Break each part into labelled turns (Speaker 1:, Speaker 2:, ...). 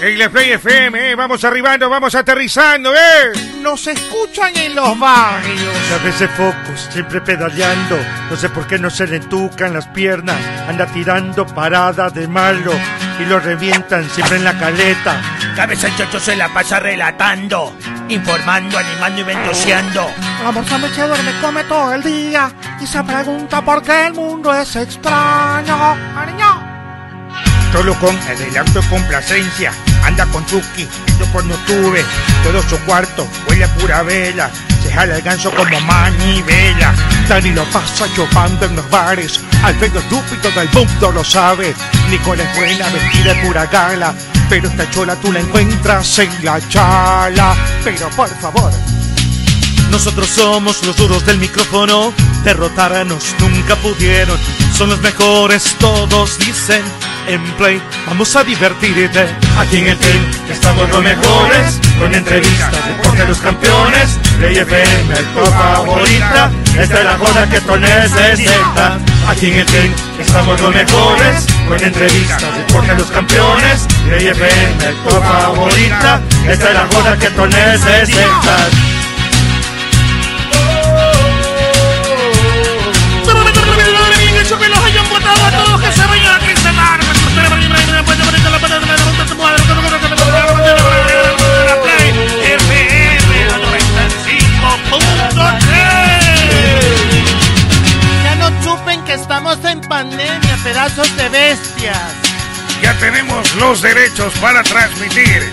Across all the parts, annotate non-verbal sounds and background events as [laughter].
Speaker 1: Iglesia Play FM, eh, vamos arribando, vamos aterrizando, ¿eh?
Speaker 2: Nos escuchan en los barrios.
Speaker 3: A veces focos, siempre pedaleando. No sé por qué no se le entucan las piernas. Anda tirando paradas de malo y lo revientan siempre en la caleta.
Speaker 4: Cabeza el chocho se la pasa relatando, informando, animando y ventoseando.
Speaker 2: El amor sándwich se duerme, come todo el día y se pregunta por qué el mundo es extraño. Ariño.
Speaker 1: Solo con adelanto y complacencia. Anda con Chucky, yo por no tuve. Todo su cuarto huele a pura vela. Se jala el ganso como manivela.
Speaker 3: Dani lo pasa chupando en los bares. Alfredo estúpido del mundo lo sabe. Nicole es buena, vestida de pura gala. Pero esta chola tú la encuentras en la chala. Pero por favor,
Speaker 5: Nosotros somos los duros del micrófono, derrotarnos nunca pudieron. Son los
Speaker 6: pues
Speaker 5: mejores, todos dicen. En Play, vamos a divertirte.
Speaker 6: Aquí en el team estamos los mejores, con entrevistas, deporte de los campeones. Play FM, tu favorita, esta es la joda que tú necesitas. Aquí en el team estamos los mejores, con entrevistas, deporte de los campeones. Play FM, tu favorita, esta es la joda que tú necesitas.
Speaker 2: Ya no chupen que estamos en pandemia, pedazos de bestias.
Speaker 1: Ya tenemos los derechos para transmitir.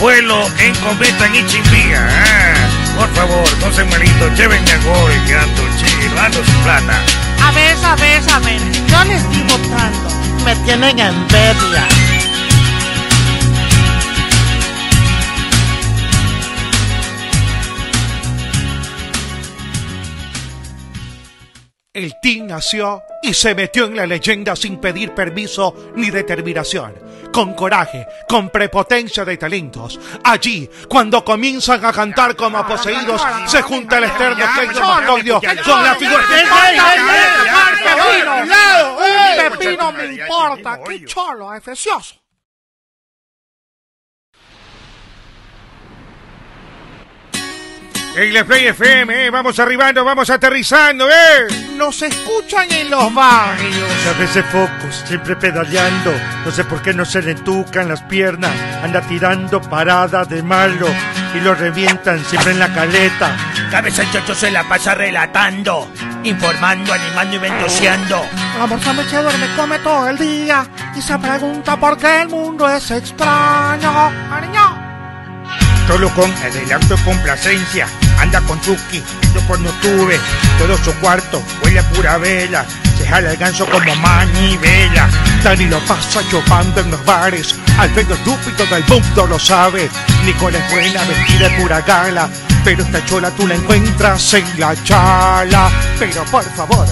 Speaker 1: Vuelo en cometa en Ichimbía. Ah, por favor, no se malito, llévenme a gol, que ando chido, ando sin plata.
Speaker 2: A ver, a ver, a ver, yo les digo tanto, me tienen envidia.
Speaker 3: El Team nació y se metió en la leyenda sin pedir permiso ni determinación. Con coraje, con prepotencia de talentos. Allí, cuando comienzan a cantar como poseídos, se junta el externo Keylor Macoglio con la figura.
Speaker 2: ¡Ay, ay, ay!
Speaker 3: ¡Pepino!
Speaker 2: ¡Pepino! ¡Lado!
Speaker 3: ¡Eh!
Speaker 2: ¡Pepino me importa! ¡Qué cholo, es precioso!
Speaker 1: Iglesia Play FM, eh, vamos arribando, vamos aterrizando, ¿eh?
Speaker 2: Nos escuchan en los barrios.
Speaker 3: A veces focos, siempre pedaleando. No sé por qué no se le entucan las piernas. Anda tirando paradas de malo y lo revientan siempre en la caleta.
Speaker 4: Cabeza el chocho se la pasa relatando, informando, animando y ventoseando.
Speaker 2: El amor sándwich se duerme, come todo el día y se pregunta por qué el mundo es extraño. Ariño.
Speaker 1: Solo con adelanto y complacencia. Anda con Chucky, yo por no tuve. Todo su cuarto huele a pura vela. Se jala el ganso como manivela.
Speaker 3: Dani lo pasa chupando en los bares. Alfredo estúpido del mundo lo sabe. Nicole es buena, vestida de pura gala. Pero esta chola tú la encuentras en la chala. Pero por favor,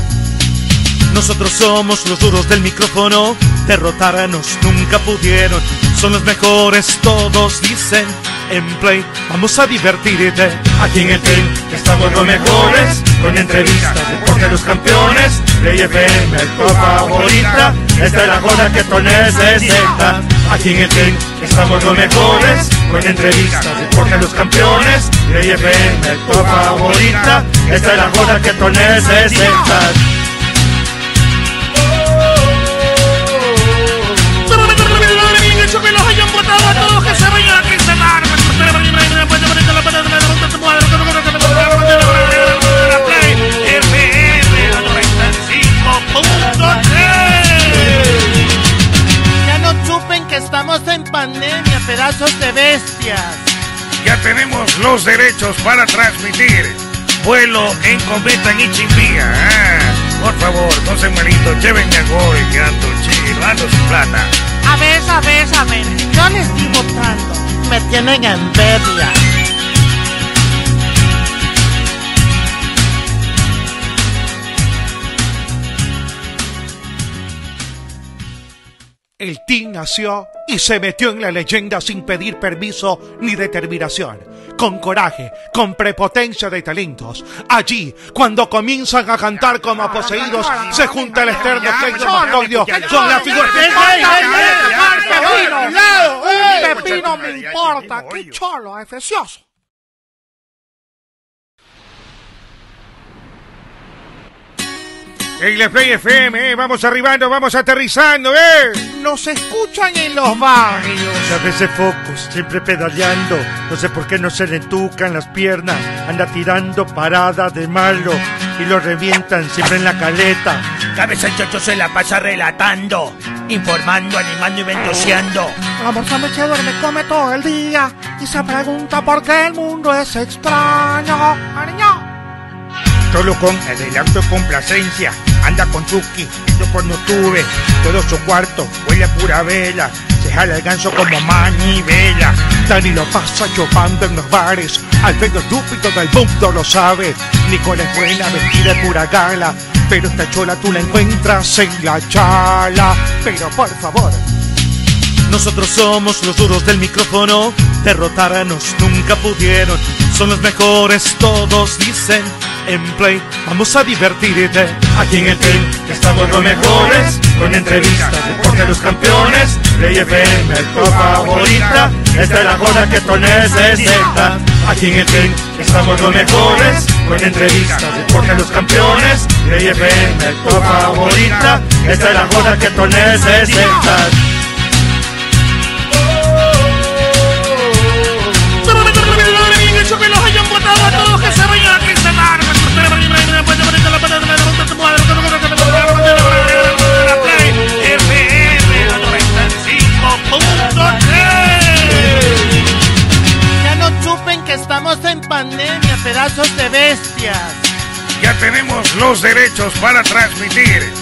Speaker 5: Nosotros somos los duros del micrófono, derrotarnos nunca pudieron. Son los mejores, todos dicen. En Play, vamos a divertirte.
Speaker 6: Aquí en el team estamos los mejores, con entrevistas, deporte de los campeones. Play FM, tu favorita, esta es la joda que tú necesitas. Aquí en el team estamos los mejores, con entrevistas, deporte de los campeones. Play FM, tu favorita, esta es la joda que tú necesitas.
Speaker 2: Ya no chupen que estamos en pandemia, pedazos de bestias.
Speaker 1: Ya tenemos los derechos para transmitir. Vuelo en cometa en Ichimbía. Ah, por favor, no se malito, llévenme a gol, que ando chido, ando sin plata.
Speaker 2: A ver, a ver, a ver, yo les digo tanto, me tienen envidia.
Speaker 3: el Team nació y se metió en la leyenda sin pedir permiso ni determinación. Con coraje, con prepotencia de talentos. Allí, cuando comienzan a cantar como poseídos, se junta el externo Keylor Macoglio con la figura.
Speaker 2: ¡Ay, ay, ay! ¡Pepino! ¡Lado! ¡Eh! Un pepino me
Speaker 1: Mariachi,
Speaker 2: importa,
Speaker 1: mismo
Speaker 2: qué
Speaker 1: hoyo.
Speaker 2: cholo, efecioso.
Speaker 6: En la Play FM, eh, vamos arribando, vamos aterrizando, ¿eh?
Speaker 2: Nos escuchan en los barrios.
Speaker 6: A veces focos, siempre pedaleando. No sé por qué no se le entucan las piernas. Anda tirando parada de malo y lo revientan siempre en la caleta.
Speaker 4: Cabeza el chocho se la pasa relatando, informando, animando y ventoseando.
Speaker 2: El amor sándwich se duerme, come todo el día y se pregunta por qué el mundo es extraño. Cariño.
Speaker 1: Solo con adelanto y complacencia Anda con Chucky, yo cuando tuve Todo su cuarto huele a pura vela Se jala el ganso como manivela
Speaker 3: Dani lo pasa chupando en los bares. Alfredo estúpido del mundo lo sabe. Nicole es buena, vestida de pura gala. Pero esta chola tú la encuentras en la chala. Pero por favor,
Speaker 5: Nosotros somos los duros del micrófono, derrotarnos nunca pudieron. Son los mejores, todos dicen. En play, vamos a divertirte.
Speaker 6: Aquí en el team estamos los mejores con entrevistas, deporte de los campeones. Play FM, tu favorita. Esta es la joda que tú necesitas. Aquí en el team estamos los mejores con entrevistas, deporte de los campeones. Play FM, tu favorita. Esta es la joda que tú necesitas.
Speaker 7: Ya no chupen que estamos en pandemia, pedazos de bestias.
Speaker 1: Ya tenemos los derechos para transmitir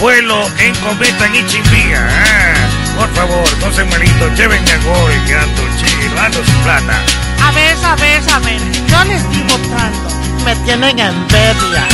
Speaker 1: vuelo en cometa en Ichimbía. Ah, por favor, no se malito, llévenme a Gol, que ando chido, ando sin plata.
Speaker 7: A ver, a ver, a ver, yo les estoy votando. Me tienen envidia.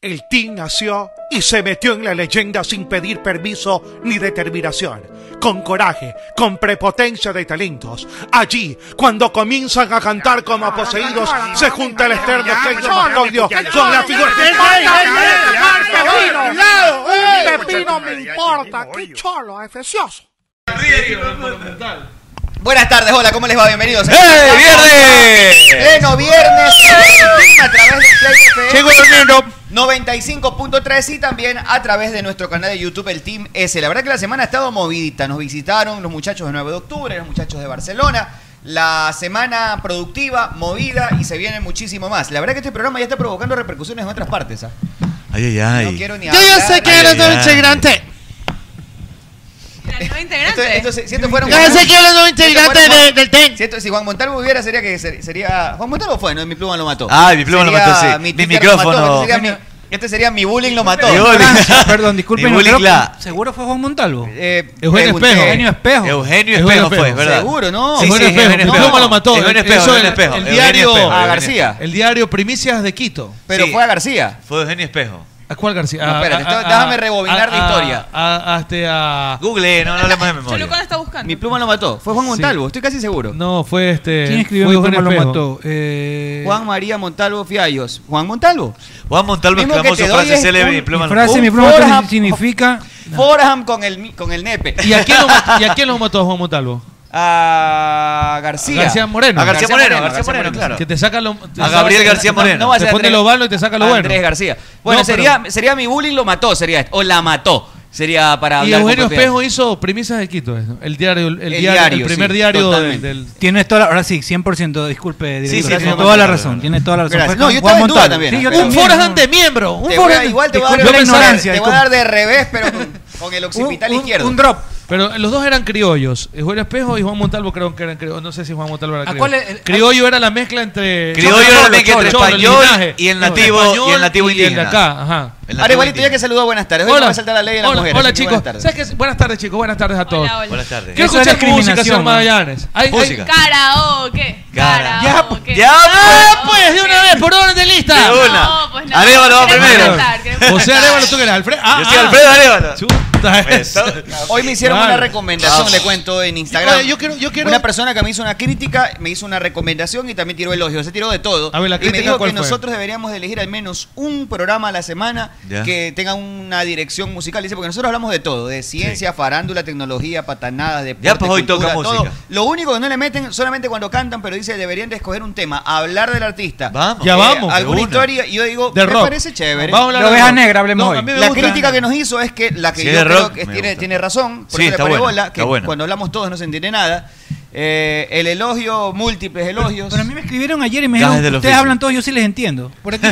Speaker 3: el team nació y se metió en la leyenda sin pedir permiso ni determinación. Con coraje, con prepotencia de talentos. Allí, cuando comienzan a cantar como poseídos, se junta el externo Keiko Macodio con la figura.
Speaker 2: Un pepino me importa, qué cholo, efecioso.
Speaker 8: Buenas tardes, hola, ¿cómo les va? Bienvenidos. este
Speaker 4: ¡Ey, viernes!
Speaker 8: Pleno viernes a través de Play FM
Speaker 4: Sigo durmiendo.
Speaker 8: 95.3 y también a través de nuestro canal de YouTube, el Team S. La verdad que la semana ha estado movidita. Nos visitaron los muchachos de 9 de octubre, los muchachos de Barcelona. La semana productiva, movida y se viene muchísimo más. La verdad que este programa ya está provocando repercusiones en otras partes. ¿ah?
Speaker 5: Ay, ay,
Speaker 8: No
Speaker 5: ay.
Speaker 8: quiero ni
Speaker 7: Yo ya sé que eres
Speaker 5: ay,
Speaker 7: un
Speaker 5: ay.
Speaker 7: integrante.
Speaker 9: La nueva
Speaker 8: Esto-
Speaker 9: integrante.
Speaker 8: esto se- si esto fuera
Speaker 7: Yo
Speaker 8: un-
Speaker 7: ya sé que eres un integrante
Speaker 8: Bueno,
Speaker 7: de- del TEN.
Speaker 8: Si, esto- si Juan Montalvo hubiera, sería que ser- sería. Juan Montalvo fue, ¿no? Mi pluma lo mató.
Speaker 5: Ah, mi pluma lo
Speaker 8: Sería
Speaker 5: mató, sí. Mi
Speaker 8: Twitter
Speaker 5: micrófono.
Speaker 8: lo mató, Este sería mi, este sería mi bullying lo mató.
Speaker 5: Mi bullying.
Speaker 10: Perdón, disculpen.
Speaker 5: Mi bullying,
Speaker 10: creo que-
Speaker 5: la-
Speaker 10: Seguro fue Juan Montalvo.
Speaker 8: Eh,
Speaker 10: Eugenio
Speaker 8: pregunté.
Speaker 10: Espejo. Eugenio Espejo.
Speaker 5: Eugenio Espejo fue, ¿verdad?
Speaker 8: Seguro, ¿no?
Speaker 5: Sí,
Speaker 10: Eugenio
Speaker 5: sí,
Speaker 10: Espejo.
Speaker 5: Eugenio
Speaker 10: Mi
Speaker 5: Espejo.
Speaker 10: pluma lo mató.
Speaker 5: Eugenio Espejo,
Speaker 10: Eso,
Speaker 5: Eugenio
Speaker 10: el-
Speaker 5: Espejo.
Speaker 10: el
Speaker 5: Eugenio
Speaker 10: diario-
Speaker 5: Espejo.
Speaker 8: A García.
Speaker 10: El diario Primicias de Quito.
Speaker 8: Pero
Speaker 5: Sí.
Speaker 8: fue a García.
Speaker 5: Fue Eugenio Espejo.
Speaker 10: ¿A cuál García?
Speaker 7: Ah,
Speaker 10: Ah,
Speaker 8: No,
Speaker 10: A-
Speaker 8: espérate,
Speaker 10: a- a-
Speaker 8: esto- déjame rebobinar la
Speaker 10: a- a-
Speaker 8: historia.
Speaker 10: a- a- este,
Speaker 7: ah.
Speaker 10: a-
Speaker 5: Google, no, no hablemos de memoria.
Speaker 9: Cholucón está buscando.
Speaker 8: Mi pluma lo mató. Fue Juan Montalvo, estoy casi seguro.
Speaker 10: No, fue este.
Speaker 7: ¿Quién escribió
Speaker 10: fue
Speaker 7: Mi pluma
Speaker 10: Eugenio
Speaker 7: lo
Speaker 10: Espejo.
Speaker 7: mató? Eh,
Speaker 8: Juan María Montalvo Fiallos. Juan Montalvo.
Speaker 5: Juan Montalvo
Speaker 8: Mismo que
Speaker 5: exclamó
Speaker 8: te
Speaker 5: su
Speaker 8: doy
Speaker 5: frase
Speaker 8: es
Speaker 5: célebre
Speaker 8: un-
Speaker 5: mi pluma
Speaker 10: mi
Speaker 5: lo mató.
Speaker 10: frase, mi
Speaker 8: Un
Speaker 10: pluma
Speaker 8: Forham-
Speaker 10: significa.
Speaker 8: Forham con el, mi- con el nepe.
Speaker 10: ¿Y a quién lo mató, y a quién lo mató Juan Montalvo?
Speaker 8: [laughs] A García.
Speaker 10: García Moreno.
Speaker 5: A García Moreno, García Moreno, claro.
Speaker 10: Que te saca lo. te
Speaker 5: A
Speaker 10: saca-
Speaker 5: Gabriel García Moreno.
Speaker 8: va a
Speaker 10: Te
Speaker 8: ser
Speaker 10: pone
Speaker 8: Andrés-
Speaker 10: lo malo y te saca lo bueno.
Speaker 8: Andrés García. Bueno,
Speaker 10: No, pero-
Speaker 8: sería, sería mi bullying lo mató, sería esto. O la mató. Sería para
Speaker 10: Y
Speaker 8: hablar con
Speaker 10: Eugenio
Speaker 8: propiedad.
Speaker 10: Espejo hizo Premisas de Quito, ¿no? el diario, el,
Speaker 8: El
Speaker 10: diario,
Speaker 8: diario,
Speaker 10: el primer
Speaker 8: sí,
Speaker 10: diario del,
Speaker 8: totalmente.
Speaker 10: del-
Speaker 7: Tienes toda la, ahora sí, 100%, disculpe,
Speaker 5: sí,
Speaker 7: tiene
Speaker 5: tiene
Speaker 7: toda la
Speaker 5: razón,
Speaker 7: razón, tiene toda la razón. Fue
Speaker 8: Gracias. No,
Speaker 7: con
Speaker 8: yo
Speaker 7: Juan
Speaker 8: estaba en duda
Speaker 7: Montalvo.
Speaker 8: también.
Speaker 7: Sí, yo
Speaker 10: Un
Speaker 8: Pero-
Speaker 7: también,
Speaker 10: Forrest
Speaker 7: no.
Speaker 10: de miembro, un
Speaker 8: Te voy a-
Speaker 10: Forrest-
Speaker 8: igual te voy a dar,
Speaker 10: Disculpe la
Speaker 8: te voy a dar-
Speaker 10: ignorancia,
Speaker 8: te voy a dar de revés, pero con, con
Speaker 10: [laughs]
Speaker 8: el occipital
Speaker 7: Un- un-
Speaker 8: izquierdo.
Speaker 7: Un drop.
Speaker 10: Pero los dos eran criollos, Eugenio Espejo y Juan Montalvo creo que eran criollos, no sé si Juan Montalvo era
Speaker 7: ¿A
Speaker 10: criollo.
Speaker 7: cuál es el-
Speaker 10: criollo era la mezcla entre
Speaker 5: Criollo era la mezcla entre
Speaker 10: Cholo,
Speaker 5: español
Speaker 10: linaje.
Speaker 5: y el nativo-
Speaker 10: Español
Speaker 5: y el nativo
Speaker 10: de
Speaker 5: indígena.
Speaker 10: acá, ajá.
Speaker 5: El
Speaker 8: Ahora igualito
Speaker 5: nativo
Speaker 8: ya que saludó, buenas tardes. Hoy no va a saltar la ley de las
Speaker 10: hola,
Speaker 8: mujeres.
Speaker 10: hola,
Speaker 8: así que
Speaker 10: chicos.
Speaker 8: buenas
Speaker 10: ¿Sabes
Speaker 8: tardes.
Speaker 10: qué? Buenas tardes, chicos. Buenas tardes a todos.
Speaker 9: Hola, hola.
Speaker 5: Buenas tardes.
Speaker 10: ¿Qué
Speaker 7: Eso es
Speaker 10: escuchas música,
Speaker 7: discriminación,
Speaker 10: señor
Speaker 7: ¿no?
Speaker 10: Magallanes? Hay- hay-
Speaker 5: Música.
Speaker 9: Karaoke.
Speaker 5: Cara.
Speaker 9: Karaoke.
Speaker 5: Ya,
Speaker 10: ¡Ah, pues! De una vez, por orden de lista.
Speaker 5: De una.
Speaker 9: No, pues no.
Speaker 5: Arévalo va
Speaker 9: Queremos
Speaker 5: primero.
Speaker 9: cantar, queremos
Speaker 10: José
Speaker 9: cantar.
Speaker 10: Arevalo, tú que eres Alfredo. Ah,
Speaker 5: Yo soy
Speaker 10: ah.
Speaker 5: Alfredo Arevalo.
Speaker 10: Chu- gusta eso.
Speaker 8: Hoy me hicieron
Speaker 10: Claro.
Speaker 8: una recomendación,
Speaker 10: Ah.
Speaker 8: le cuento en Instagram.
Speaker 10: Oye, yo quiero- yo quiero-
Speaker 8: Una persona que me hizo una crítica, me hizo una recomendación y también tiró elogios. Se tiró de todo.
Speaker 10: A ver, la
Speaker 8: y me
Speaker 10: crítica,
Speaker 8: dijo
Speaker 10: ¿cuál
Speaker 8: que
Speaker 10: fue?
Speaker 8: nosotros deberíamos de elegir al menos un programa a la semana
Speaker 10: Ya.
Speaker 8: que tenga una dirección musical. Dice, porque nosotros hablamos de todo: de ciencia, farándula, tecnología, patanadas, deporte.
Speaker 11: Ya, pues, hoy
Speaker 8: cultura,
Speaker 11: toca
Speaker 8: todo.
Speaker 11: música.
Speaker 8: Lo único que no le meten solamente cuando cantan, pero dice, deberían de escoger un tema, hablar del artista. Eh,
Speaker 10: Vamos. Ya vamos, de
Speaker 8: Alguna
Speaker 10: una.
Speaker 8: historia. Y yo digo,
Speaker 10: Del
Speaker 8: me
Speaker 10: rock.
Speaker 8: parece chévere.
Speaker 10: Vamos a hablar La de oveja rock. negra, hablemos No, hoy. a mí me
Speaker 8: La
Speaker 10: gusta.
Speaker 8: crítica que nos hizo es que la que
Speaker 11: Si es
Speaker 8: yo
Speaker 11: de
Speaker 8: creo
Speaker 11: rock,
Speaker 8: que
Speaker 11: me
Speaker 8: tiene,
Speaker 11: gusta.
Speaker 8: tiene razón, por
Speaker 11: Sí,
Speaker 8: eso le
Speaker 11: está
Speaker 8: paré
Speaker 11: bueno,
Speaker 8: bola,
Speaker 11: está
Speaker 8: que
Speaker 11: bueno.
Speaker 8: cuando hablamos todos no se entiende nada. Eh, el elogio, múltiples elogios. Pero, a mí me
Speaker 12: escribieron ayer y me
Speaker 11: Gajes
Speaker 12: dijeron,
Speaker 11: del
Speaker 12: ustedes
Speaker 11: oficio".
Speaker 12: hablan todos, yo sí les entiendo. Por aquí.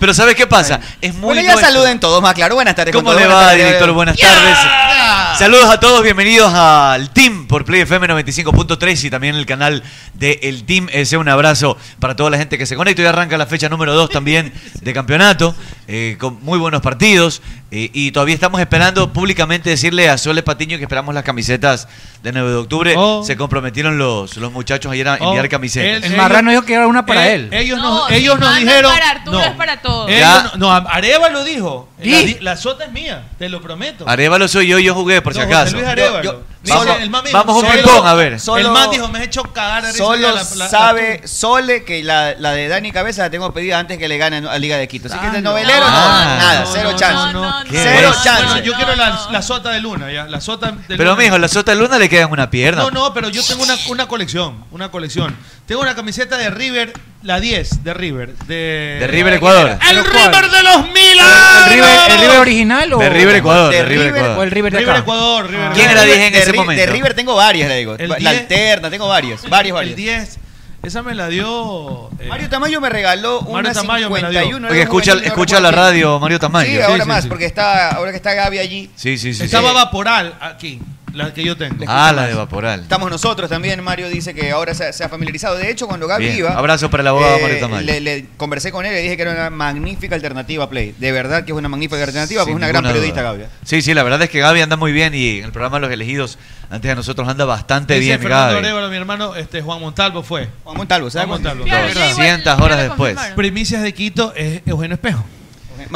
Speaker 11: Pero ¿sabes qué pasa? Es muy
Speaker 8: bueno, ya
Speaker 11: nuestro.
Speaker 8: saluden todos, más claro. Buenas tardes.
Speaker 11: ¿Cómo
Speaker 8: con
Speaker 11: le
Speaker 8: todos,
Speaker 11: va,
Speaker 8: buenas tardes.
Speaker 11: director? Buenas tardes. Saludos a todos, bienvenidos al Team por Play FM 95.3 y también el canal de El Team. Ese un abrazo para toda la gente que se conecta. y arranca la fecha número 2 también de campeonato, eh, con muy buenos partidos. eh, y todavía estamos esperando públicamente decirle a Sole Patiño que esperamos las camisetas de 9 de octubre. Se comprometieron los, los muchachos ayer a enviar
Speaker 10: Oh,
Speaker 11: camisetas.
Speaker 10: él-
Speaker 12: El marrano dijo que era una para
Speaker 10: Eh,
Speaker 12: él.
Speaker 10: Ellos nos, ellos nos
Speaker 9: no,
Speaker 10: dijeron.
Speaker 9: No es para Arturo,
Speaker 10: no.
Speaker 9: es para todos.
Speaker 10: Ellos
Speaker 11: Ya.
Speaker 10: no, no, Areva lo dijo. La
Speaker 9: ¿Sí?
Speaker 10: di- La, sota es mía, te lo prometo.
Speaker 11: Arevalo soy yo, yo jugué por si
Speaker 10: José
Speaker 11: acaso.
Speaker 10: Luis Arevalo.
Speaker 11: Yo- yo-
Speaker 10: Dice,
Speaker 11: vamos,
Speaker 10: el man me dijo,
Speaker 11: vamos un
Speaker 10: solo-
Speaker 11: ping-pong, a ver.
Speaker 10: el
Speaker 8: Solo-
Speaker 10: man dijo, me has hecho cagar. de risa
Speaker 8: Solo
Speaker 10: la- la- la-
Speaker 8: sabe Sole que la, la de Dani Cabeza la tengo pedida antes que le gane a Liga de Quito. Así que este novelero, no,
Speaker 11: Ah,
Speaker 8: nada,
Speaker 11: no,
Speaker 8: cero
Speaker 11: no,
Speaker 8: chance.
Speaker 11: no, no, no. ¿Qué?
Speaker 8: Cero
Speaker 11: Bueno,
Speaker 8: chance.
Speaker 10: Bueno, yo quiero la, la sota de luna, ya. La sota de
Speaker 11: Pero
Speaker 10: luna.
Speaker 11: mijo, la sota de luna le quedan una pierna.
Speaker 10: No, no, pero yo tengo una, una colección, una colección. Tengo una camiseta de River, la 10 de River. De,
Speaker 11: De River Ecuador.
Speaker 10: ¡El River de los
Speaker 12: ¿El
Speaker 10: Milagros!
Speaker 12: River, el River original o
Speaker 11: De River Ecuador, de River Ecuador.
Speaker 12: o el River de
Speaker 10: River
Speaker 12: acá?
Speaker 10: Ecuador, River Ecuador.
Speaker 11: ¿Quién era 10 en
Speaker 8: de,
Speaker 11: ese
Speaker 8: Ri-
Speaker 11: momento?
Speaker 8: de River tengo varias, le digo.
Speaker 10: El
Speaker 8: la
Speaker 10: 10.
Speaker 8: alterna, tengo varias. Varios, varios.
Speaker 10: El 10. Esa me la dio. eh,
Speaker 8: Mario Tamayo me regaló una
Speaker 10: Mario Tamayo me la dio.
Speaker 8: 51.
Speaker 11: Oye,
Speaker 8: era
Speaker 11: escucha,
Speaker 8: juvenil, no
Speaker 11: escucha la
Speaker 8: recuerdo quién.
Speaker 11: radio, Mario Tamayo.
Speaker 8: Sí, ahora más, porque está, ahora que está Gaby allí.
Speaker 11: Sí, sí, sí.
Speaker 10: Estaba
Speaker 11: sí.
Speaker 10: Vaporal aquí, la que yo tengo.
Speaker 11: Ah, la de Vaporal.
Speaker 8: Estamos nosotros también, Mario dice que ahora se, se ha familiarizado. De hecho, cuando Gaby
Speaker 11: Bien.
Speaker 8: iba,
Speaker 11: Abrazo para el abogado
Speaker 8: eh,
Speaker 11: Mario Tamayo.
Speaker 8: Le, le conversé con él y le dije que era una magnífica alternativa a Play. De verdad que es una magnífica alternativa, porque es
Speaker 11: Sin
Speaker 8: una gran
Speaker 11: ninguna
Speaker 8: periodista,
Speaker 11: duda.
Speaker 8: Gaby.
Speaker 11: Sí, sí, la verdad es que Gaby anda muy bien y en el programa Los Elegidos, antes de nosotros, anda bastante
Speaker 10: Dice
Speaker 11: bien,
Speaker 10: Fernando
Speaker 11: Gaby.
Speaker 10: Arevalo, mi hermano, este, Juan Montalvo fue.
Speaker 8: Juan Montalvo, ¿sabes?
Speaker 10: Juan Montalvo.
Speaker 11: Claro, yo igual- 200 horas ya lo después. confirmaron.
Speaker 10: Primicias de Quito es Eugenio Espejo.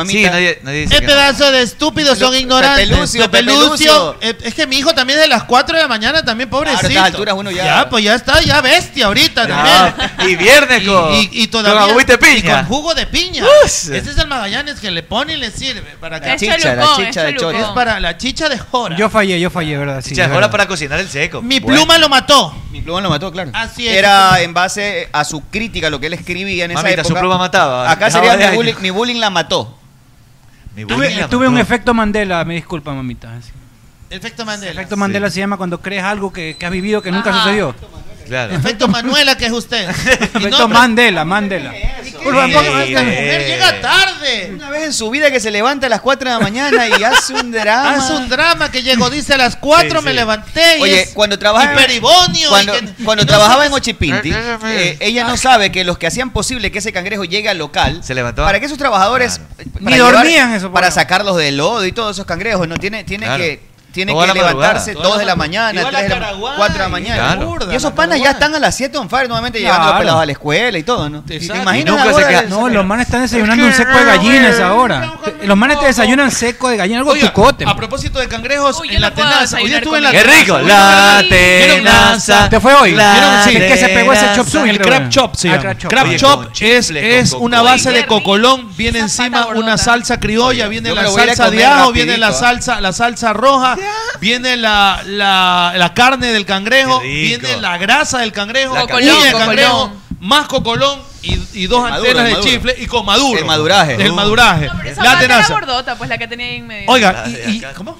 Speaker 11: Sí, nadie, [laughs] nadie dice
Speaker 7: Es
Speaker 11: que no.
Speaker 7: este pedazo de estúpidos, son
Speaker 8: Pepe
Speaker 7: ignorantes.
Speaker 8: Lucio,
Speaker 7: Pepe
Speaker 8: Pepe
Speaker 7: Lucio.
Speaker 8: Lucio.
Speaker 7: Eh, Es que mi hijo también es de las 4 de la mañana, también pobrecito.
Speaker 8: a estas alturas uno ya-
Speaker 7: Ya, pues ya está, ya bestia ahorita también.
Speaker 11: Ah, y viernes con.
Speaker 7: Y, y todavía.
Speaker 11: Con agüite piña.
Speaker 7: Y con jugo de piña.
Speaker 11: Uf.
Speaker 7: Este es el Magallanes que le pone y le sirve. Para que
Speaker 9: Es chicha, la Cholucón, chicha es de Cholucón.
Speaker 7: chora.
Speaker 9: Chora.
Speaker 7: Es para la chicha de Jora.
Speaker 12: Yo fallé, yo fallé, ¿verdad? Sí,
Speaker 11: Chas,
Speaker 12: es
Speaker 11: ahora
Speaker 12: verdad.
Speaker 11: para cocinar el seco.
Speaker 7: Mi
Speaker 11: Bueno.
Speaker 7: pluma lo mató.
Speaker 8: Mi pluma lo mató, claro.
Speaker 7: Así es.
Speaker 8: Era en base a su crítica, lo que él escribía en esa
Speaker 11: Mamita,
Speaker 8: época.
Speaker 11: su pluma mataba.
Speaker 8: Acá
Speaker 11: Dejaba
Speaker 8: sería
Speaker 11: de
Speaker 8: mi
Speaker 11: año.
Speaker 8: bullying, mi bullying la mató.
Speaker 11: Mi bullying
Speaker 12: Tuve,
Speaker 11: la
Speaker 12: tuve un
Speaker 11: mató.
Speaker 12: efecto Mandela, me disculpa, mamita. eh, Sí.
Speaker 7: Efecto Mandela.
Speaker 12: Efecto Mandela se llama cuando crees algo que, que has vivido que nunca
Speaker 7: Ajá.
Speaker 12: sucedió.
Speaker 11: Claro.
Speaker 7: Efecto Manuela, que es usted.
Speaker 8: [laughs]
Speaker 7: Y
Speaker 12: [laughs] Efecto
Speaker 7: no, pero-
Speaker 12: Mandela, Mandela. Urban,
Speaker 7: Sí.
Speaker 12: ponga-
Speaker 7: Esta mujer
Speaker 11: Eh.
Speaker 7: llega tarde.
Speaker 8: Una vez en su vida que se levanta a las 4 de la mañana
Speaker 7: [laughs]
Speaker 8: y hace un drama.
Speaker 7: Hace un drama que llegó, dice a las 4
Speaker 8: Sí,
Speaker 7: me
Speaker 8: sí.
Speaker 7: levanté. y
Speaker 8: Oye,
Speaker 7: es
Speaker 8: cuando trabajaba,
Speaker 7: hiperibonio y
Speaker 8: cuando,
Speaker 7: que-
Speaker 8: cuando
Speaker 7: y no
Speaker 8: trabajaba
Speaker 7: sabes-
Speaker 8: en Ochipinti, eh, ella no sabe que los que hacían posible que ese cangrejo llegue al local,
Speaker 11: Se levantó.
Speaker 8: para que esos trabajadores para
Speaker 12: Ni dormían eso, por
Speaker 8: para
Speaker 12: ejemplo.
Speaker 8: sacarlos del lodo y todos esos cangrejos, no tiene tiene
Speaker 11: Claro.
Speaker 8: que tiene
Speaker 11: Toda
Speaker 8: que
Speaker 11: la madrugada.
Speaker 8: levantarse
Speaker 11: Toda
Speaker 8: 2 de
Speaker 7: la
Speaker 8: la
Speaker 7: madru-
Speaker 8: mañana,
Speaker 7: igual a
Speaker 8: 3 de la
Speaker 7: Caraguay,
Speaker 8: 4 de la mañana.
Speaker 11: Claro.
Speaker 7: burda,
Speaker 8: Y esos
Speaker 7: la
Speaker 8: panas ya
Speaker 7: Caraguay.
Speaker 8: están a las 7 on fire nuevamente
Speaker 12: Claro.
Speaker 8: llevando pelados a la escuela y todo, ¿no? ¿Te
Speaker 10: Exacto.
Speaker 8: imaginas
Speaker 11: Y nunca
Speaker 8: la
Speaker 11: se
Speaker 8: hora
Speaker 11: queda-
Speaker 8: del-
Speaker 12: No, los manes están desayunando un seco de gallinas ahora. Los manes te desayunan seco de gallina, algo
Speaker 10: Oiga,
Speaker 12: tucote.
Speaker 10: a propósito de cangrejos,
Speaker 9: Uy, yo
Speaker 10: en la
Speaker 9: no puedo
Speaker 10: tenaza. Hoy día
Speaker 9: desayunar
Speaker 10: estuve en
Speaker 9: con
Speaker 10: la
Speaker 11: ¡Qué rico!
Speaker 10: Tenaza.
Speaker 11: La
Speaker 10: ¿Vieron?
Speaker 11: tenaza.
Speaker 12: ¿Te fue hoy?
Speaker 11: La
Speaker 12: ¿Vieron? Sí, que se pegó ese chop suey,
Speaker 11: tenaza.
Speaker 10: El
Speaker 12: creo.
Speaker 10: crab chop se
Speaker 12: Ah,
Speaker 10: llama.
Speaker 12: crab
Speaker 10: Crab
Speaker 12: chop.
Speaker 10: chop,
Speaker 11: Oye, con
Speaker 10: es,
Speaker 11: chicle, con
Speaker 10: es
Speaker 11: coco.
Speaker 10: una base
Speaker 9: Oye,
Speaker 10: de
Speaker 9: qué rico.
Speaker 10: cocolón, viene
Speaker 9: Esa
Speaker 10: encima
Speaker 9: pata gordota.
Speaker 10: una salsa criolla, viene
Speaker 8: yo me
Speaker 10: la
Speaker 8: lo voy a ir a
Speaker 10: salsa de
Speaker 8: comer
Speaker 10: ajo,
Speaker 8: rapidito,
Speaker 10: viene la
Speaker 8: ah.
Speaker 10: salsa, la salsa roja, viene la, la, la carne del cangrejo,
Speaker 11: Qué rico.
Speaker 10: viene la grasa del cangrejo,
Speaker 11: La
Speaker 9: Cocolón,
Speaker 10: uña de
Speaker 9: cocolón.
Speaker 10: cangrejo, más cocolón y, y dos
Speaker 8: El maduro, el
Speaker 10: antenas de
Speaker 8: maduro.
Speaker 10: chifle y con maduro.
Speaker 8: El maduraje.
Speaker 10: El maduraje.
Speaker 9: No, pero esa
Speaker 10: la
Speaker 9: pata era
Speaker 10: tenaza.
Speaker 9: gordota, pues la que tenía ahí en medio.
Speaker 10: Oiga,
Speaker 11: La
Speaker 10: y,
Speaker 11: de
Speaker 10: y-
Speaker 11: acá.
Speaker 10: ¿cómo?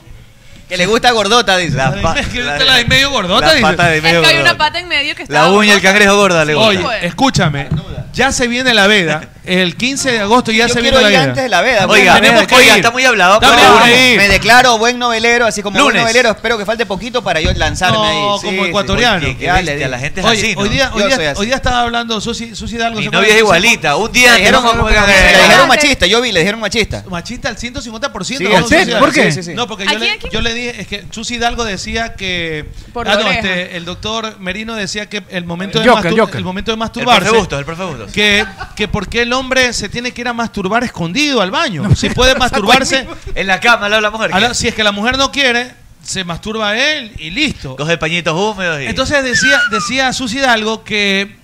Speaker 8: que le gusta gordota
Speaker 7: [laughs]
Speaker 8: dice.
Speaker 11: La pa-
Speaker 10: Es que
Speaker 11: la-
Speaker 10: ahorita la de medio gordota,
Speaker 11: la
Speaker 10: dice.
Speaker 11: pata de
Speaker 9: es que
Speaker 11: medio
Speaker 9: hay una
Speaker 11: gordota.
Speaker 9: pata en medio que está.
Speaker 11: La uña, el cangrejo gorda, le gusta.
Speaker 10: Oye,
Speaker 9: pues.
Speaker 10: escúchame, ya se viene la veda, el 15 de agosto ya
Speaker 8: Yo
Speaker 10: se
Speaker 8: quiero
Speaker 10: viene la
Speaker 8: ir
Speaker 10: veda.
Speaker 8: antes de la veda. porque
Speaker 11: Oiga,
Speaker 10: tenemos que
Speaker 11: oiga,
Speaker 10: ir.
Speaker 11: está muy hablado.
Speaker 10: Está
Speaker 11: pero
Speaker 10: muy
Speaker 11: vamos.
Speaker 10: hablado. Sí.
Speaker 8: Me declaro buen novelero, así como buen
Speaker 11: Lunes.
Speaker 8: novelero. Espero que falte poquito para yo lanzarme
Speaker 10: No,
Speaker 8: ahí.
Speaker 10: como ecuatoriano.
Speaker 11: Qué- qué
Speaker 8: Ya le
Speaker 11: bestia,
Speaker 8: digo.
Speaker 11: la gente es
Speaker 10: Oye,
Speaker 11: así, ¿no?
Speaker 10: hoy, día, hoy,
Speaker 8: Yo
Speaker 10: día-
Speaker 8: soy así.
Speaker 10: hoy día estaba hablando Susi, Susi Hidalgo.
Speaker 11: Mi
Speaker 10: ¿se
Speaker 11: novia
Speaker 10: acuerdan?
Speaker 11: es igualita. Un día
Speaker 8: Le
Speaker 11: antes
Speaker 8: dijeron,
Speaker 11: no como el
Speaker 8: le
Speaker 11: cangrejo.
Speaker 8: dijeron machista, yo vi, le dijeron machista.
Speaker 10: Machista al 150%.
Speaker 8: Sí,
Speaker 10: ¿no?
Speaker 8: ¿a usted?
Speaker 10: Susi
Speaker 12: ¿Por qué?
Speaker 10: Sí, sí, sí. No, porque yo
Speaker 9: ¿A
Speaker 10: le,
Speaker 9: quién, a quién?
Speaker 10: yo le dije, es que Susi Hidalgo decía que...
Speaker 9: Por
Speaker 10: ah,
Speaker 9: la
Speaker 10: no,
Speaker 9: oreja.
Speaker 10: este, el doctor Merino decía que el momento de,
Speaker 12: Joker,
Speaker 10: mastur-
Speaker 12: Joker.
Speaker 10: El momento de
Speaker 11: El profe
Speaker 10: masturbarse...
Speaker 11: Bustos, el profe Bustos.
Speaker 10: Que, que por qué el hombre se tiene que ir a masturbar escondido al baño.
Speaker 8: [laughs]
Speaker 10: si puede masturbarse.
Speaker 11: En la cama, la mujer.
Speaker 10: si es que la mujer no quiere, se masturba él y listo.
Speaker 11: Coge pañitos húmedos y.
Speaker 10: Entonces decía, decía Susi Hidalgo que,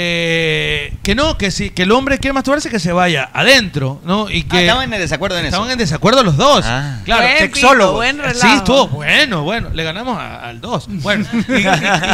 Speaker 10: que, que no, que si que el hombre quiere masturbarse, que se vaya adentro, ¿no?
Speaker 11: Ah,
Speaker 10: Y que
Speaker 8: estaban en desacuerdo en eso.
Speaker 10: Estaban en desacuerdo los dos. Claro,
Speaker 8: Buen pico,
Speaker 10: sexólogo.
Speaker 8: buen relajo.
Speaker 10: sí, estuvo bueno, bueno. Le ganamos a- al dos. Bueno, y,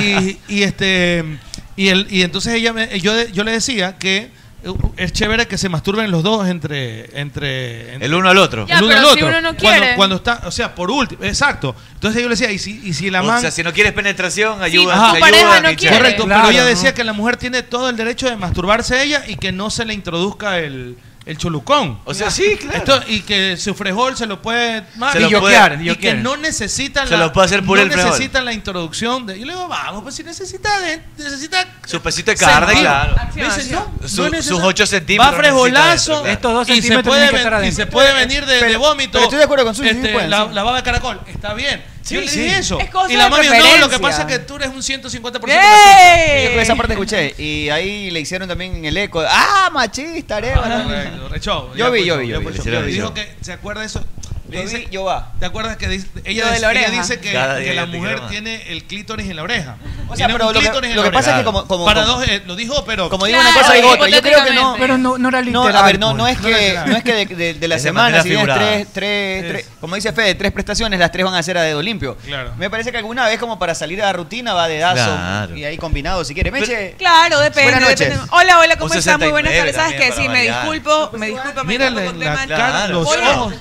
Speaker 10: y- y- y este. Y, el, y entonces ella me- yo, de- yo le decía que eh, es chévere que se masturben los dos entre. entre, entre-
Speaker 11: El uno al otro. Ya,
Speaker 10: el uno
Speaker 11: pero
Speaker 10: al
Speaker 11: si
Speaker 10: otro.
Speaker 11: uno no
Speaker 10: Cuando-
Speaker 11: quiere.
Speaker 10: Cuando, está. O sea, por último. Exacto. Entonces yo le decía, y si, y si la
Speaker 11: o
Speaker 10: man.
Speaker 11: sea, si no quieres penetración, ayuda.
Speaker 10: Ajá.
Speaker 11: te ayudan y chévere.
Speaker 10: Correcto, pero ella decía que la mujer tiene todo el derecho de masturbarse ella y que no se le introduzca el, el cholucón.
Speaker 11: O sea, sí, claro.
Speaker 10: y que su frejol se lo puede
Speaker 11: Se lo
Speaker 10: Billoquear,
Speaker 11: puede-
Speaker 10: y que
Speaker 11: billoquear.
Speaker 10: no necesitan
Speaker 11: Se lo puede hacer puré
Speaker 10: no
Speaker 11: el frejol.
Speaker 10: necesitan la introducción de. Yo le digo, vamos, pues si necesita de- necesita
Speaker 11: Su pesito de carne,
Speaker 10: Sentido.
Speaker 11: claro.
Speaker 10: Me dice, no, no
Speaker 11: Su-
Speaker 10: necesita-
Speaker 11: sus 8 centímetros.
Speaker 10: Va frejolazo.
Speaker 11: necesita de-
Speaker 10: y se puede, ven- y se puede venir de, de vómito.
Speaker 8: pero estoy de acuerdo con Susi,
Speaker 10: este,
Speaker 8: sí pueden,
Speaker 10: la,
Speaker 8: sí.
Speaker 10: la baba de caracol. Está bien. Yo le
Speaker 8: sí.
Speaker 10: dije eso.
Speaker 8: Es cosa
Speaker 10: y la
Speaker 8: de
Speaker 10: mami, no, lo que
Speaker 8: preferencia".
Speaker 10: pasa es que tú eres un 150%
Speaker 8: Yo
Speaker 10: racista".
Speaker 8: creo que esa parte escuché. Y ahí le hicieron también el eco. ¡Ah, machista, areva!
Speaker 10: Correcto, rechó,
Speaker 8: Yo
Speaker 10: ya
Speaker 8: vi,
Speaker 10: puso,
Speaker 8: yo vi,
Speaker 10: ya
Speaker 8: yo vi.
Speaker 10: puso.
Speaker 8: Sí, lo vi,
Speaker 10: Dijo
Speaker 8: yo.
Speaker 10: que, ¿se acuerda eso? Le
Speaker 8: Yo
Speaker 10: dice-
Speaker 8: vi, yo va.
Speaker 10: ¿Te acuerdas que dice, ella,
Speaker 8: Lo de la
Speaker 10: ella
Speaker 8: oreja.
Speaker 10: dice que,
Speaker 8: Cada
Speaker 10: que
Speaker 8: día
Speaker 10: la
Speaker 8: yo te
Speaker 10: mujer
Speaker 8: quiero más.
Speaker 10: tiene el clítoris en la oreja?
Speaker 8: O sea,
Speaker 10: Tiene
Speaker 8: pero
Speaker 10: un
Speaker 8: lo que,
Speaker 10: clítoris en
Speaker 8: lo
Speaker 10: la
Speaker 8: que pasa es que
Speaker 10: oreja.
Speaker 8: como, como,
Speaker 10: Para
Speaker 8: como-
Speaker 10: dos, eh, lo dijo, pero...
Speaker 8: como digo una cosa digo otra, yo creo que no.
Speaker 12: Pero no, no era literal.
Speaker 8: No, a ver, no, no
Speaker 12: pues.
Speaker 8: es que, no es que de, de- de la
Speaker 12: Es de
Speaker 8: semana,
Speaker 12: manera
Speaker 8: si tienes
Speaker 12: figurada.
Speaker 8: tres, tres, tres- como dice Fede, tres prestaciones, las tres van a ser a dedo limpio.
Speaker 10: Claro.
Speaker 8: Me parece que alguna vez como para salir a la rutina va de dazo
Speaker 11: Claro.
Speaker 8: y ahí combinado si quiere. Meche,
Speaker 9: Claro, depende.
Speaker 8: Buenas noches.
Speaker 9: depende. Hola, hola, ¿cómo
Speaker 8: Un
Speaker 9: están? Muy buenas
Speaker 11: 69
Speaker 9: tardes. ¿Sabes qué?
Speaker 11: también
Speaker 9: Sí,
Speaker 11: para
Speaker 9: me
Speaker 11: variar.
Speaker 9: disculpo, me disculpo, me
Speaker 10: Mírale
Speaker 9: disculpo con
Speaker 10: la
Speaker 9: tema-
Speaker 10: cara,
Speaker 11: Claro,
Speaker 10: los
Speaker 9: Hola.
Speaker 10: ojos.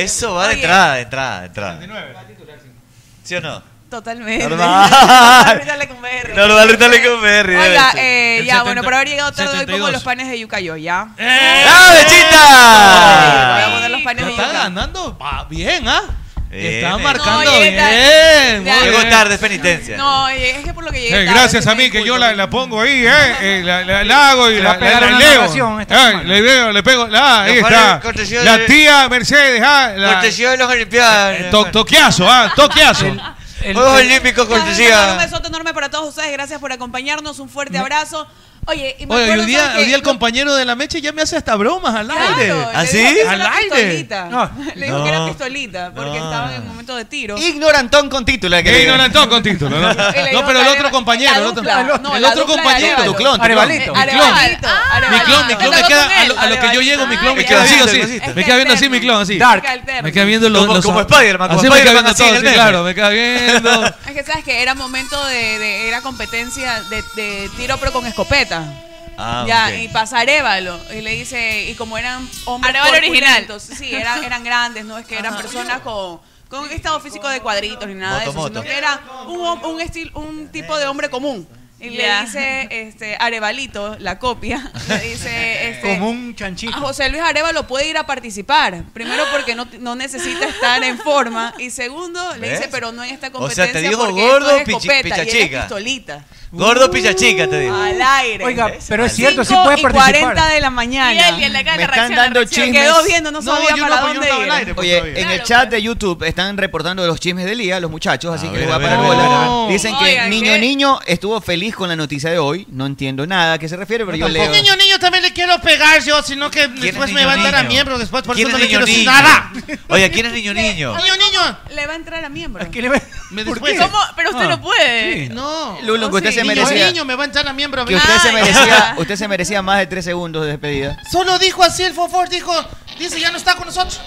Speaker 11: Eso va de
Speaker 9: Oye.
Speaker 11: entrada, de entrada, de entrada. ¿Sí o no?
Speaker 9: Totalmente. [laughs]
Speaker 11: Normal.
Speaker 9: Normal, dale con berry.
Speaker 11: [laughs] Normal, dale con berry,
Speaker 9: Oiga,
Speaker 11: dale.
Speaker 9: eh,
Speaker 11: El
Speaker 9: ya,
Speaker 11: 70,
Speaker 9: bueno, por haber llegado tarde hoy pongo
Speaker 11: 72.
Speaker 9: los panes de yucayo, ¿ya?
Speaker 11: ¡Ah, Bechita!
Speaker 9: Voy a poner los panes de
Speaker 10: ¡Eh! Está
Speaker 9: yuca.
Speaker 10: ganando va bien, ¿ah? Está
Speaker 11: eh.
Speaker 10: marcando
Speaker 9: No, llegué
Speaker 10: bien.
Speaker 9: tarde.
Speaker 10: muy bien.
Speaker 11: Llegó tarde, es penitencia.
Speaker 9: No, eh, es que por lo que llegué
Speaker 10: Eh,
Speaker 9: tarde.
Speaker 10: gracias a mí que yo la, la pongo ahí, ¿eh? Eh, la, la- la hago y
Speaker 12: Se va
Speaker 10: la,
Speaker 12: a pegar
Speaker 10: la- la
Speaker 12: una
Speaker 10: leo.
Speaker 12: narración esta
Speaker 10: Ah,
Speaker 12: semana.
Speaker 10: le veo, le pego. Ah, ahí
Speaker 12: Los cuales
Speaker 10: está.
Speaker 12: cortesía
Speaker 10: La
Speaker 12: de-
Speaker 10: tía Mercedes, ah, la,
Speaker 11: Cortesía de los Olimpiadas.
Speaker 10: eh, to- toqueazo, ah, toqueazo.
Speaker 11: Juegos Olímpicos,
Speaker 9: Un
Speaker 11: cortesía.
Speaker 9: besote enorme para todos ustedes. Gracias por acompañarnos. Un fuerte abrazo. Oye, y me
Speaker 10: Oye,
Speaker 9: acuerdo,
Speaker 10: hoy día,
Speaker 9: ¿sabes
Speaker 10: hoy
Speaker 9: qué?
Speaker 10: día el compañero de la mecha ya me hace hasta bromas al
Speaker 9: Claro,
Speaker 10: aire. ¿Ah,
Speaker 9: le dijo que era
Speaker 10: Al
Speaker 9: una
Speaker 10: aire.
Speaker 9: pistolita.
Speaker 10: No.
Speaker 9: Le dijo que era
Speaker 10: No.
Speaker 9: pistolita porque
Speaker 10: No.
Speaker 9: estaban en momento de tiro.
Speaker 8: ignorantón con título. que le
Speaker 10: Eh,
Speaker 8: digo.
Speaker 10: ignorantón con título, ¿no? No, pero el otro compañero, el otro,
Speaker 9: dupla. No,
Speaker 10: el
Speaker 9: la
Speaker 10: otro
Speaker 9: dupla de
Speaker 10: compañero.
Speaker 9: Arevalo.
Speaker 10: Tu clon, tu clon.
Speaker 9: Arevalito.
Speaker 10: Mi clon.
Speaker 9: Arevalito.
Speaker 10: Mi clon, mi
Speaker 9: Arevalito.
Speaker 10: clon me
Speaker 9: Te
Speaker 10: queda,
Speaker 9: tocó
Speaker 10: a lo,
Speaker 9: con
Speaker 10: a lo
Speaker 9: él,
Speaker 10: que yo llego, mi clon me queda así,
Speaker 11: Arevalito.
Speaker 10: así.
Speaker 11: Arevalito.
Speaker 10: Me queda viendo así, mi clon, así.
Speaker 11: Dark.
Speaker 10: Me queda viendo los,
Speaker 11: Como-
Speaker 10: los-
Speaker 11: como Spider-Man, como
Speaker 10: así me queda
Speaker 11: Spider-Man,
Speaker 10: viendo
Speaker 11: así
Speaker 10: todo,
Speaker 11: en el
Speaker 10: sí,
Speaker 11: meme.
Speaker 10: claro, me queda viendo.
Speaker 9: Es que sabes que era momento de, de- era competencia de, de tiro pero con escopeta.
Speaker 11: Ah,
Speaker 9: ya,
Speaker 11: ok.
Speaker 9: y pasa Arevalo y le dice, y como eran hombres
Speaker 13: Arévalo original.
Speaker 9: corpulentos, sí, eran,
Speaker 13: [laughs]
Speaker 9: eran grandes, no es que eran personas con, con este estado físico de cuadritos ni nada de eso,
Speaker 11: Moto,
Speaker 9: sino
Speaker 11: moto.
Speaker 9: que era un, hom- un, estil- un tipo de hombre común. Y
Speaker 13: Ya.
Speaker 9: le dice este, Arevalito, la
Speaker 11: [laughs]
Speaker 9: copia, le dice este,
Speaker 12: Como un chanchito.
Speaker 9: a José Luis Arevalo puede ir a participar. Primero porque no, no necesita estar en forma. Y segundo, le
Speaker 11: ¿Ves?
Speaker 9: dice, pero no en esta
Speaker 11: O
Speaker 9: competencia.
Speaker 11: sea, te dijo
Speaker 9: porque esto
Speaker 11: gordo,
Speaker 9: es
Speaker 11: pichi-
Speaker 9: escopeta y eres
Speaker 11: pichachica.
Speaker 9: pistolita.
Speaker 11: Gordo pichachica, te digo.
Speaker 9: Al aire.
Speaker 12: Oiga, pero es cierto, sí
Speaker 9: Cinco
Speaker 12: puede
Speaker 9: y
Speaker 12: participar.
Speaker 9: 40 de la mañana.
Speaker 13: Miguel, y en la cara Me están reacciona, dando
Speaker 9: Se
Speaker 13: reacciona.
Speaker 9: quedó
Speaker 13: chismes.
Speaker 9: viendo, no
Speaker 13: No,
Speaker 9: sabía
Speaker 13: yo
Speaker 9: para
Speaker 13: no, yo
Speaker 9: dónde
Speaker 13: estaba al
Speaker 9: ir.
Speaker 13: aire,
Speaker 8: Oye, en el chat de YouTube están reportando los chismes del día los muchachos, así que
Speaker 11: ver,
Speaker 8: les voy a
Speaker 11: a ver,
Speaker 8: parar
Speaker 11: a ver,
Speaker 8: bola.
Speaker 11: a ver, a ver.
Speaker 8: Dicen que
Speaker 11: Oigan,
Speaker 8: niño
Speaker 11: ¿qué?
Speaker 8: niño estuvo feliz con la noticia de hoy. No entiendo nada a qué se refiere, pero yo, leo.
Speaker 7: niño, niño, también le quiero pegar yo, sino que después
Speaker 8: es
Speaker 7: me
Speaker 8: niño,
Speaker 7: va a dar a
Speaker 8: niño?
Speaker 7: miembro después, por
Speaker 8: ¿Quién
Speaker 7: eso
Speaker 8: es
Speaker 7: no le
Speaker 8: niño,
Speaker 7: quiero decir
Speaker 8: niño?
Speaker 7: nada.
Speaker 11: Oye, ¿quién es niño niño?
Speaker 9: Niño, niño. Le va a entrar a miembro.
Speaker 7: después-
Speaker 9: ¿Cómo? Pero usted
Speaker 7: Ah,
Speaker 9: no puede.
Speaker 7: sí. No.
Speaker 8: Lulu, que
Speaker 7: Oh,
Speaker 8: usted
Speaker 7: sí,
Speaker 8: se
Speaker 7: niño,
Speaker 8: merecía-
Speaker 7: niño, me va a entrar a miembro.
Speaker 8: Que usted se
Speaker 7: Ay.
Speaker 8: merecía, usted se merecía más de tres segundos de despedida.
Speaker 7: Solo dijo así el fofor, dijo, dice, ya no está con nosotros.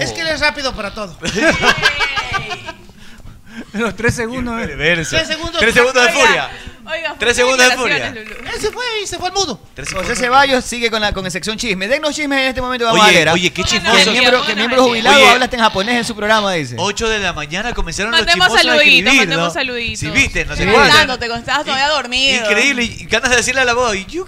Speaker 7: Es que él es rápido para todo.
Speaker 12: [laughs] Los tres segundos. eh.
Speaker 7: Tres segundos.
Speaker 11: Tres segundos de
Speaker 7: Oiga,
Speaker 11: furia.
Speaker 9: Oiga,
Speaker 11: Tres segundos de furia.
Speaker 7: Él se fue y se fue al mudo.
Speaker 8: José Ceballos sigue con la con la sección chisme. Denos chismes en este momento, vamos
Speaker 11: Oye,
Speaker 8: a leer, ¿ah?
Speaker 11: oye, qué chismoso.
Speaker 8: Que miembro, que miembro jubilado
Speaker 11: Oye.
Speaker 8: habla hasta en japonés en su programa, dice.
Speaker 11: 8 de la mañana comenzaron
Speaker 9: Mandemos
Speaker 11: los chismosos a
Speaker 9: saluditos,
Speaker 11: escribir,
Speaker 9: mandemos
Speaker 11: ¿no?
Speaker 9: saluditos.
Speaker 11: Si viste, no
Speaker 9: Te
Speaker 11: sé cuál.
Speaker 9: contándote, cuando estabas todavía dormido.
Speaker 11: Increíble, y ganas de decirle a la voz. "You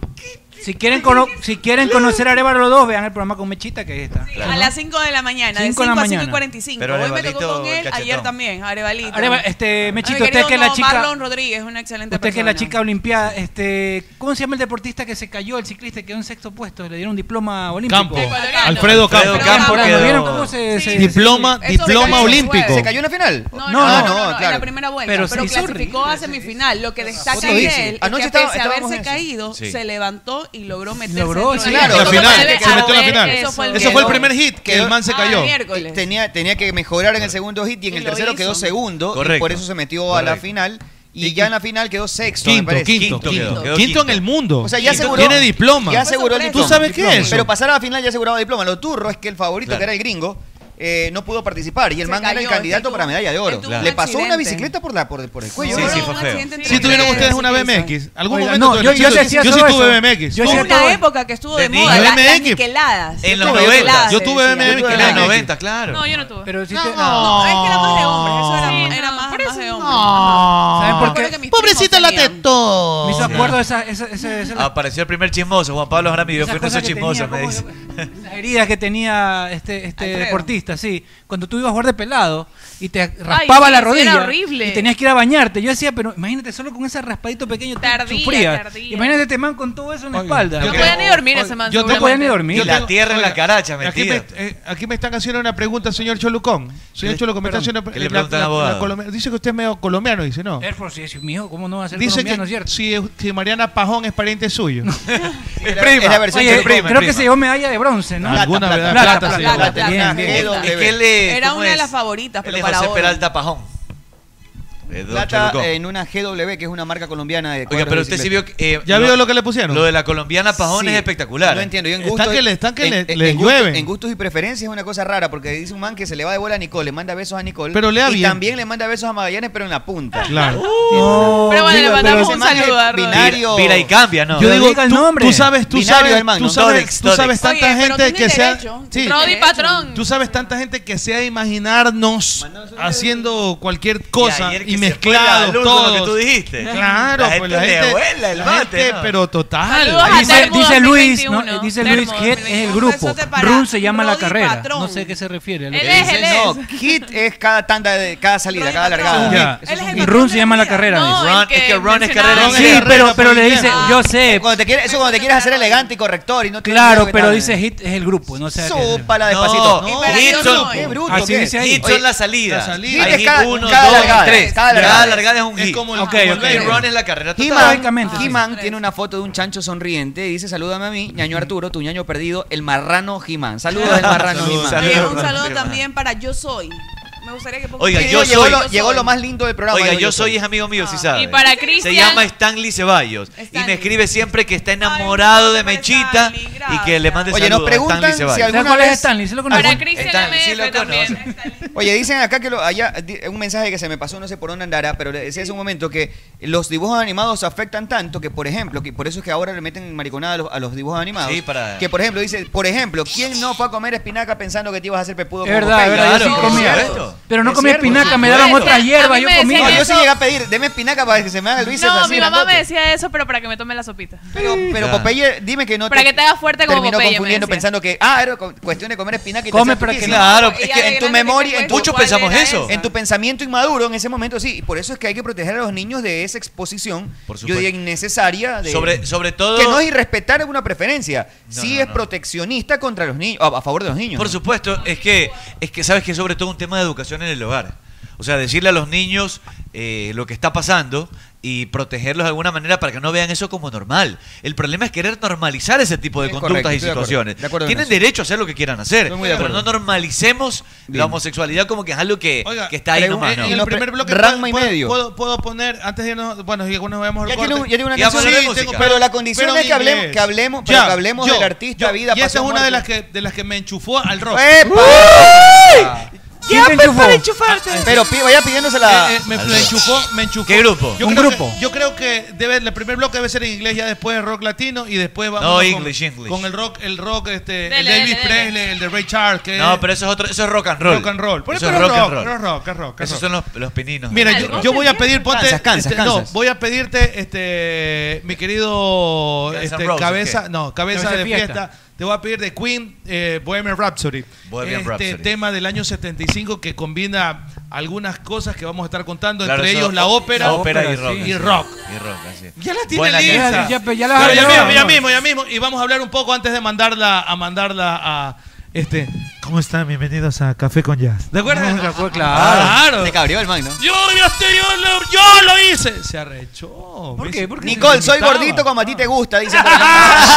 Speaker 12: Si quieren, cono- si quieren conocer a Arevalo los dos, vean el programa con Mechita que ahí está.
Speaker 9: A las 5 de la mañana,
Speaker 12: Cinco de
Speaker 9: de
Speaker 12: la
Speaker 9: 5 a 5 y
Speaker 12: mañana.
Speaker 9: 45.
Speaker 12: Pero
Speaker 9: Hoy me
Speaker 12: Arevalito
Speaker 9: tocó con él,
Speaker 12: cachetón.
Speaker 9: ayer también, Arevalito.
Speaker 12: Areva- este, Mechito,
Speaker 9: Ay, mi querido,
Speaker 12: usted que es la
Speaker 9: no,
Speaker 12: chica-
Speaker 9: Marlon Rodríguez, una excelente
Speaker 12: Usted que es
Speaker 9: persona.
Speaker 12: la chica olimpiada, este, ¿cómo se llama el deportista que se cayó, el ciclista que quedó en sexto puesto? Le dieron un diploma olímpico.
Speaker 10: Campo. Alfredo Campo.
Speaker 12: Alfredo Campo.
Speaker 10: quedó-
Speaker 12: ¿Vieron cómo se, se-
Speaker 10: Diploma,
Speaker 12: se-
Speaker 10: diploma olímpico.
Speaker 8: ¿Se cayó en la final?
Speaker 9: No, no, no, no, no, en
Speaker 8: claro.
Speaker 9: la primera vuelta.
Speaker 8: Pero
Speaker 9: Pero,
Speaker 8: se hizo
Speaker 9: clasificó a semifinal. Lo que destaca
Speaker 8: Foto
Speaker 9: de
Speaker 8: dice.
Speaker 9: él es
Speaker 8: Anoche
Speaker 9: que
Speaker 8: estaba-
Speaker 9: pese a
Speaker 8: estábamos en
Speaker 9: haberse
Speaker 8: eso.
Speaker 9: caído,
Speaker 8: Sí.
Speaker 9: se levantó y logró meterse
Speaker 12: Logró,
Speaker 9: dentro
Speaker 12: sí,
Speaker 9: de-
Speaker 12: en la
Speaker 9: Eso
Speaker 12: final,
Speaker 9: fue-
Speaker 12: se metió en la final.
Speaker 9: Eso fue el,
Speaker 10: Eso fue el
Speaker 9: que-
Speaker 10: primer hit que el man se cayó.
Speaker 9: miércoles.
Speaker 8: Tenía, tenía que mejorar en el segundo hit y en el tercero quedó segundo. Y
Speaker 10: Correcto.
Speaker 8: por eso se metió a la
Speaker 10: Correcto.
Speaker 8: final. Y, ya en la final quedó sexto. me
Speaker 10: Quinto,
Speaker 8: parece.
Speaker 10: quinto, quinto. Quinto, en el mundo.
Speaker 8: O sea, ya
Speaker 10: Quinto.
Speaker 8: aseguró.
Speaker 10: Tiene diploma.
Speaker 8: Ya aseguró el
Speaker 10: ¿Tú
Speaker 8: diploma.
Speaker 10: sabes qué es eso?
Speaker 8: Pero pasar a la final ya aseguraba diploma. Lo turro es que el favorito,
Speaker 10: Claro.
Speaker 8: que era el gringo, eh, no pudo participar. Y el
Speaker 10: Se
Speaker 8: man era el
Speaker 10: cayó, él
Speaker 8: candidato
Speaker 10: tuvo-
Speaker 8: para medalla de oro.
Speaker 10: él tuvo un
Speaker 8: Le pasó una
Speaker 10: accidente.
Speaker 8: bicicleta por, la, por, por el cuello.
Speaker 10: Sí, sí, fue feo. Si tuvieron
Speaker 8: tuviera
Speaker 10: ustedes una BMX, algún
Speaker 8: Oiga,
Speaker 10: momento
Speaker 8: no,
Speaker 10: tuvieron-
Speaker 8: yo- yo
Speaker 10: sí,
Speaker 8: hacía
Speaker 10: yo sí
Speaker 8: todo
Speaker 10: tuve
Speaker 8: eso.
Speaker 10: BMX.
Speaker 8: Yo
Speaker 10: Tuve-
Speaker 9: Hubo una época que estuvo de,
Speaker 10: De
Speaker 9: moda, la-
Speaker 10: niños.
Speaker 9: las
Speaker 10: BMX.
Speaker 9: niqueladas.
Speaker 10: En
Speaker 9: Yo
Speaker 10: los
Speaker 9: tuve
Speaker 10: 90,
Speaker 9: niqueladas,
Speaker 10: yo
Speaker 9: se
Speaker 10: tuve
Speaker 9: decía.
Speaker 10: BMX. En los 90,
Speaker 11: claro.
Speaker 13: No, yo no tuve.
Speaker 12: Pero si
Speaker 13: no,
Speaker 12: te-
Speaker 13: no.
Speaker 9: No, es que era más de hombres, eso era,
Speaker 13: Sí,
Speaker 9: era más, más de hombres.
Speaker 13: No.
Speaker 9: ¿Saben
Speaker 12: Ah.
Speaker 9: por
Speaker 13: Creo
Speaker 9: qué?
Speaker 13: Pobrecita la tetó.
Speaker 12: Me hizo
Speaker 11: Sí.
Speaker 12: acuerdo de esa, esa, esa-
Speaker 9: Ah,
Speaker 12: esa-
Speaker 11: Ah, Apareció el primer chismoso, Juan Pablo Jaramillo. Yo
Speaker 12: Esas
Speaker 11: fui uno de esos
Speaker 12: cosas que
Speaker 11: chismosos,
Speaker 12: tenía,
Speaker 11: me dice.
Speaker 12: esas heridas que tenía este, este deportista, sí. Cuando tú ibas a jugar de pelado y te raspaba
Speaker 13: sí,
Speaker 12: la
Speaker 13: era
Speaker 12: rodilla
Speaker 13: horrible.
Speaker 12: y tenías que ir a bañarte. Yo decía, pero imagínate, solo con ese raspadito pequeño te
Speaker 13: Tardía,
Speaker 12: sufrías.
Speaker 13: tardía.
Speaker 12: Imagínate este man con todo eso en la espalda.
Speaker 10: yo No podía
Speaker 13: ni dormir ese man,
Speaker 12: Yo no podía ni dormir.
Speaker 10: Yo tengo- oiga, aquí
Speaker 12: metida.
Speaker 10: me, eh, aquí me están haciendo una pregunta, señor Cholucón. Señor
Speaker 12: le-
Speaker 10: Cholucón, me está
Speaker 12: perdón.
Speaker 10: haciendo una
Speaker 12: ¿Qué le
Speaker 10: la-
Speaker 12: preguntan
Speaker 10: la-
Speaker 12: al abogado?
Speaker 10: la colombiano- Dice que usted es medio colombiano, dice, ¿no?
Speaker 12: Air Force, sí, sí, mijo, ¿cómo no va a ser
Speaker 10: Dice
Speaker 12: colombiano,
Speaker 10: que
Speaker 12: cierto?
Speaker 10: si, si Mariana Pajón es pariente suyo.
Speaker 12: Es
Speaker 10: prima. [laughs] es la versión
Speaker 12: Oye,
Speaker 10: que- prima,
Speaker 12: creo que
Speaker 10: prima.
Speaker 12: se llevó medalla de bronce, ¿no?
Speaker 10: Plata, Alguna plata, verdad, plata, plata, plata, plata,
Speaker 12: Bien, bien.
Speaker 11: Es que él es-
Speaker 9: Era
Speaker 11: ¿cómo
Speaker 9: una de
Speaker 11: es?
Speaker 9: las favoritas,
Speaker 11: Él
Speaker 9: pero
Speaker 11: es
Speaker 9: para
Speaker 11: José
Speaker 9: hoy.
Speaker 11: Peralta Pajón. Eh, don
Speaker 8: Plata
Speaker 11: Cholucón.
Speaker 8: en una GW, que es una marca colombiana de
Speaker 11: Oiga,
Speaker 8: cuadros
Speaker 11: pero
Speaker 8: de
Speaker 11: usted sí vio.
Speaker 8: bicicleta.
Speaker 11: que, eh,
Speaker 10: ¿Ya vio lo que le pusieron?
Speaker 11: Lo de la colombiana Pajón
Speaker 8: Sí.
Speaker 11: es espectacular. Eh,
Speaker 8: No entiendo. Yo en
Speaker 10: Están
Speaker 8: gustos,
Speaker 10: que le- están que
Speaker 8: en-
Speaker 10: le-
Speaker 8: en-
Speaker 10: le
Speaker 8: en gustos-
Speaker 10: llueven.
Speaker 8: En gustos y preferencias es una cosa rara porque dice un man que se le va de bola a Nicole, le manda besos a Nicole.
Speaker 10: Pero lea
Speaker 8: y
Speaker 10: bien.
Speaker 8: también le manda besos a Magallanes, pero en la punta.
Speaker 10: Claro.
Speaker 8: pero
Speaker 9: bueno, le mandamos
Speaker 8: un saludo a Rodri.
Speaker 11: Vira, vira y cambia, ¿no?
Speaker 10: Yo digo, tú, tú sabes, tú
Speaker 11: Binario
Speaker 10: sabes,
Speaker 11: el man,
Speaker 10: tú
Speaker 11: ¿no?
Speaker 10: sabes,
Speaker 11: Dodex,
Speaker 10: tú
Speaker 11: Dodex.
Speaker 10: sabes tanta
Speaker 11: Oye, pero
Speaker 10: gente
Speaker 11: tiene
Speaker 10: que sea,
Speaker 11: derecho,
Speaker 10: sí.
Speaker 13: tiene Rodi derecho. Patrón.
Speaker 10: Tú sabes tanta gente que sea imaginarnos haciendo cualquier cosa
Speaker 11: ayer que
Speaker 10: y,
Speaker 11: se
Speaker 10: mezclado
Speaker 11: fue la luz con lo
Speaker 10: todo.
Speaker 11: que tú dijiste.
Speaker 10: Claro,
Speaker 11: La
Speaker 10: pues
Speaker 11: gente le vuela el
Speaker 10: la
Speaker 11: mate,
Speaker 10: gente,
Speaker 11: ¿no?
Speaker 10: pero total.
Speaker 12: Saludos a Dice- Termo dice Luis, ¿no? 2021. Dice Luis, Termo Hit es el 2021. grupo. Besote para Run se llama la Rodi carrera. Patrón. No sé a qué se refiere, a lo Él que es, dice. él
Speaker 8: No, hit es cada tanda, de, cada salida, cada
Speaker 12: Ya.
Speaker 8: largada.
Speaker 12: Eso es un- Run se llama la carrera.
Speaker 8: No,
Speaker 12: dice.
Speaker 8: el Run, que es que run es mencionaba. carrera,
Speaker 12: Sí,
Speaker 8: es carrera,
Speaker 12: pero, pero
Speaker 8: por
Speaker 12: le
Speaker 8: interno.
Speaker 12: dice, yo sé.
Speaker 8: Cuando te quieres, eso cuando te quieres hacer elegante y corrector y no te
Speaker 12: Claro, pero dice hit es el grupo, no sé. a qué se-
Speaker 8: Súpala despacito.
Speaker 12: No, hit son-
Speaker 8: qué bruto
Speaker 12: Así
Speaker 8: que
Speaker 12: dice
Speaker 8: es.
Speaker 12: ahí.
Speaker 11: Hits son las salidas.
Speaker 12: las salidas.
Speaker 11: Hay
Speaker 12: Hit es
Speaker 11: hit
Speaker 12: cada-
Speaker 11: uno,
Speaker 8: cada
Speaker 11: dos,
Speaker 8: largada,
Speaker 11: tres.
Speaker 8: cada
Speaker 11: Cada
Speaker 8: largada.
Speaker 11: largada es un hit.
Speaker 8: Ok, ok.
Speaker 11: El run es la carrera total.
Speaker 8: He-Man
Speaker 11: Ah,
Speaker 8: He-Man tiene una foto de un chancho sonriente y dice, salúdame a mí, ñaño Arturo, tu ñaño perdido, el marrano He-Man. Saludos al marrano He-Man.
Speaker 11: Saludos, saludos.
Speaker 9: Oye, un saludo también para Yo Soy. Me gustaría que pongan-
Speaker 11: Oiga,
Speaker 9: Sí,
Speaker 11: yo
Speaker 9: llegó
Speaker 11: soy.
Speaker 9: lo-
Speaker 8: Llegó lo más lindo del programa.
Speaker 11: Oiga,
Speaker 8: digo
Speaker 11: yo soy es amigo mío, si sabe.
Speaker 13: Y para
Speaker 11: Se
Speaker 13: Cristian-
Speaker 11: llama Stanley Ceballos. Y me escribe siempre que está enamorado de Mechita y que le mande
Speaker 8: Oye, nos
Speaker 11: saludos a Stanley
Speaker 8: preguntan
Speaker 11: Ceballos.
Speaker 8: si alguna
Speaker 12: ¿Cuál es
Speaker 8: vez-
Speaker 12: Stanley? ¿Sí lo
Speaker 8: Para
Speaker 12: conoces?
Speaker 8: Cristian
Speaker 11: Stanley, sí lo conoce.
Speaker 8: Oye, dicen acá que lo, allá, di- un mensaje que se me pasó, no sé por dónde andará, pero le decía hace un momento que los dibujos animados afectan tanto que, por ejemplo, que por eso es que ahora le meten mariconada a los, a los dibujos animados.
Speaker 11: Sí, para-
Speaker 8: Que, por ejemplo, dice, por ejemplo, ¿quién no fue a comer espinaca pensando que te ibas a hacer pepudo
Speaker 12: Es
Speaker 8: con
Speaker 12: verdad, es
Speaker 8: Popeye?
Speaker 12: verdad, yo sí
Speaker 8: por
Speaker 12: comía.
Speaker 8: supuesto.
Speaker 12: Pero no
Speaker 8: Es
Speaker 12: comía
Speaker 8: cierto.
Speaker 12: espinaca, me
Speaker 8: Por
Speaker 12: daban
Speaker 8: eso.
Speaker 12: otra hierba,
Speaker 13: A mí
Speaker 12: yo
Speaker 13: me
Speaker 12: comía.
Speaker 13: decían
Speaker 8: No, yo
Speaker 13: eso.
Speaker 8: sí llegué a pedir, deme espinaca para que se me haga el bíceps Ah,
Speaker 13: No,
Speaker 8: así
Speaker 13: mi mamá
Speaker 8: grandote.
Speaker 13: me decía eso, pero para que me tome la sopita.
Speaker 8: Pero, pero
Speaker 11: Ya.
Speaker 8: Popeye, dime que no
Speaker 13: Para que te hagas fuerte como
Speaker 8: terminó
Speaker 13: Popeye, me
Speaker 8: confundiendo
Speaker 13: decía.
Speaker 8: pensando que ah era co- cuestión de comer espinaca y te
Speaker 11: Come
Speaker 8: hacía
Speaker 11: para que-
Speaker 8: riquísimo.
Speaker 11: Claro,
Speaker 8: es
Speaker 11: Ella
Speaker 8: que
Speaker 11: de
Speaker 8: en tu
Speaker 11: grande
Speaker 8: memoria
Speaker 11: te
Speaker 8: en tu,
Speaker 11: cuesta. Muchos pensamos eso.
Speaker 8: en tu pensamiento inmaduro en ese momento sí y por eso es que hay que proteger a los niños de esa exposición
Speaker 11: Por
Speaker 8: yo
Speaker 11: supuesto.
Speaker 8: diría innecesaria de-
Speaker 11: Sobre, sobre todo.
Speaker 8: que no es irrespetar alguna preferencia sí
Speaker 11: no,
Speaker 8: es proteccionista contra los niños a, a favor de los niños
Speaker 11: Por supuesto, es que, es que sabes que sobre todo un tema de educación en el hogar. O sea, decirle a los niños eh, lo que está pasando y protegerlos de alguna manera para que no vean eso como normal. El problema es querer normalizar ese tipo de
Speaker 8: Es
Speaker 11: conductas
Speaker 8: correcto,
Speaker 11: y
Speaker 8: estoy de acuerdo,
Speaker 11: situaciones.
Speaker 8: de acuerdo en
Speaker 11: Tienen
Speaker 8: eso.
Speaker 11: derecho a hacer lo que quieran hacer,
Speaker 8: Estoy muy de
Speaker 11: pero
Speaker 8: acuerdo.
Speaker 11: no normalicemos
Speaker 8: Bien.
Speaker 11: la homosexualidad como que es algo que, que está ahí
Speaker 8: Pregun-
Speaker 10: eh,
Speaker 11: nomás.
Speaker 8: en-
Speaker 11: ¿no?
Speaker 8: en el primer bloque
Speaker 10: Ranma
Speaker 8: y medio.
Speaker 10: Puedo, puedo poner, antes de irnos, bueno, ya nos vemos al
Speaker 8: Ya tiene
Speaker 10: corte.
Speaker 8: un- ya tiene una
Speaker 10: Y vamos a
Speaker 8: canción.
Speaker 10: hablar de
Speaker 8: Sí,
Speaker 10: música.
Speaker 8: tengo- pero la condición
Speaker 10: Pero
Speaker 8: es que
Speaker 10: en
Speaker 8: hablemos-
Speaker 10: inglés.
Speaker 8: que hablemos- pero que hablemos del artista, vida,
Speaker 10: Y esa es
Speaker 8: pasión,
Speaker 10: una de las,
Speaker 8: muerte.
Speaker 10: que, de las que me enchufó al rock.
Speaker 8: ¡Epa!
Speaker 10: ¿Quién te enchufó?
Speaker 8: Ah, pero pi- vaya pidiéndosela
Speaker 10: Eh, eh, me, me enchufó, me enchufó.
Speaker 11: ¿Qué grupo?
Speaker 10: Yo
Speaker 11: Un
Speaker 10: creo
Speaker 11: grupo.
Speaker 10: Que, yo creo que debe, el primer bloque debe ser en inglés, ya después rock latino y después vamos
Speaker 11: No,
Speaker 10: con,
Speaker 11: English, English.
Speaker 10: con el rock, el rock, este, el
Speaker 13: Dele,
Speaker 10: de Elvis
Speaker 13: dele, dele.
Speaker 10: Presley, el de Ray Charles. Que
Speaker 11: No, pero eso es otro, eso es rock and roll.
Speaker 10: Rock and roll. Por
Speaker 11: Eso
Speaker 10: eso
Speaker 11: es rock,
Speaker 10: rock,
Speaker 11: and roll.
Speaker 10: pero es rock, es rock, es
Speaker 11: Esos
Speaker 10: rock.
Speaker 11: son los, los pininos.
Speaker 10: Mira, yo, yo voy a pedir, ponte.
Speaker 11: Kansas, Kansas,
Speaker 10: este,
Speaker 11: Kansas.
Speaker 10: No, voy a pedirte, este, mi querido
Speaker 11: Guns N'
Speaker 10: este,
Speaker 11: Roses,
Speaker 10: cabeza,
Speaker 11: ¿qué?
Speaker 10: no, cabeza,
Speaker 11: Cabeza de
Speaker 10: de fiesta.
Speaker 11: fiesta.
Speaker 10: Te voy a pedir de Queen eh, Bohemian Rhapsody.
Speaker 11: Bohemian
Speaker 10: este
Speaker 11: Rhapsody.
Speaker 10: tema del año 75 que combina algunas cosas que vamos a estar contando,
Speaker 11: Claro,
Speaker 10: entre
Speaker 11: eso-
Speaker 10: ellos la ópera,
Speaker 11: la ópera y rock.
Speaker 10: y rock.
Speaker 11: Y rock, así es.
Speaker 10: Ya la tiene
Speaker 11: Buena
Speaker 10: lista.
Speaker 11: lista.
Speaker 10: Ya,
Speaker 12: ya la-
Speaker 10: ya
Speaker 12: ya la-
Speaker 10: mismo, ya
Speaker 12: no.
Speaker 10: mismo, ya mismo. Y vamos a hablar un poco antes de mandarla a mandarla a Este, ¿cómo están? Bienvenidos a Café con Jazz. ¿De acuerdo?
Speaker 11: No, de acuerdo,
Speaker 10: claro.
Speaker 11: Se cabrió el man, ¿no?
Speaker 10: Yo, yo, estoy- yo lo, yo lo hice. Se arrechó. ¿Por qué?
Speaker 8: Nicole, soy gordito como a ti te gusta, dice. por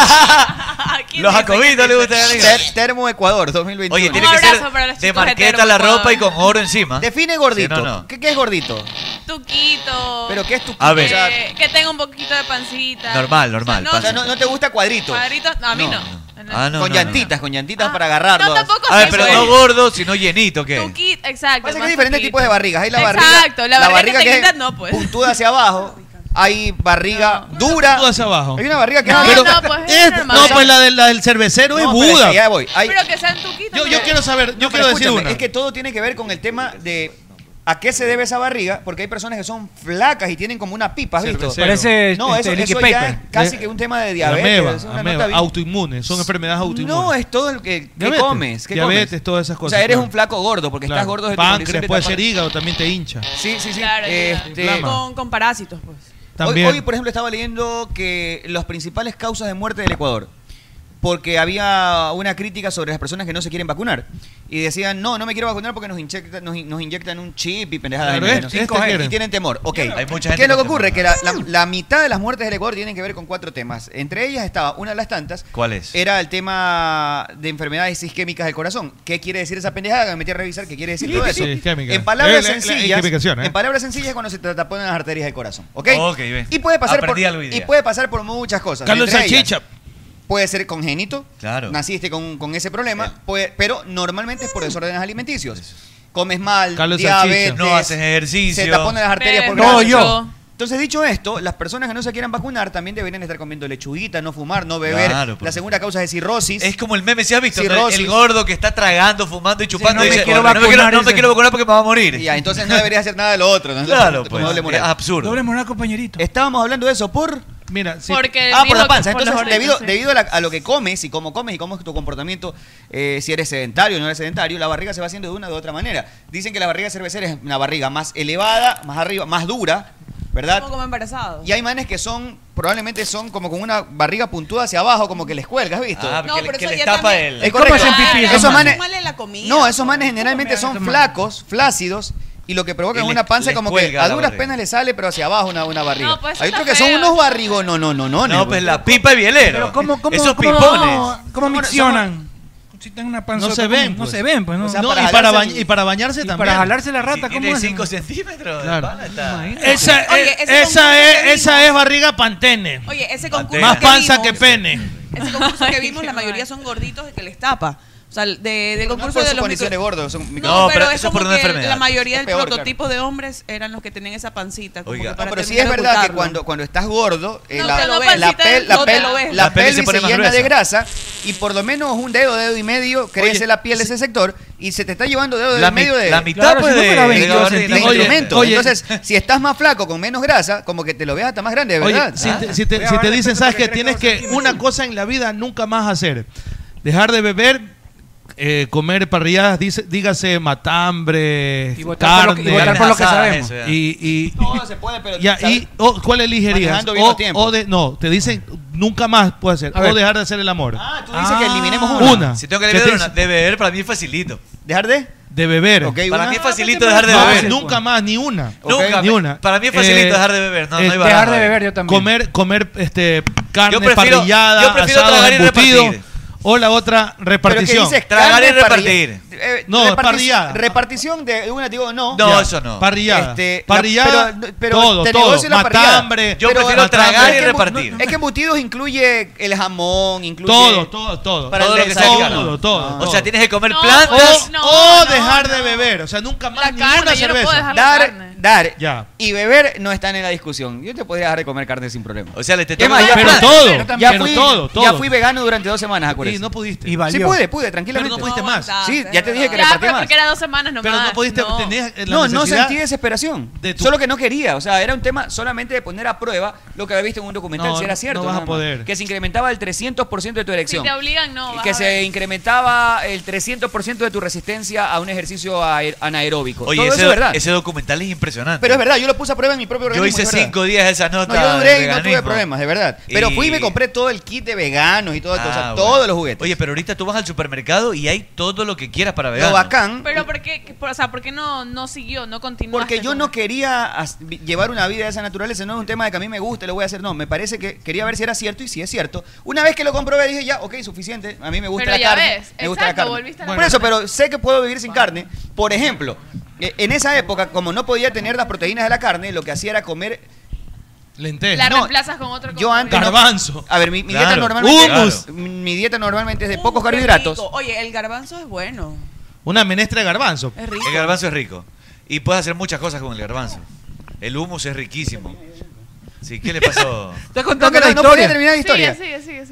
Speaker 8: acá.
Speaker 11: Los jacobitos le gusta.
Speaker 8: Ter- termo Ecuador 2021.
Speaker 11: Oye, tiene que ser de marqueta la ropa y con oro encima.
Speaker 8: Define gordito.
Speaker 11: Sí, no, no.
Speaker 8: ¿Qué, qué es gordito?
Speaker 13: Tuquito.
Speaker 8: ¿Pero qué es tuquito?
Speaker 11: A ver.
Speaker 13: Que, que tenga un poquito de pancita.
Speaker 11: Normal, normal.
Speaker 13: O sea, no-
Speaker 11: pasa.
Speaker 13: O sea, no- no
Speaker 8: te gusta cuadrito?
Speaker 13: Cuadritos. No, a mí no.
Speaker 11: No, Ah, no,
Speaker 8: con
Speaker 11: no, Ah, no,
Speaker 8: llantitas, con llantitas para
Speaker 13: no,
Speaker 8: agarrarlo.
Speaker 13: tampoco
Speaker 11: A ver,
Speaker 13: sé,
Speaker 11: pero
Speaker 13: pues.
Speaker 11: no gordo, sino llenito, ¿qué?
Speaker 13: Tuquito, exacto.
Speaker 8: Pasa que
Speaker 13: más
Speaker 8: hay diferentes
Speaker 13: tuquito.
Speaker 8: tipos de barrigas. Hay la barriga,
Speaker 13: Exacto, la, barriga, que te
Speaker 8: es
Speaker 13: quitas, no, pues.
Speaker 8: puntuda hacia abajo. Hay barriga dura. Puntuda
Speaker 10: hacia abajo.
Speaker 8: Hay una barriga que
Speaker 13: No,
Speaker 8: Pero-
Speaker 13: no, pues es
Speaker 10: Es-
Speaker 13: normal.
Speaker 10: no, pues la, del- la del cervecero es
Speaker 8: No, pero
Speaker 10: Buda.
Speaker 8: es que ya voy. Hay-
Speaker 13: Pero que sean tuquitos.
Speaker 10: Yo, yo quiero saber, yo
Speaker 8: No, pero
Speaker 10: quiero decir
Speaker 8: escúchame,
Speaker 10: una.
Speaker 8: Es que todo tiene que ver con el tema de a qué se debe esa barriga, porque hay personas que son flacas y tienen como una pipa, ¿has visto?
Speaker 10: Cervecero. Parece,
Speaker 8: no,
Speaker 10: este,
Speaker 8: eso,
Speaker 10: Licky
Speaker 8: eso ya
Speaker 10: Paper.
Speaker 8: es casi que un tema de diabetes.
Speaker 10: Ameba,
Speaker 8: es una
Speaker 10: ameba,
Speaker 8: nota bien-
Speaker 10: autoinmune, son enfermedades autoinmunes.
Speaker 8: No, es todo el que, que
Speaker 10: Diabetes,
Speaker 8: comes. que
Speaker 10: diabetes,
Speaker 8: comes.
Speaker 10: todas esas
Speaker 8: O sea,
Speaker 10: cosas,
Speaker 8: eres
Speaker 10: claro.
Speaker 8: un flaco gordo, porque estás
Speaker 10: Claro.
Speaker 8: gordo desde tu
Speaker 10: Páncreas,
Speaker 8: adolescente,
Speaker 10: puede
Speaker 8: te
Speaker 10: ser
Speaker 8: apan-
Speaker 10: hígado, también te hincha.
Speaker 8: Sí, sí, sí.
Speaker 13: Claro,
Speaker 8: Este,
Speaker 13: claro.
Speaker 8: Inflama.
Speaker 13: con, con parásitos, pues.
Speaker 10: También.
Speaker 8: Hoy, hoy, por ejemplo, estaba leyendo que las principales causas de muerte del Ecuador, porque había una crítica sobre las personas que no se quieren vacunar. Y decían, no, no me quiero vacunar porque nos, inyecta- nos, in- nos inyectan un chip y pendejadas.
Speaker 11: Claro,
Speaker 8: de
Speaker 11: es-
Speaker 10: este,
Speaker 8: menos.
Speaker 11: es que
Speaker 8: 5G,
Speaker 11: quieren.
Speaker 8: y tienen temor. Ok,
Speaker 11: Hay mucha gente
Speaker 8: ¿qué es lo que
Speaker 11: con
Speaker 8: ocurre?
Speaker 11: temor.
Speaker 8: Que la, la- la mitad de las muertes del Ecuador tienen que ver con cuatro temas. Entre ellas estaba una de las tantas,
Speaker 11: ¿Cuál es?
Speaker 8: era el tema de enfermedades isquémicas del corazón. ¿Qué quiere decir esa pendejada? Me metí a revisar qué quiere decir todo
Speaker 10: Sí,
Speaker 8: eso.
Speaker 10: sí, isquémica.
Speaker 8: en palabras
Speaker 10: La- la- la
Speaker 8: sencillas,
Speaker 10: isquemificación, ¿eh?
Speaker 8: en palabras sencillas es cuando se te taponan las arterias del corazón, ¿ok?
Speaker 11: Ok, bien.
Speaker 8: Y puede pasar por
Speaker 11: Aprendí algo hoy
Speaker 8: y
Speaker 11: día.
Speaker 8: puede pasar por muchas cosas.
Speaker 10: Carlos
Speaker 8: entre ellas,
Speaker 10: Salchicha.
Speaker 8: Puede ser congénito,
Speaker 11: Claro. Mm.
Speaker 8: naciste con, con ese problema, puede- pero normalmente es por desórdenes alimenticios. Comes mal,
Speaker 11: Carlos
Speaker 8: diabetes,
Speaker 11: Salchicha. No haces ejercicio.
Speaker 8: se taponan las arterias por
Speaker 11: No,
Speaker 8: grasa.
Speaker 11: yo.
Speaker 8: Entonces, dicho esto, las personas que no se quieran vacunar también deberían estar comiendo lechuguita, no fumar, no beber.
Speaker 11: Claro, por
Speaker 8: la segunda causa es cirrosis.
Speaker 11: Es como el meme, ¿se ha visto? El-
Speaker 8: Cirrosis.
Speaker 11: El gordo que está tragando, fumando y chupando.
Speaker 8: no
Speaker 11: y
Speaker 8: me
Speaker 11: dice,
Speaker 8: quiero
Speaker 11: "No me quiero-
Speaker 8: vacunar",
Speaker 11: No me
Speaker 8: dice.
Speaker 11: quiero vacunar porque me va a morir.
Speaker 8: Ya, entonces no deberías hacer nada de lo otro. ¿no?
Speaker 11: Claro,
Speaker 8: Como
Speaker 11: pues.
Speaker 8: doble moral.
Speaker 11: Es absurdo.
Speaker 8: Doble
Speaker 12: moral, compañerito.
Speaker 8: Estábamos hablando de eso por...
Speaker 10: Mira, sí.
Speaker 13: Porque
Speaker 8: ah, por
Speaker 13: dijo
Speaker 8: la
Speaker 13: que
Speaker 8: panza.
Speaker 13: por
Speaker 8: Entonces,
Speaker 13: los
Speaker 8: debido,
Speaker 13: órganos, sí.
Speaker 8: debido a, la- a lo que comes y cómo comes y cómo es tu comportamiento, eh, si eres sedentario o no eres sedentario, la barriga se va haciendo de una u otra manera. Dicen que la barriga cervecera es una barriga más elevada, más arriba, más dura, ¿verdad?
Speaker 9: Como, como embarazado.
Speaker 8: Y hay manes que son, probablemente son como con una barriga puntuda hacia abajo, como que les cuelgas, ¿viste?
Speaker 11: Ah,
Speaker 9: No,
Speaker 11: que,
Speaker 9: pero
Speaker 11: que
Speaker 9: eso
Speaker 11: le
Speaker 9: ya
Speaker 11: tapa
Speaker 9: también-
Speaker 11: él.
Speaker 8: Es correcto. Ah, esos manes,
Speaker 9: Súmale la comida.
Speaker 8: no, esos manes generalmente son flacos, flácidos. Y lo que provoca
Speaker 11: Y
Speaker 8: es
Speaker 11: les-
Speaker 8: una panza
Speaker 11: les
Speaker 8: como que
Speaker 11: cuelga
Speaker 8: a
Speaker 11: la
Speaker 8: duras
Speaker 11: barriga.
Speaker 8: penas le sale, pero hacia abajo una, una barriga.
Speaker 13: No, pues eso
Speaker 8: Hay otros
Speaker 13: está
Speaker 8: que son
Speaker 13: feo.
Speaker 8: unos barrigos, no, no, no, no.
Speaker 11: No, pues la pipa y bielero.
Speaker 12: Pero ¿cómo, cómo,
Speaker 11: Esos
Speaker 12: cómo,
Speaker 11: pipones.
Speaker 12: ¿Cómo miccionan? Si tienen una panzota,
Speaker 10: No se
Speaker 12: ¿cómo?
Speaker 10: ven,
Speaker 12: No
Speaker 10: pues.
Speaker 12: se ven, pues. No.
Speaker 10: O sea, No, para y para jalarse- bañ- y para bañarse
Speaker 12: Y
Speaker 10: también.
Speaker 12: Para jalarse la rata,
Speaker 11: Si
Speaker 12: ¿cómo
Speaker 11: tiene
Speaker 12: hacen?
Speaker 11: 5 centímetros. de
Speaker 10: Claro.
Speaker 11: pana está.
Speaker 10: Esa,
Speaker 9: Oye,
Speaker 10: es,
Speaker 9: ese
Speaker 10: esa,
Speaker 9: concurso que
Speaker 10: es, esa es barriga pantene.
Speaker 9: Oye, ese concurso
Speaker 10: Más
Speaker 9: que
Speaker 10: panza
Speaker 9: vimos-
Speaker 10: que pene.
Speaker 9: Ese concurso
Speaker 8: [laughs]
Speaker 9: que vimos, la mayoría son gorditos y que les tapa. O sea, de- del
Speaker 8: No
Speaker 9: concurso
Speaker 8: por
Speaker 9: de
Speaker 8: sus
Speaker 9: los
Speaker 8: condiciones
Speaker 9: micro-
Speaker 8: gordos, son micro-
Speaker 9: No,
Speaker 11: No,
Speaker 9: pero,
Speaker 11: pero
Speaker 9: es
Speaker 11: eso es
Speaker 9: como
Speaker 11: por una
Speaker 9: que
Speaker 11: enfermedad.
Speaker 9: la mayoría
Speaker 8: Es
Speaker 9: del
Speaker 8: peor,
Speaker 9: prototipo de hombres eran los que tenían esa pancita. como
Speaker 11: Oiga.
Speaker 9: que
Speaker 8: No,
Speaker 9: para
Speaker 8: pero sí es
Speaker 9: terminar de
Speaker 8: verdad que
Speaker 9: ocultarlo.
Speaker 8: cuando, cuando estás gordo, eh,
Speaker 9: No,
Speaker 8: la,
Speaker 9: te lo
Speaker 8: la
Speaker 9: ves, sí te-
Speaker 8: pel- la
Speaker 9: no te
Speaker 8: pel-
Speaker 9: lo ves.
Speaker 8: la
Speaker 11: La piel se
Speaker 8: pelvis se,
Speaker 11: pone más
Speaker 8: llena de
Speaker 11: gruesa.
Speaker 8: grasa y por lo menos un dedo, dedo y medio crece la piel de ese sector y se te está llevando dedo
Speaker 11: La
Speaker 8: y
Speaker 11: mi-
Speaker 8: medio de
Speaker 11: la mitad, Claro, pues, si no de- fuera de 22 la barriga.
Speaker 8: de
Speaker 11: centímetros.
Speaker 8: instrumento.
Speaker 10: Oye, oye.
Speaker 8: Entonces, si estás más flaco con menos grasa, como que te lo ves hasta más grande, de
Speaker 10: Oye,
Speaker 8: ¿verdad? Ah.
Speaker 10: si te, si te- si te dicen, ¿sabes qué? Tienes que una cosa en la vida nunca más hacer. Dejar de beber, eh, comer parrilladas, dice- dígase matambre,
Speaker 12: Y votar por lo
Speaker 10: carne.
Speaker 12: que- y votar por lo que
Speaker 10: carne asada,
Speaker 12: sabemos.
Speaker 10: eso ya. Y, y-
Speaker 8: Todo se puede, pero
Speaker 10: ya,
Speaker 8: ¿sabes?
Speaker 10: y- o, ¿cuál elegirías?
Speaker 8: Manejando bien los
Speaker 10: O,
Speaker 8: tiempos.
Speaker 10: o de, no, te dicen, nunca más puedes hacer.
Speaker 12: A
Speaker 10: O
Speaker 12: ver.
Speaker 10: dejar de hacer el amor.
Speaker 8: Ah, tú dices que eliminemos una.
Speaker 10: Una.
Speaker 11: Si tengo que
Speaker 10: ¿Qué
Speaker 11: beber
Speaker 10: te
Speaker 11: una, de beber, para mí es facilito.
Speaker 8: ¿Dejar de?
Speaker 10: De beber.
Speaker 8: Ok,
Speaker 11: Para
Speaker 8: una.
Speaker 11: mí es facilito dejar de beber.
Speaker 10: No, nunca más, ni una.
Speaker 11: Nunca,
Speaker 10: Ni una.
Speaker 11: para mí es facilito
Speaker 8: Eh,
Speaker 11: dejar de beber, no, no hay baraja Dejar de ahí. beber, yo también.
Speaker 10: Comer, comer este, carne
Speaker 11: Yo prefiero-
Speaker 10: parrillada,
Speaker 11: yo prefiero
Speaker 10: asado,
Speaker 11: tragar y
Speaker 10: embutido.
Speaker 11: repartir.
Speaker 10: O la otra
Speaker 8: Pero que
Speaker 10: repartición.
Speaker 8: dices
Speaker 11: Tragar y
Speaker 8: carne,
Speaker 11: repartir.
Speaker 8: parrilla- eh,
Speaker 10: No,
Speaker 8: repartici-
Speaker 10: parrillada.
Speaker 8: Repartición de una, digo, no.
Speaker 11: No,
Speaker 10: Ya,
Speaker 11: eso no.
Speaker 10: Parrillada.
Speaker 8: Este, la-
Speaker 10: parrillada,
Speaker 8: pero- pero
Speaker 10: todo,
Speaker 8: te
Speaker 10: todo.
Speaker 8: negocio la parrillada.
Speaker 10: Matambre.
Speaker 11: Yo
Speaker 8: Pero-
Speaker 11: prefiero
Speaker 10: matambre.
Speaker 11: tragar y
Speaker 8: Es que-
Speaker 11: repartir.
Speaker 8: Es que embutidos incluye el jamón, incluye...
Speaker 10: Todo, todo, todo.
Speaker 8: Para
Speaker 11: Todo
Speaker 8: el
Speaker 11: lo que
Speaker 8: desayuno.
Speaker 11: salga.
Speaker 10: Todo, todo,
Speaker 11: O sea,
Speaker 10: todo.
Speaker 11: tienes que comer
Speaker 13: No,
Speaker 11: plantas.
Speaker 13: pues, no,
Speaker 10: o
Speaker 13: no,
Speaker 10: dejar
Speaker 13: no.
Speaker 10: de beber. O sea, nunca más
Speaker 13: La
Speaker 10: ninguna
Speaker 13: carne, yo no
Speaker 10: cerveza.
Speaker 13: puedo dejar la carne.
Speaker 8: Dar, dar
Speaker 10: Ya.
Speaker 8: y beber no están en la discusión. Yo te podría dejar de comer carne sin problema.
Speaker 11: O sea, le te
Speaker 8: Es
Speaker 11: tomas
Speaker 8: más, ya
Speaker 10: Pero
Speaker 8: fui-
Speaker 10: todo,
Speaker 8: ya
Speaker 10: pero
Speaker 8: fui-
Speaker 10: todo, todo.
Speaker 8: Ya fui vegano durante dos semanas,
Speaker 10: Y
Speaker 8: acuérdate.
Speaker 10: no pudiste.
Speaker 12: Y
Speaker 8: sí
Speaker 12: valió.
Speaker 8: pude, pude,
Speaker 10: pero
Speaker 8: tranquilamente.
Speaker 10: no pudiste más.
Speaker 8: sí, ya te dije que
Speaker 13: Ya,
Speaker 8: repartí
Speaker 13: pero
Speaker 8: más.
Speaker 13: porque era dos semanas nomás.
Speaker 10: Pero no pudiste,
Speaker 13: Ah, No.
Speaker 10: tenías la
Speaker 8: No, no
Speaker 10: necesidad-
Speaker 8: sentí desesperación.
Speaker 10: de tu-
Speaker 8: Solo que no quería. O sea, era un tema solamente de poner a prueba lo que había visto en un documental,
Speaker 10: No,
Speaker 8: si era
Speaker 10: no
Speaker 8: cierto.
Speaker 10: vas a
Speaker 8: nada más.
Speaker 10: poder.
Speaker 8: Que se incrementaba el 300% de tu
Speaker 13: Si
Speaker 8: erección.
Speaker 13: te obligan, no. vas
Speaker 8: que
Speaker 13: a
Speaker 8: se
Speaker 13: ver.
Speaker 8: incrementaba el 300% de tu resistencia a un ejercicio aer- anaeróbico.
Speaker 11: Oye,
Speaker 8: Todo
Speaker 11: ese,
Speaker 8: eso es verdad.
Speaker 11: ese documental es impresionante.
Speaker 8: Pero es verdad, yo lo puse a prueba en mi propio
Speaker 11: Yo
Speaker 8: organismo.
Speaker 11: hice
Speaker 8: es verdad.
Speaker 11: cinco días esa nota.
Speaker 8: No, yo duré y no
Speaker 11: veganismo.
Speaker 8: tuve problemas, de verdad. Pero fui y me compré todo el kit de veganos y todo
Speaker 10: Ah,
Speaker 8: eso, o sea, todo. los juguetes.
Speaker 11: Ah, Oye, pero ahorita tú vas al supermercado y hay todo lo que quieras para
Speaker 8: Lo
Speaker 11: veganos.
Speaker 8: bacán,
Speaker 13: Pero ¿por qué, que- por- o sea, ¿por qué no, no siguió, no continuó?
Speaker 8: porque yo no quería as- vi- llevar una vida de esa naturaleza, no es un tema de que a mí me guste, lo voy a hacer, no, me parece que quería ver si era cierto y si es cierto. Una vez que lo comprobé dije, ya, ok, suficiente, a mí me gusta
Speaker 13: Pero
Speaker 8: la
Speaker 13: ya
Speaker 8: carne.
Speaker 13: ves,
Speaker 8: Me gusta la
Speaker 13: exacto,
Speaker 8: carne.
Speaker 13: volviste a la
Speaker 8: Por eso,
Speaker 13: carne.
Speaker 8: pero sé que puedo vivir sin carne. Por ejemplo, eh, en esa época, como no podía tener las proteínas de la carne, lo que hacía era comer
Speaker 10: Lentejas.
Speaker 13: La
Speaker 8: No,
Speaker 13: reemplazas con otro
Speaker 8: Yo antes. no-
Speaker 10: Garbanzo.
Speaker 8: a ver, mi, mi dieta
Speaker 10: Claro.
Speaker 8: normalmente.
Speaker 10: Hummus.
Speaker 8: Claro. Mi dieta normalmente
Speaker 13: Uh,
Speaker 8: es de pocos
Speaker 9: Qué
Speaker 8: carbohidratos.
Speaker 9: rico. Oye, el garbanzo es bueno.
Speaker 10: Una menestra de garbanzo.
Speaker 9: Es rico.
Speaker 11: El garbanzo es rico. Y puedes hacer muchas cosas con el garbanzo. El humus es riquísimo. Sí, ¿qué le
Speaker 9: [laughs]
Speaker 8: No,
Speaker 11: pasó?
Speaker 8: que no, no podía terminar la historia.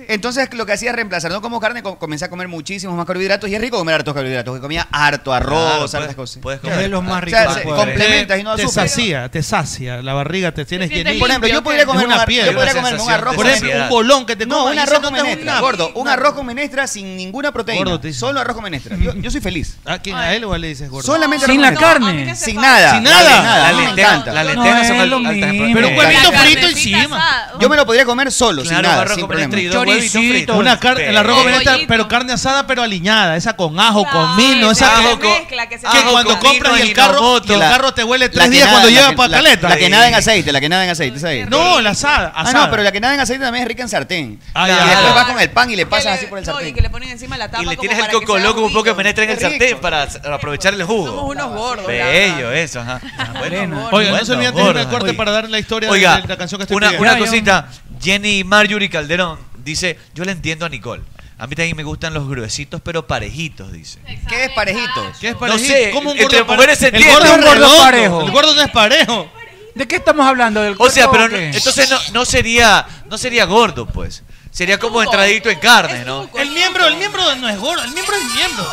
Speaker 8: Entonces lo que hacía es reemplazar, no como carne, co- comencé a comer muchísimos más carbohidratos y es rico comer hartos carbohidratos, que comía harto arroz, hartas cosas.
Speaker 11: comer. Es de los más
Speaker 8: O sea,
Speaker 11: ricos
Speaker 8: se
Speaker 11: que puede haber.
Speaker 8: complementas y no
Speaker 10: te
Speaker 8: azúcar.
Speaker 10: sacia, te sacia, la barriga te tienes
Speaker 8: sientes
Speaker 10: llenita.
Speaker 8: Por ejemplo, yo podría
Speaker 10: Es
Speaker 8: comer un
Speaker 10: una
Speaker 8: ar- yo
Speaker 10: piedra.
Speaker 8: podría comerme un arroz
Speaker 10: Por
Speaker 8: con
Speaker 10: ejemplo, un
Speaker 8: ansiedad.
Speaker 10: bolón que te
Speaker 8: No,
Speaker 10: comas
Speaker 8: un
Speaker 10: y
Speaker 8: arroz
Speaker 10: eso
Speaker 8: con
Speaker 10: no te da
Speaker 8: menestra,
Speaker 10: una-
Speaker 8: gordo, un arroz con menestra sin ninguna proteína,
Speaker 10: Gordo, te
Speaker 8: solo arroz con menestra. Yo, yo soy feliz.
Speaker 10: ¿A quién? ¿A él o a él le dices gordo?
Speaker 8: Solamente
Speaker 10: Sin
Speaker 8: arroz con
Speaker 10: la carne.
Speaker 8: menestra. Sin
Speaker 10: Sin
Speaker 8: nada.
Speaker 10: nada.
Speaker 8: Las
Speaker 10: La
Speaker 8: lentejas,
Speaker 10: lenteja-
Speaker 8: las
Speaker 10: las No,
Speaker 8: lentejas
Speaker 10: lentejas son es al- lo altas en mismo. proteína. Pero un huevito
Speaker 8: La
Speaker 10: frito
Speaker 8: carnecita
Speaker 10: encima.
Speaker 8: asada. Yo me lo podría comer solo, sin
Speaker 10: Claro,
Speaker 8: nada,
Speaker 10: arroz
Speaker 8: sin
Speaker 10: con menestra
Speaker 8: problema.
Speaker 10: y dos huevitos fritos. Una car- el arroz con menestra, pero carne asada, pero aliñada. Esa con ajo, con vino. Esa
Speaker 8: ajo con-
Speaker 10: que, que,
Speaker 8: ajo con
Speaker 10: cuando
Speaker 8: vino
Speaker 10: compras y
Speaker 8: y
Speaker 10: el carro,
Speaker 8: novoto.
Speaker 10: y el
Speaker 8: La-
Speaker 10: carro te huele
Speaker 8: La
Speaker 10: tres
Speaker 8: que
Speaker 10: días
Speaker 8: nada-
Speaker 10: cuando
Speaker 8: la
Speaker 10: lleva
Speaker 8: que-
Speaker 10: pa'
Speaker 8: la-
Speaker 10: caleta.
Speaker 8: La que nada en aceite, la que nada en aceite, ¿sabes?
Speaker 10: No, la asada.
Speaker 8: Ah, no, pero la que nada en aceite también es rica en sartén.
Speaker 11: Ah,
Speaker 8: y
Speaker 11: ya.
Speaker 8: después
Speaker 11: Ah.
Speaker 8: vas con el pan y le pasas
Speaker 9: Que
Speaker 8: así por el
Speaker 9: no, y
Speaker 8: sartén.
Speaker 9: que le ponen encima la tapa
Speaker 11: Y le
Speaker 9: como
Speaker 11: tienes el
Speaker 9: para que sea
Speaker 11: cocoló con un
Speaker 9: juguito.
Speaker 11: poco de menestra en el
Speaker 9: Qué rico.
Speaker 11: sartén para s- aprovechar el jugo.
Speaker 9: Somos unos gordos. la
Speaker 11: Bello eso, ajá.
Speaker 10: Oiga, no se olviden de irme
Speaker 11: Gordos,
Speaker 10: al corte
Speaker 11: ajá.
Speaker 10: para dar la historia de-
Speaker 11: Oiga,
Speaker 10: de la canción que estoy
Speaker 11: una,
Speaker 10: pidiendo.
Speaker 11: una cosita. Jenny Marjorie Calderón dice, yo le entiendo a Nicole. A mí también me gustan los gruesitos, pero parejitos, dice.
Speaker 8: ¿Qué es parejito?
Speaker 10: ¿Qué es
Speaker 11: No sé,
Speaker 10: ¿Cómo un
Speaker 11: entre
Speaker 10: gordo
Speaker 11: mujeres se
Speaker 10: pare- el
Speaker 11: entiende.
Speaker 10: gordo es
Speaker 11: gordo
Speaker 10: redondo,
Speaker 11: parejo.
Speaker 10: El gordo no es parejo.
Speaker 12: ¿De qué estamos hablando? ¿Del
Speaker 11: O sea,
Speaker 12: cuerpo
Speaker 11: pero
Speaker 12: o qué?
Speaker 11: entonces no, no sería no sería gordo, pues. Sería como entradito en carne, ¿no?
Speaker 10: El miembro, el miembro no es gordo, el miembro es miembro.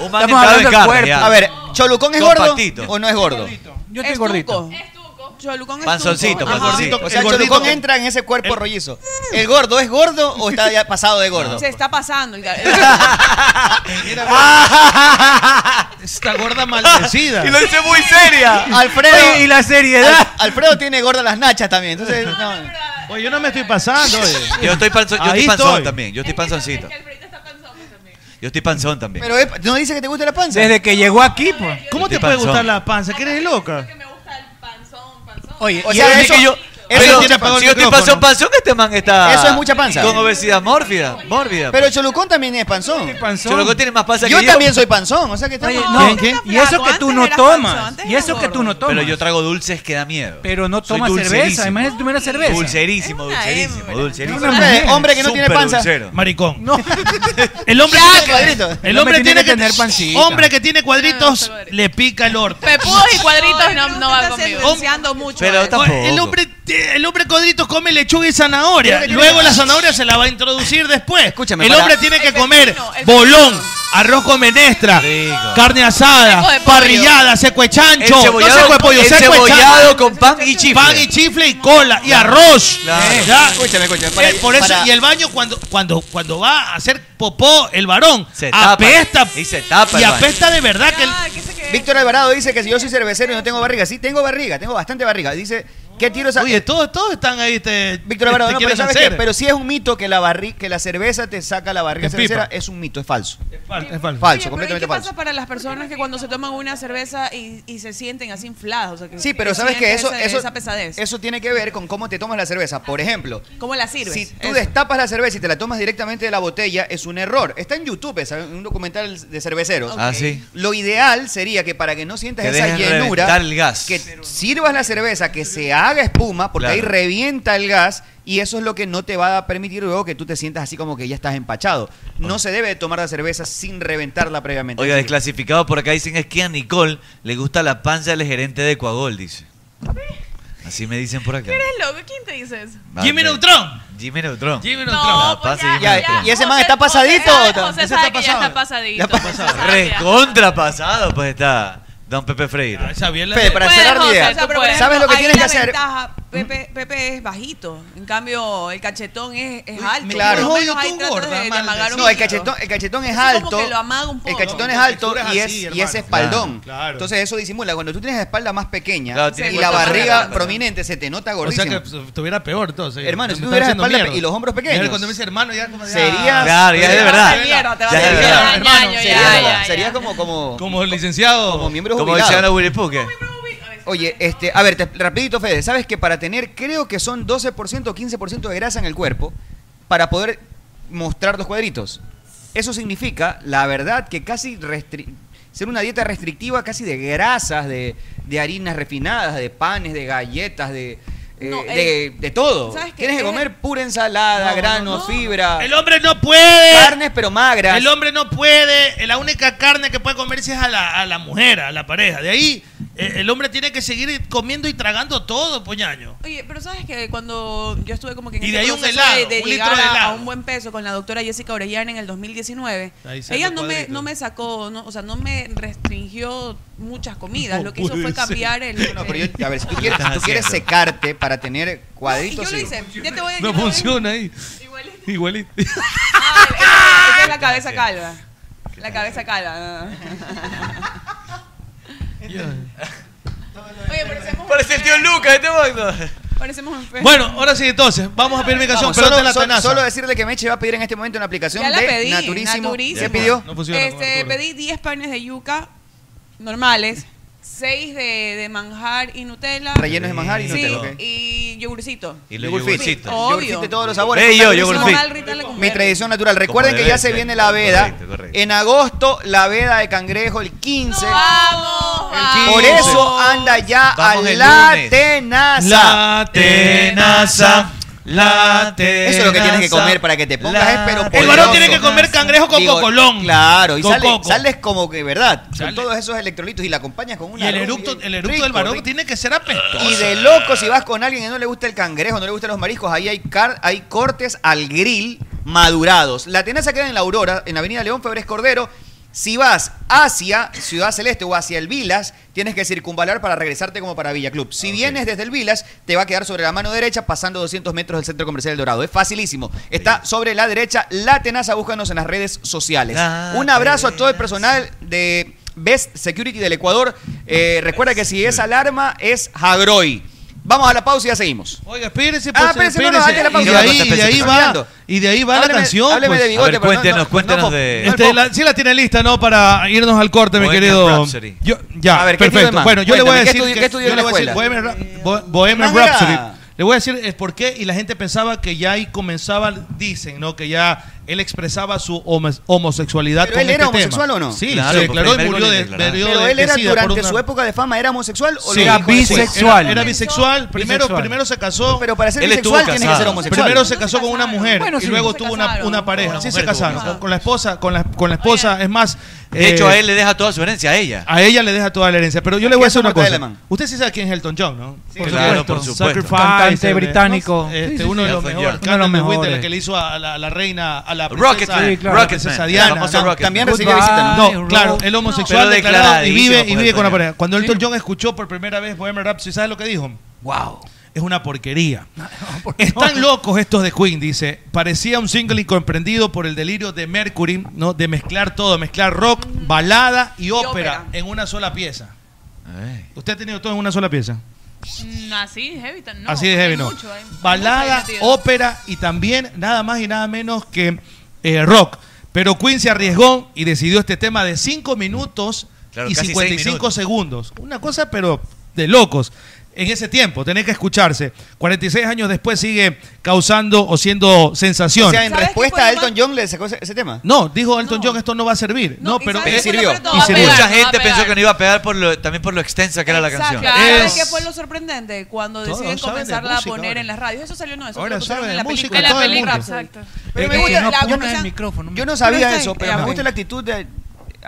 Speaker 11: Un man entrado en carne, ya.
Speaker 8: A ver, ¿Cholucón es
Speaker 11: Con
Speaker 8: gordo
Speaker 11: patito.
Speaker 8: o no es gordo?
Speaker 12: Yo estoy gordito.
Speaker 9: Cholucón es
Speaker 11: Panzoncito,
Speaker 9: tuco.
Speaker 11: Ah, panzoncito.
Speaker 8: O sea,
Speaker 11: El
Speaker 8: Cholucón
Speaker 11: gordito-
Speaker 8: entra en ese cuerpo rollizo. ¿El gordo es gordo o está ya pasado de gordo? [laughs]
Speaker 9: Se está [laughs] pasando. el gar-
Speaker 10: Esta gorda maldecida.
Speaker 8: Y lo
Speaker 11: dice muy seria.
Speaker 8: Alfredo.
Speaker 10: Oye, y la seriedad.
Speaker 8: Al- Alfredo tiene gorda las nachas también. Entonces, no.
Speaker 10: Oye, yo Ah, no me estoy pasando, oye.
Speaker 11: Yo estoy, panzo- yo
Speaker 10: Ahí
Speaker 11: estoy panzón
Speaker 10: estoy.
Speaker 11: también. Yo estoy panzoncito. Yo estoy panzón también.
Speaker 8: Pero es- no dice que te gusta la panza.
Speaker 12: Desde que llegó aquí, pues.
Speaker 10: ¿Cómo te
Speaker 11: Estoy
Speaker 10: puede
Speaker 11: panzón.
Speaker 10: gustar la panza? ¿Que eres loca?
Speaker 12: Oye,
Speaker 11: O
Speaker 10: y
Speaker 11: sea,
Speaker 10: él
Speaker 11: eso,
Speaker 10: dice que yo-
Speaker 11: yo,
Speaker 10: eso es mucha panza.
Speaker 11: si yo estoy panzón, panzón, este man está.
Speaker 8: Eso es mucha panza.
Speaker 11: Con obesidad mórbida. mórbida
Speaker 8: Pero Cholucón también es panzón.
Speaker 11: Cholucón tiene más panza
Speaker 8: yo
Speaker 11: que yo.
Speaker 8: también soy panzón. O sea que estamos-
Speaker 12: No, Y eso que tú no tomas. Y eso que tú no tomas.
Speaker 11: Pero yo trago dulces que da miedo.
Speaker 12: Pero no
Speaker 11: Soy
Speaker 12: tomas cerveza.
Speaker 11: dulcerísimo.
Speaker 12: Imagínate tú una cerveza.
Speaker 11: Dulcerísimo, dulcerísimo, dulcerísimo.
Speaker 12: Una mujer.
Speaker 8: Hombre que no tiene
Speaker 11: Súper
Speaker 8: panza.
Speaker 11: dulcero.
Speaker 10: Maricón. El hombre
Speaker 8: Ya,
Speaker 10: tiene
Speaker 8: cuadrito.
Speaker 10: El
Speaker 12: No
Speaker 10: hombre
Speaker 12: me
Speaker 10: tiene
Speaker 12: tiene
Speaker 10: que
Speaker 12: que tener pancita.
Speaker 10: Hombre que tiene cuadritos le pica el orto.
Speaker 13: Pepudos y cuadritos no, no va
Speaker 9: Estás
Speaker 13: conmigo.
Speaker 9: sentenciando mucho. Ale.
Speaker 10: El hombre, eh, el hombre cuadritos come lechuga y zanahoria. Luego la zanahoria se la va a introducir después. el
Speaker 8: para-
Speaker 10: hombre tiene que comer
Speaker 9: el
Speaker 10: bolón, arroz con menestra, carne
Speaker 11: Seco de
Speaker 10: asada,
Speaker 11: pollo.
Speaker 10: parrillada, seco de chancho, no
Speaker 11: Encebollado-
Speaker 10: seco de pollo, seco de
Speaker 11: encebollado
Speaker 10: chancho.
Speaker 11: con pan y chifle.
Speaker 10: Pan y chifle y cola y arroz.
Speaker 11: Claro.
Speaker 10: Ya.
Speaker 8: Escúchame, escúchame.
Speaker 10: Eh, por eso, y el baño cuando, cuando, cuando va a hacer popó el varón, apesta.
Speaker 11: Y se tapa.
Speaker 10: Y
Speaker 11: el baño.
Speaker 10: apesta de verdad que el-
Speaker 9: Ah,
Speaker 8: Víctor Alvarado dice que si yo soy cervecero y no tengo barriga. Sí, tengo barriga, tengo bastante barriga. Dice, ¿qué tiro esa-
Speaker 10: Oye, todos, todos están ahí. Te,
Speaker 8: Víctor Alvarado, no, pero ¿sabes qué? Pero sí es un mito que la, barri que la cerveza te saca la barriga
Speaker 10: Es
Speaker 8: cervecera.
Speaker 10: pipa.
Speaker 8: Es un mito, es falso.
Speaker 10: es
Speaker 8: Falso,
Speaker 10: falso.
Speaker 9: Pero, ¿y
Speaker 8: completamente
Speaker 9: ¿Qué
Speaker 8: falso.
Speaker 9: pasa para las personas que cuando se toman una cerveza y, y se sienten así infladas? O sea, que-
Speaker 8: Sí, pero
Speaker 9: que
Speaker 8: ¿sabes qué?
Speaker 9: sienten
Speaker 8: Eso,
Speaker 9: esa-
Speaker 8: eso,
Speaker 9: esa pesadez.
Speaker 8: eso tiene que ver con cómo te tomas la cerveza. Por ejemplo,
Speaker 9: ¿Cómo la sirves?
Speaker 8: si tú
Speaker 9: Eso.
Speaker 8: destapas la cerveza y te la tomas directamente de la botella, es un error. Está en YouTube, es un documental de cerveceros.
Speaker 11: Ah, sí.
Speaker 8: Lo ideal sería que para que no sientas
Speaker 11: Que
Speaker 8: esa
Speaker 11: dejes
Speaker 8: llenura,
Speaker 11: reventar el gas.
Speaker 8: que sirvas la cerveza, que se haga espuma, porque
Speaker 11: Claro.
Speaker 8: ahí revienta el gas y eso es lo que no te va a permitir luego que tú te sientas así como que ya estás empachado. No se debe tomar la cerveza sin reventarla previamente.
Speaker 11: Oiga, desclasificado por acá dicen es que a Nicole le gusta la panza del gerente de Coagol, dice. Así me dicen por acá.
Speaker 13: ¿Qué eres loco? ¿Quién te dice eso?
Speaker 11: Jimmy
Speaker 10: Neutron.
Speaker 11: Jimmy Neutron.
Speaker 10: Jimmy
Speaker 13: No,
Speaker 11: La
Speaker 13: pues
Speaker 11: panza de
Speaker 13: ya,
Speaker 11: Jimmy
Speaker 13: ya.
Speaker 11: Neutron.
Speaker 8: ¿Y ese man
Speaker 13: José-
Speaker 8: está pasadito
Speaker 9: ah,
Speaker 8: o
Speaker 13: José
Speaker 8: no?
Speaker 13: sabe- José
Speaker 8: Ese
Speaker 13: sabe
Speaker 8: está
Speaker 13: que ya
Speaker 8: pasado.
Speaker 13: está pasadito.
Speaker 8: Ya está
Speaker 13: José
Speaker 8: pasado.
Speaker 13: sabe que ya-
Speaker 11: Recontra pasado, pues está Don Pepe Freire.
Speaker 10: Esa bien
Speaker 8: Fede, para cerrar mi idea,
Speaker 9: O sea, pero, por
Speaker 8: ¿sabes lo que
Speaker 9: ejemplo,
Speaker 8: tienes
Speaker 9: hay
Speaker 8: que
Speaker 9: la
Speaker 8: hacer?
Speaker 9: ventaja- Pepe, Pepe es bajito. En cambio, el cachetón es, es alto.
Speaker 8: claro.
Speaker 9: Por lo menos
Speaker 8: No,
Speaker 9: ahí tratas de- de amagar un
Speaker 8: No, el
Speaker 9: poquito.
Speaker 8: cachetón, el cachetón es
Speaker 9: Así como
Speaker 8: alto.
Speaker 9: que lo amaga un
Speaker 8: El
Speaker 9: poco.
Speaker 8: cachetón es
Speaker 9: La
Speaker 8: alto
Speaker 9: textura
Speaker 8: y
Speaker 9: es
Speaker 8: es,
Speaker 9: así,
Speaker 8: y
Speaker 9: hermano.
Speaker 8: es espaldón.
Speaker 9: Claro, claro.
Speaker 8: Entonces eso disimula. Cuando tú tienes la espalda más pequeña
Speaker 10: Claro, tiene
Speaker 8: y la
Speaker 10: cuerpo más
Speaker 8: barriga
Speaker 10: grande.
Speaker 8: prominente, se te nota
Speaker 10: O sea
Speaker 8: gordísimo.
Speaker 10: que pues, estuviera peor entonces.
Speaker 8: Hermano, si tú
Speaker 10: Me estaba
Speaker 8: hubieras
Speaker 10: haciendo
Speaker 8: espalda
Speaker 10: mierda.
Speaker 8: y los hombros
Speaker 10: Mira,
Speaker 8: pequeños.
Speaker 10: Cuando me dice hermano, ya como. ya-
Speaker 8: Sería-
Speaker 11: Claro, ya es de
Speaker 8: sería-
Speaker 11: verdad.
Speaker 8: Mierda, te va
Speaker 11: Ya es de
Speaker 8: a decir,
Speaker 11: verdad.
Speaker 8: "Ñaño, Hermano, ya, sería como- ya,
Speaker 11: sería
Speaker 8: como como
Speaker 10: como licenciado.
Speaker 8: Como miembros
Speaker 11: Como
Speaker 8: jubilados.
Speaker 11: decían a Willy Puke.
Speaker 8: Oye, este, a ver, te- rapidito, Fede, ¿sabes que para tener, creo que son 12% o 15% de grasa en el cuerpo, para poder mostrar los cuadritos? Eso significa, la verdad, que casi restri- ser una dieta restrictiva casi de grasas, de, de harinas refinadas, de panes, de galletas, de, eh,
Speaker 9: No, el-
Speaker 8: de, de todo.
Speaker 9: ¿Sabes qué?
Speaker 8: Tienes que
Speaker 9: Es-
Speaker 8: comer pura ensalada,
Speaker 10: No,
Speaker 8: granos,
Speaker 10: no, no.
Speaker 8: fibra.
Speaker 10: El hombre no puede.
Speaker 8: Carnes, pero magras.
Speaker 10: El hombre no puede, eh, la única carne que puede comerse es a la, a la mujer, a la pareja. De ahí, eh, el hombre tiene que seguir comiendo y tragando todo, poñaño.
Speaker 9: Oye, pero sabes que cuando yo estuve como que en
Speaker 10: Y
Speaker 9: ese
Speaker 10: de ahí un
Speaker 9: proceso
Speaker 10: helado,
Speaker 9: de, de
Speaker 10: un
Speaker 9: llegar
Speaker 10: litro de
Speaker 9: a- a
Speaker 10: helado.
Speaker 9: un buen peso con la doctora Jessica Orellana en el 2019,
Speaker 10: Ahí sacó
Speaker 9: ella no me,
Speaker 10: cuadritos.
Speaker 9: no me sacó, no, o sea, no me restringió muchas comidas,
Speaker 8: No
Speaker 9: lo que hizo
Speaker 8: puede
Speaker 9: fue
Speaker 8: ser.
Speaker 9: cambiar el...
Speaker 8: No, pero
Speaker 9: el-
Speaker 8: yo- a ver, si tú quieres,
Speaker 10: estás
Speaker 8: si tú quieres
Speaker 10: haciendo?
Speaker 8: secarte para tener
Speaker 9: y yo
Speaker 8: cuadritos,
Speaker 9: lo
Speaker 8: sí.
Speaker 9: hice, ya te voy a ¿eh? decir
Speaker 10: No
Speaker 9: una vez.
Speaker 10: funciona ahí. Igualito.
Speaker 9: Esa es la
Speaker 8: [laughs]
Speaker 9: cabeza calva. La cabeza calva.
Speaker 10: [laughs]
Speaker 9: Oye, parecemos
Speaker 11: Parece el tío Lucas, este momento.
Speaker 9: parecemos enfermos.
Speaker 10: Bueno, ahora sí, entonces, vamos a pedir mi canción.
Speaker 8: Vamos,
Speaker 10: Pelota
Speaker 8: solo,
Speaker 10: la
Speaker 8: solo-
Speaker 10: tenaza.
Speaker 8: solo decirle que Meche va a pedir en este momento una aplicación
Speaker 9: ya la
Speaker 8: de
Speaker 9: pedí,
Speaker 8: Naturísimo.
Speaker 9: naturísimo.
Speaker 8: ¿Qué pidió?
Speaker 10: No funciona con
Speaker 9: este,
Speaker 10: Arturo.
Speaker 9: pedí 10 panes de yuca normales, 6 de, de manjar y Nutella.
Speaker 8: Rellenos de manjar y
Speaker 9: Sí,
Speaker 8: Nutella, ok.
Speaker 9: Y yogurcito.
Speaker 11: Y lo
Speaker 8: Yogurt fit.
Speaker 11: yogurcito.
Speaker 9: Obvio.
Speaker 8: Yogurt fit de todos los sabores.
Speaker 11: Bello,
Speaker 8: Con
Speaker 11: yogurt
Speaker 8: tradición-
Speaker 11: fit.
Speaker 9: Mal, Rita, la
Speaker 8: Mi
Speaker 9: comida.
Speaker 8: tradición natural. Recuerden
Speaker 11: Como
Speaker 8: que ya
Speaker 11: debe
Speaker 8: se
Speaker 11: ser.
Speaker 8: viene la veda.
Speaker 11: Correcto, correcto.
Speaker 8: En agosto, la veda de cangrejo, el 15.
Speaker 9: ¡Vamos!
Speaker 8: El Por
Speaker 11: 15.
Speaker 8: eso anda ya
Speaker 11: Vamos
Speaker 8: a
Speaker 11: el
Speaker 8: la
Speaker 11: lunes.
Speaker 8: tenaza.
Speaker 11: La tenaza. La tenaza.
Speaker 8: Eso es lo que tienes que comer para que te pongas es pero
Speaker 10: El varón
Speaker 8: poderoso.
Speaker 10: tiene que comer cangrejo con
Speaker 8: Digo,
Speaker 10: cocolón.
Speaker 8: Claro, y
Speaker 10: Con
Speaker 8: sale-
Speaker 10: coco.
Speaker 8: sales como que, ¿verdad? Con
Speaker 10: Sale.
Speaker 8: todos esos electrolitos y la acompañas con
Speaker 10: Y
Speaker 8: una
Speaker 10: el
Speaker 8: arroz
Speaker 10: eructo,
Speaker 8: bien
Speaker 10: el eructo
Speaker 8: rico,
Speaker 10: del varón
Speaker 8: rico.
Speaker 10: tiene que ser apestoso.
Speaker 8: Y de loco, si vas con alguien que no le gusta el cangrejo, no le gustan los mariscos, ahí hay, car- hay cortes al grill madurados. La tenaza queda en la Aurora, en Avenida León Febres Cordero. Si vas hacia Ciudad Celeste o hacia el Vilas, tienes que circunvalar para regresarte como para Villa Club. Si vienes desde el Vilas, te va a quedar sobre la mano derecha, pasando 200 metros del Centro Comercial El Dorado. Es facilísimo. Está sobre la derecha. La tenaza, búscanos en las redes sociales.
Speaker 11: La
Speaker 8: Un abrazo a todo el personal de Best Security del Ecuador. Eh, recuerda que si es alarma, es Hagroy. Vamos a la pausa y ya seguimos.
Speaker 10: Oiga, espérese,
Speaker 8: Ah,
Speaker 10: pues,
Speaker 8: espérese, no, no, antes de la
Speaker 10: Y
Speaker 8: pausa.
Speaker 10: de ahí, y de ahí
Speaker 8: Estoy
Speaker 10: va,
Speaker 8: hablando.
Speaker 10: y de ahí va la
Speaker 8: Hábleme-
Speaker 10: canción.
Speaker 8: hábleme
Speaker 10: pues.
Speaker 8: de bigote,
Speaker 11: A ver,
Speaker 8: pero no-
Speaker 11: cuéntenos,
Speaker 8: no- no
Speaker 11: cuéntenos
Speaker 8: pop.
Speaker 11: de-
Speaker 8: No el
Speaker 10: Este,
Speaker 8: pop.
Speaker 10: la, sí la tiene lista, ¿no? Para irnos al corte, mi
Speaker 11: Bohemian
Speaker 10: querido.
Speaker 11: Rhapsody.
Speaker 10: Yo, ya,
Speaker 8: A ver, ¿qué
Speaker 10: perfecto.
Speaker 8: estudió el man?
Speaker 10: bueno, yo le voy a
Speaker 8: Cuéntame, ¿qué
Speaker 10: decir.
Speaker 8: estudió-
Speaker 10: que-
Speaker 8: qué estudió
Speaker 10: yo
Speaker 8: en la
Speaker 10: le voy a decir
Speaker 8: escuela?
Speaker 10: Bohemian, Ra- Bo- Bohemian
Speaker 8: Manga.
Speaker 10: Rhapsody. Le voy a decir es por qué, y la gente pensaba que ya ahí comenzaba, dicen, ¿no? Que ya él expresaba su homo- homosexualidad
Speaker 8: ¿Pero
Speaker 10: con
Speaker 8: él
Speaker 10: este
Speaker 8: era
Speaker 10: tema.
Speaker 8: homosexual o no?
Speaker 10: Sí,
Speaker 11: Claro,
Speaker 10: se
Speaker 11: por
Speaker 10: declaró y
Speaker 11: primer
Speaker 10: murió
Speaker 11: gol
Speaker 10: de,
Speaker 11: le declararon.
Speaker 10: murió
Speaker 8: Pero
Speaker 10: de
Speaker 8: él era
Speaker 10: SIDA por
Speaker 8: durante
Speaker 10: una-
Speaker 8: su época de fama, ¿era homosexual o lo
Speaker 10: Sí,
Speaker 8: dijo después?
Speaker 10: Era, era bisexual. Primero,
Speaker 12: Bisexual.
Speaker 10: primero se casó.
Speaker 8: Pero para ser
Speaker 11: Él estuvo
Speaker 8: bisexual tiene que ser
Speaker 11: casado.
Speaker 8: homosexual.
Speaker 10: Primero se casó con una mujer
Speaker 12: Bueno,
Speaker 10: y
Speaker 12: sí.
Speaker 10: luego
Speaker 12: Se
Speaker 10: tuvo una,
Speaker 9: casaron.
Speaker 10: una pareja.
Speaker 11: Una
Speaker 10: sí, se
Speaker 11: mujer tuvo
Speaker 10: casaron.
Speaker 11: una
Speaker 10: Con, con la esposa, con la, con la esposa. Es más.
Speaker 11: De
Speaker 10: eh,
Speaker 11: hecho, a él le deja toda su herencia, a ella.
Speaker 10: a ella le deja toda la herencia. Pero yo le voy a decir una
Speaker 8: ¿Qué hace
Speaker 10: cosa.
Speaker 8: Mortal Alemán?
Speaker 10: Usted sí sabe quién es Elton John, ¿no?
Speaker 11: Por claro, por supuesto.
Speaker 10: Sacrifice,
Speaker 12: Cantante
Speaker 10: eh,
Speaker 12: británico.
Speaker 10: este,
Speaker 12: Sí, sí,
Speaker 10: uno,
Speaker 12: sí.
Speaker 10: de
Speaker 11: Elton John.
Speaker 10: los mejores.
Speaker 12: Uno de los
Speaker 10: Cantante Winter,
Speaker 12: mejores.
Speaker 10: la que le hizo a la, a la reina, a la princesa,
Speaker 11: Rocketman.
Speaker 10: a la
Speaker 12: claro.
Speaker 11: Rocketman.
Speaker 10: princesa
Speaker 11: la
Speaker 10: Diana.
Speaker 11: famosa
Speaker 10: ¿no?
Speaker 11: Rocketman.
Speaker 8: También recibió visitas.
Speaker 12: Goodbye,
Speaker 10: No, claro, el homosexual
Speaker 11: Pero
Speaker 10: declarado y
Speaker 11: declaradísimo,
Speaker 10: vive, y
Speaker 11: pues,
Speaker 10: vive con la
Speaker 11: Elton John.
Speaker 10: pareja. Cuando Elton John escuchó por primera vez Bohemian Rhapsody, ¿sabes lo que dijo?
Speaker 11: Wow.
Speaker 10: Es una porquería. Están locos estos de Queen, dice. Parecía un single incomprendido por el delirio de Mercury, ¿no? De mezclar todo, mezclar rock, balada y ópera,
Speaker 9: ópera.
Speaker 10: en una sola pieza. ¿Usted ha tenido todo en una sola pieza?
Speaker 13: Mm, Así, heavy. tan- No,
Speaker 10: Así de
Speaker 13: hay
Speaker 10: heavy, no.
Speaker 13: mucho, hay- hay mucho
Speaker 10: Balada,
Speaker 13: divertido.
Speaker 10: ópera y también nada más y nada menos que eh, rock. Pero Queen se arriesgó y decidió este tema de 5 minutos
Speaker 11: Claro,
Speaker 10: y
Speaker 11: casi seis
Speaker 10: 55
Speaker 11: minutos.
Speaker 10: segundos. Una cosa, pero de locos. En ese tiempo, tenés que escucharse. 46 años después sigue causando o siendo sensación.
Speaker 8: O sea, en
Speaker 9: ¿Sabes qué
Speaker 8: respuesta
Speaker 9: fue
Speaker 8: a
Speaker 9: lo más-
Speaker 8: Elton John le sacó ese, ese tema.
Speaker 10: no, dijo Elton
Speaker 9: No.
Speaker 10: John, esto no va a servir. No,
Speaker 9: No, ¿y
Speaker 10: pero
Speaker 9: sabes
Speaker 8: eh,
Speaker 9: qué fue lo
Speaker 8: sirvió.
Speaker 9: peor de todo?
Speaker 10: Y
Speaker 9: Va a
Speaker 10: sirvió.
Speaker 9: pegar,
Speaker 11: Mucha
Speaker 9: va a
Speaker 11: gente pensó
Speaker 13: pegar.
Speaker 11: que no iba a pegar por lo- también por lo extensa que era la
Speaker 9: Exacto.
Speaker 11: canción.
Speaker 13: Claro.
Speaker 9: ¿Sabes qué fue lo sorprendente? Cuando
Speaker 10: Todos
Speaker 9: deciden
Speaker 10: saben de
Speaker 9: comenzarla a
Speaker 10: música
Speaker 9: poner
Speaker 10: ahora.
Speaker 9: en las radios. Eso salió no, eso
Speaker 10: Ahora
Speaker 9: lo pusieron
Speaker 10: saben
Speaker 9: en
Speaker 10: de
Speaker 9: la
Speaker 10: música
Speaker 9: película.
Speaker 13: En la
Speaker 10: todo el mundo.
Speaker 13: película, exacto.
Speaker 8: Pero me
Speaker 9: Eh,
Speaker 8: gusta-
Speaker 9: no,
Speaker 8: la-
Speaker 9: pongan
Speaker 8: yo-
Speaker 9: el
Speaker 12: micrófono,
Speaker 8: Yo no
Speaker 12: mira.
Speaker 8: sabía
Speaker 9: Pero está-
Speaker 8: eso,
Speaker 9: eh,
Speaker 8: pero me gusta
Speaker 9: bueno.
Speaker 8: la actitud de.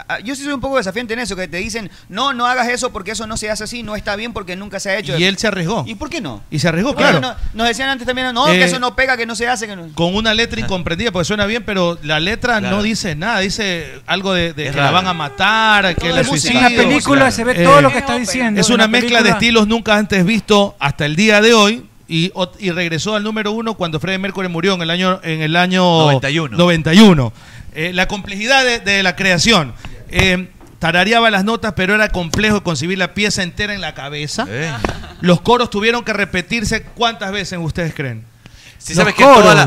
Speaker 8: ah, Yo sí soy un poco desafiante en eso, que te dicen, no, no hagas eso porque eso no se hace así, no está bien porque nunca se ha hecho.
Speaker 10: Y él se arriesgó.
Speaker 8: ¿Y por qué no?
Speaker 10: Y se arriesgó,
Speaker 8: ¿Por qué
Speaker 10: claro.
Speaker 8: no? nos decían antes también, no,
Speaker 10: Eh,
Speaker 8: que eso no pega, que no se hace. Que no.
Speaker 10: con una letra incomprendida, porque suena bien, pero la letra
Speaker 11: Claro.
Speaker 10: no dice nada, dice algo de, de
Speaker 11: Es
Speaker 10: que la
Speaker 11: raro.
Speaker 10: van a matar, que
Speaker 8: Todo
Speaker 10: la
Speaker 8: es música.
Speaker 10: suicidio.
Speaker 12: En la película
Speaker 11: claro.
Speaker 12: se ve
Speaker 10: Eh,
Speaker 12: todo lo que
Speaker 9: es
Speaker 12: está
Speaker 9: ópera.
Speaker 12: diciendo.
Speaker 10: Es
Speaker 12: En
Speaker 10: una
Speaker 12: la
Speaker 10: mezcla de
Speaker 12: película-
Speaker 10: estilos nunca antes visto hasta el día de hoy, y, ot- y regresó al número uno cuando Freddie Mercury murió en el año, en el año
Speaker 11: 91.
Speaker 10: 91. Eh, la complejidad de, de la creación. Eh, tarareaba las notas, pero era complejo concebir la pieza entera en la cabeza.
Speaker 2: Eh.
Speaker 10: Los coros tuvieron que repetirse cuántas veces ustedes creen.
Speaker 11: Si sabes que, todas las-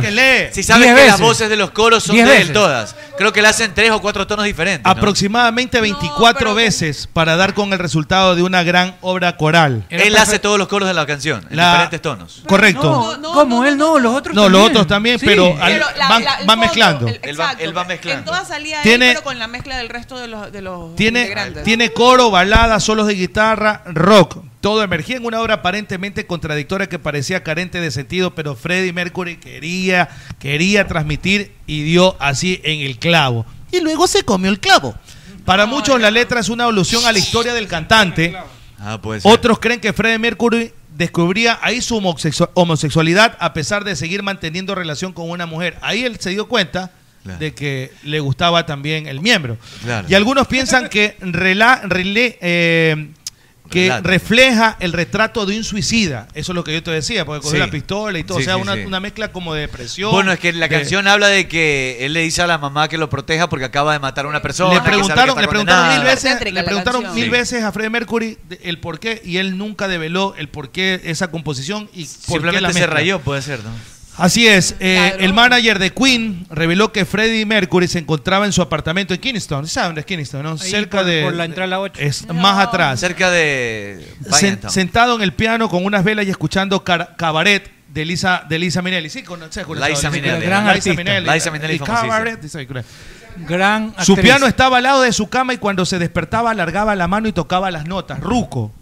Speaker 11: si sabes que las voces de los coros son
Speaker 10: Diez
Speaker 11: de él
Speaker 10: veces.
Speaker 11: todas. Creo que le hacen tres o cuatro tonos diferentes. ¿no?
Speaker 10: Aproximadamente 24 veces para dar con el resultado de una gran obra coral.
Speaker 11: Él hace todos los coros de la canción, en
Speaker 10: La-
Speaker 11: diferentes tonos.
Speaker 10: Correcto.
Speaker 2: No, como él no, los otros
Speaker 10: No,
Speaker 2: también.
Speaker 10: los otros también,
Speaker 2: Sí.
Speaker 10: pero, al-
Speaker 9: Pero la-
Speaker 10: van,
Speaker 9: la- el
Speaker 10: van
Speaker 9: fondo,
Speaker 10: mezclando.
Speaker 9: el- exacto, En todas salía
Speaker 10: Tiene-
Speaker 9: él, pero con la mezcla del resto de los, de los
Speaker 10: Tiene,
Speaker 9: integrantes.
Speaker 10: tiene coro, balada, solos de guitarra, rock. Todo emergía en una obra aparentemente contradictoria que parecía carente de sentido, pero Freddie Mercury quería, quería transmitir y dio así en el clavo. Y luego se comió el clavo. Para muchos la letra es una alusión a la historia del cantante.
Speaker 11: Ah, pues.
Speaker 10: Otros creen que Freddie Mercury descubría ahí su homosexu- homosexualidad a pesar de seguir manteniendo relación con una mujer. Ahí él se dio cuenta de que le gustaba también el miembro.
Speaker 11: Claro.
Speaker 10: Y algunos piensan que, rela- rele- eh, que
Speaker 11: Relato.
Speaker 10: refleja el retrato de un suicida. Eso es lo que yo te decía, porque cogió
Speaker 11: Sí.
Speaker 10: la pistola y todo.
Speaker 11: Sí,
Speaker 10: o sea,
Speaker 11: sí,
Speaker 10: una,
Speaker 11: sí.
Speaker 10: una mezcla como de depresión.
Speaker 11: Bueno, es que la
Speaker 10: de-
Speaker 11: canción habla de que él le dice a la mamá que lo proteja porque acaba de matar a una persona. que
Speaker 10: Le
Speaker 11: sabe que
Speaker 10: preguntaron,
Speaker 11: está
Speaker 10: le preguntaron mil
Speaker 11: condenada.
Speaker 10: veces, le preguntaron mil
Speaker 11: Sí.
Speaker 10: veces a Freddie Mercury de- el por qué y él nunca develó el por qué esa composición y por qué la
Speaker 11: Simplemente se
Speaker 10: mezcla.
Speaker 11: rayó, pues. puede ser, ¿no?
Speaker 10: Así es, eh, el manager de Queen reveló que Freddie Mercury se encontraba en su apartamento en Kingston, ¿saben de Kingston? no? Cerca
Speaker 11: por-
Speaker 10: de
Speaker 11: por la
Speaker 10: entrada 8. Es más atrás.
Speaker 11: Cerca de.
Speaker 10: Sen-
Speaker 11: Biotown.
Speaker 10: sentado en el piano con unas velas y escuchando car- cabaret de Lisa, de Lisa Minelli. Sí, con, se conoce-
Speaker 11: Liza
Speaker 10: sí,
Speaker 11: Minnelli.
Speaker 10: con-
Speaker 11: Gran
Speaker 10: Liza
Speaker 11: artista.
Speaker 10: Minnelli.
Speaker 11: Liza Minnelli,
Speaker 10: Y
Speaker 11: famosísima.
Speaker 10: cabaret, dice, creo.
Speaker 2: Gran
Speaker 10: Su
Speaker 2: actriz.
Speaker 10: piano estaba al lado de su cama y cuando se despertaba alargaba la mano y tocaba las notas. Ruco.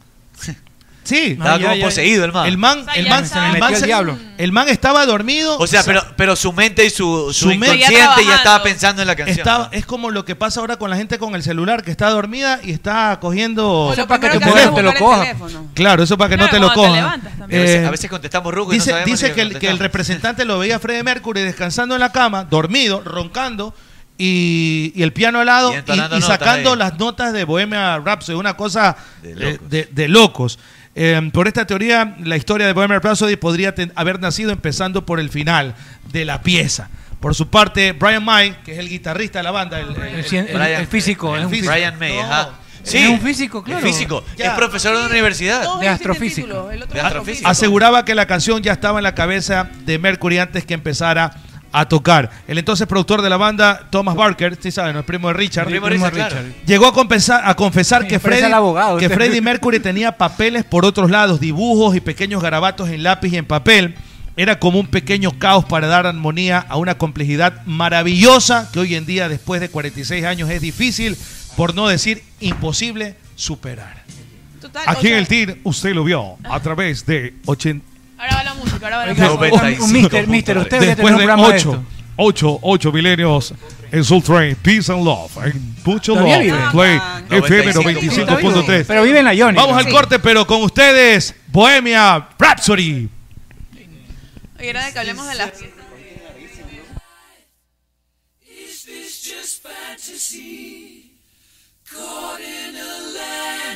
Speaker 10: Sí.
Speaker 11: Estaba
Speaker 10: Ah, ya,
Speaker 11: como
Speaker 10: ya, ya.
Speaker 11: poseído el man.
Speaker 10: El man,
Speaker 11: sea,
Speaker 10: el
Speaker 11: ya
Speaker 10: man,
Speaker 11: estaba- Se le
Speaker 10: el
Speaker 11: metió
Speaker 10: man
Speaker 11: el
Speaker 10: se-
Speaker 11: diablo.
Speaker 10: el man estaba dormido.
Speaker 11: O sea, pero, pero su mente y su, su,
Speaker 10: mente-
Speaker 11: inconsciente ya estaba pensando en la canción.
Speaker 10: Estaba- es como lo que pasa ahora con la gente con el celular, que está dormida y está cogiendo...
Speaker 11: O sea,
Speaker 10: Eso
Speaker 11: para que tu teléfono te lo coja.
Speaker 10: Claro, eso para que no
Speaker 11: Claro,
Speaker 10: te lo
Speaker 11: cuando te
Speaker 10: coja.
Speaker 11: levantas también. A veces- a veces contestamos ruco y no
Speaker 10: Dice,
Speaker 11: sabemos
Speaker 10: dice
Speaker 11: ni lo
Speaker 10: que, el, que el
Speaker 11: contestamos.
Speaker 10: representante lo veía a Freddie Mercury descansando en la cama, dormido, roncando, y, y el piano al lado,
Speaker 11: Y
Speaker 10: y,
Speaker 11: entonando
Speaker 10: y
Speaker 11: notas
Speaker 10: sacando
Speaker 11: ahí.
Speaker 10: las notas de Bohemia Rhapsody, una cosa
Speaker 11: De
Speaker 10: eh,
Speaker 11: locos.
Speaker 10: de, de locos. Eh, por esta teoría, la historia de Bohemian Rhapsody podría ten- haber nacido empezando por el final de la pieza. Por su parte, Brian May, que es el guitarrista de la banda, el, el- el- el-
Speaker 11: Brian-
Speaker 10: el físico,
Speaker 11: el
Speaker 10: es un físico.
Speaker 11: Brian May,
Speaker 10: No.
Speaker 11: ajá. Sí,
Speaker 10: Es un físico, claro.
Speaker 11: Es físico.
Speaker 10: Ya.
Speaker 11: Es profesor de la universidad.
Speaker 10: De astrofísica.
Speaker 11: De astrofísico.
Speaker 10: aseguraba que la canción ya estaba en la cabeza de Mercury antes que empezara a tocar. El entonces productor de la banda, Thomas Barker, sí saben, el primo de Richard,
Speaker 11: El primo de Richard, claro.
Speaker 10: llegó a, compensar- a confesar que,
Speaker 2: parece
Speaker 10: Freddie,
Speaker 2: al abogado.
Speaker 10: que Freddie Mercury tenía papeles por otros lados, dibujos y pequeños garabatos en lápiz y en papel. Era como un pequeño caos para dar armonía a una complejidad maravillosa que hoy en día, después de 46 años, es difícil, por no decir imposible, superar.
Speaker 9: Total, o
Speaker 10: Aquí en
Speaker 9: sea,
Speaker 10: el TIR usted lo vio a través de 80.
Speaker 9: Ahora va la música, ahora va la
Speaker 10: Oiga,
Speaker 9: música.
Speaker 10: un- un mister, mister, usted debería tener un programa de esto.
Speaker 3: 8, 8 milenios en Soul Train, Peace and Love, en Pucho
Speaker 10: Todavía
Speaker 3: Love,
Speaker 10: vive.
Speaker 3: Play
Speaker 10: Ah,
Speaker 3: FM
Speaker 10: 95.3.
Speaker 3: 95.3.
Speaker 10: Pero vive en la
Speaker 3: Iónica.
Speaker 10: Vamos al
Speaker 3: Sí.
Speaker 10: corte, pero con ustedes, Bohemia Rhapsody.
Speaker 9: Y era de que hablemos de las piezas.
Speaker 14: Is this just fantasy? Caught in a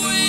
Speaker 14: way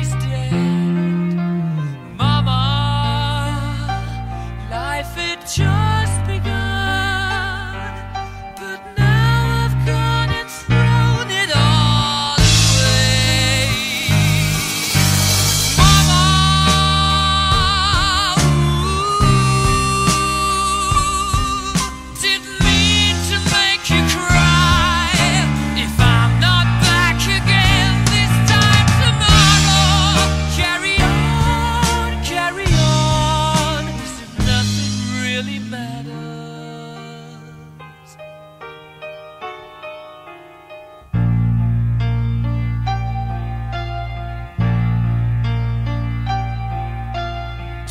Speaker 14: dead. Mama, life had just begun, but now I've gone and thrown it all away. Mama, ooh,
Speaker 15: really matters.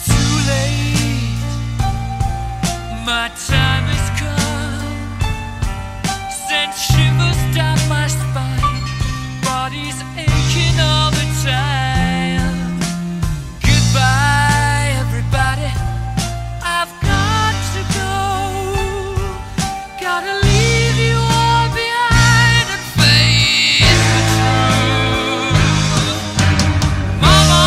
Speaker 15: Too late, my time has come. Sent shivers down my spine, body's aching all the time. Goodbye, everybody. I've got to go. Gotta leave you all behind and face the truth. Mama,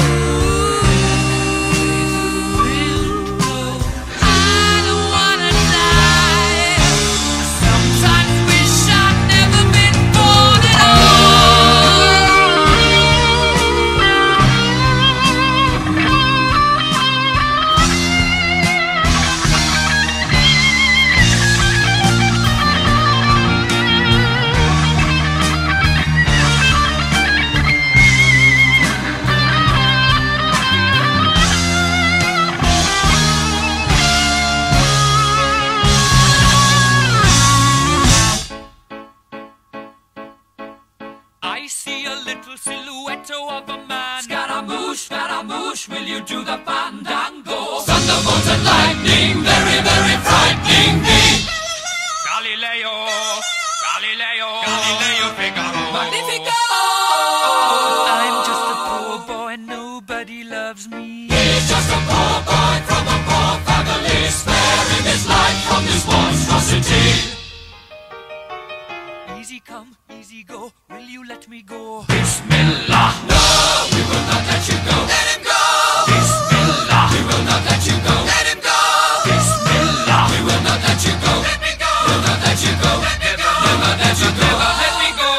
Speaker 15: ooh, you know I don't wanna die. I sometimes wish I'd never been born at all.
Speaker 14: I see a little silhouette of a man. Scaramouche, Scaramouche, will you do the fandango? Thunderbolts and lightning, very, very frightening me. Galileo, Galileo, Galileo Figaro. Magnifico! I'm just a poor boy, nobody loves me. He's just a poor boy from a poor family, sparing his life from this monstrosity. Easy come, easy go. Will you let me go? Bismillah. No, we will not let you go. Let him go. Bismillah. We will not let you go. Let him go. Bismillah. We will not let you go. Let me go. We'll not let you go. Let me go. We'll not let you go. Never let me go.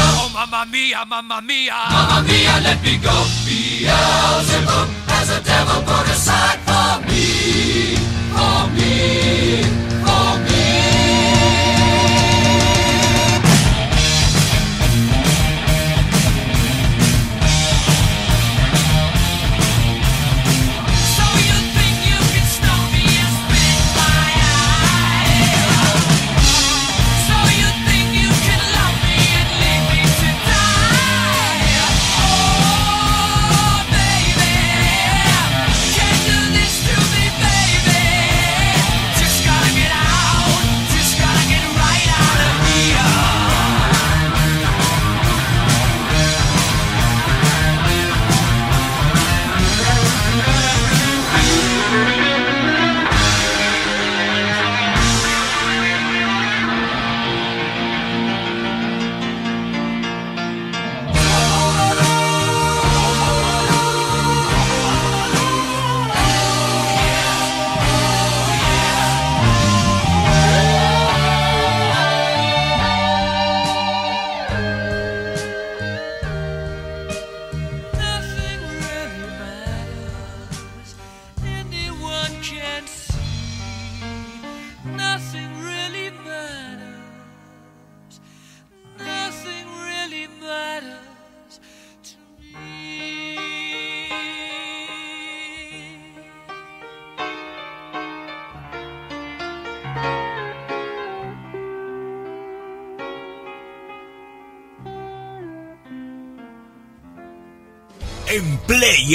Speaker 14: Oh, mamma mia, mamma mia. Mamma mia, let me go. Beelzebub has a devil put aside for me. For me. For me. Nothing really matters. Anyone can see. Nothing really matters. Nothing really matters to me.
Speaker 16: En Play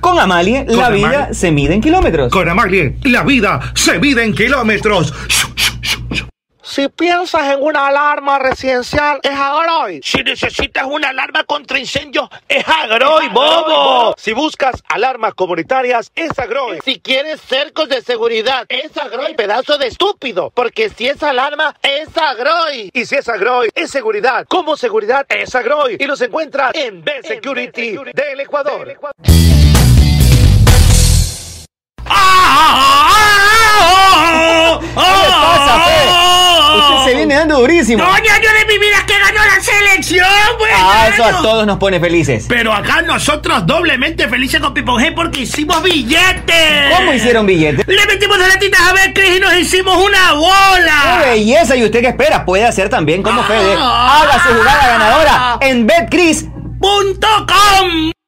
Speaker 17: Con Amalie,
Speaker 18: Con
Speaker 17: la
Speaker 18: Amalie.
Speaker 17: vida se mide en kilómetros.
Speaker 18: Con Amalie, la vida se mide en kilómetros.
Speaker 13: Si piensas en una alarma residencial, es Agroy. Si necesitas una alarma contra incendios, es Agroy, bobo.
Speaker 18: Si buscas alarmas comunitarias, es Agroy.
Speaker 13: Si quieres cercos de seguridad, es Agroy, pedazo de estúpido. Porque si es alarma, es Agroy.
Speaker 18: Y si es Agroy, es seguridad. Como seguridad, es Agroy. Y los encuentras en B-Security del Ecuador.
Speaker 14: ¿Qué le pasa, Fe?
Speaker 17: Usted se viene dando durísimo.
Speaker 14: Coño, yo de mi vida que ganó la selección, güey.
Speaker 17: Ah, eso a todos nos pone felices.
Speaker 14: Pero acá nosotros doblemente felices con Pipo G porque hicimos billetes.
Speaker 17: ¿Cómo hicieron billetes?
Speaker 14: Le metimos de latitas a ver, Cris, y nos hicimos una bola.
Speaker 17: ¡Qué belleza! ¿Y usted qué espera? Puede hacer también
Speaker 19: Ah.
Speaker 17: como Fede. Haga su jugada ganadora en betcris.com.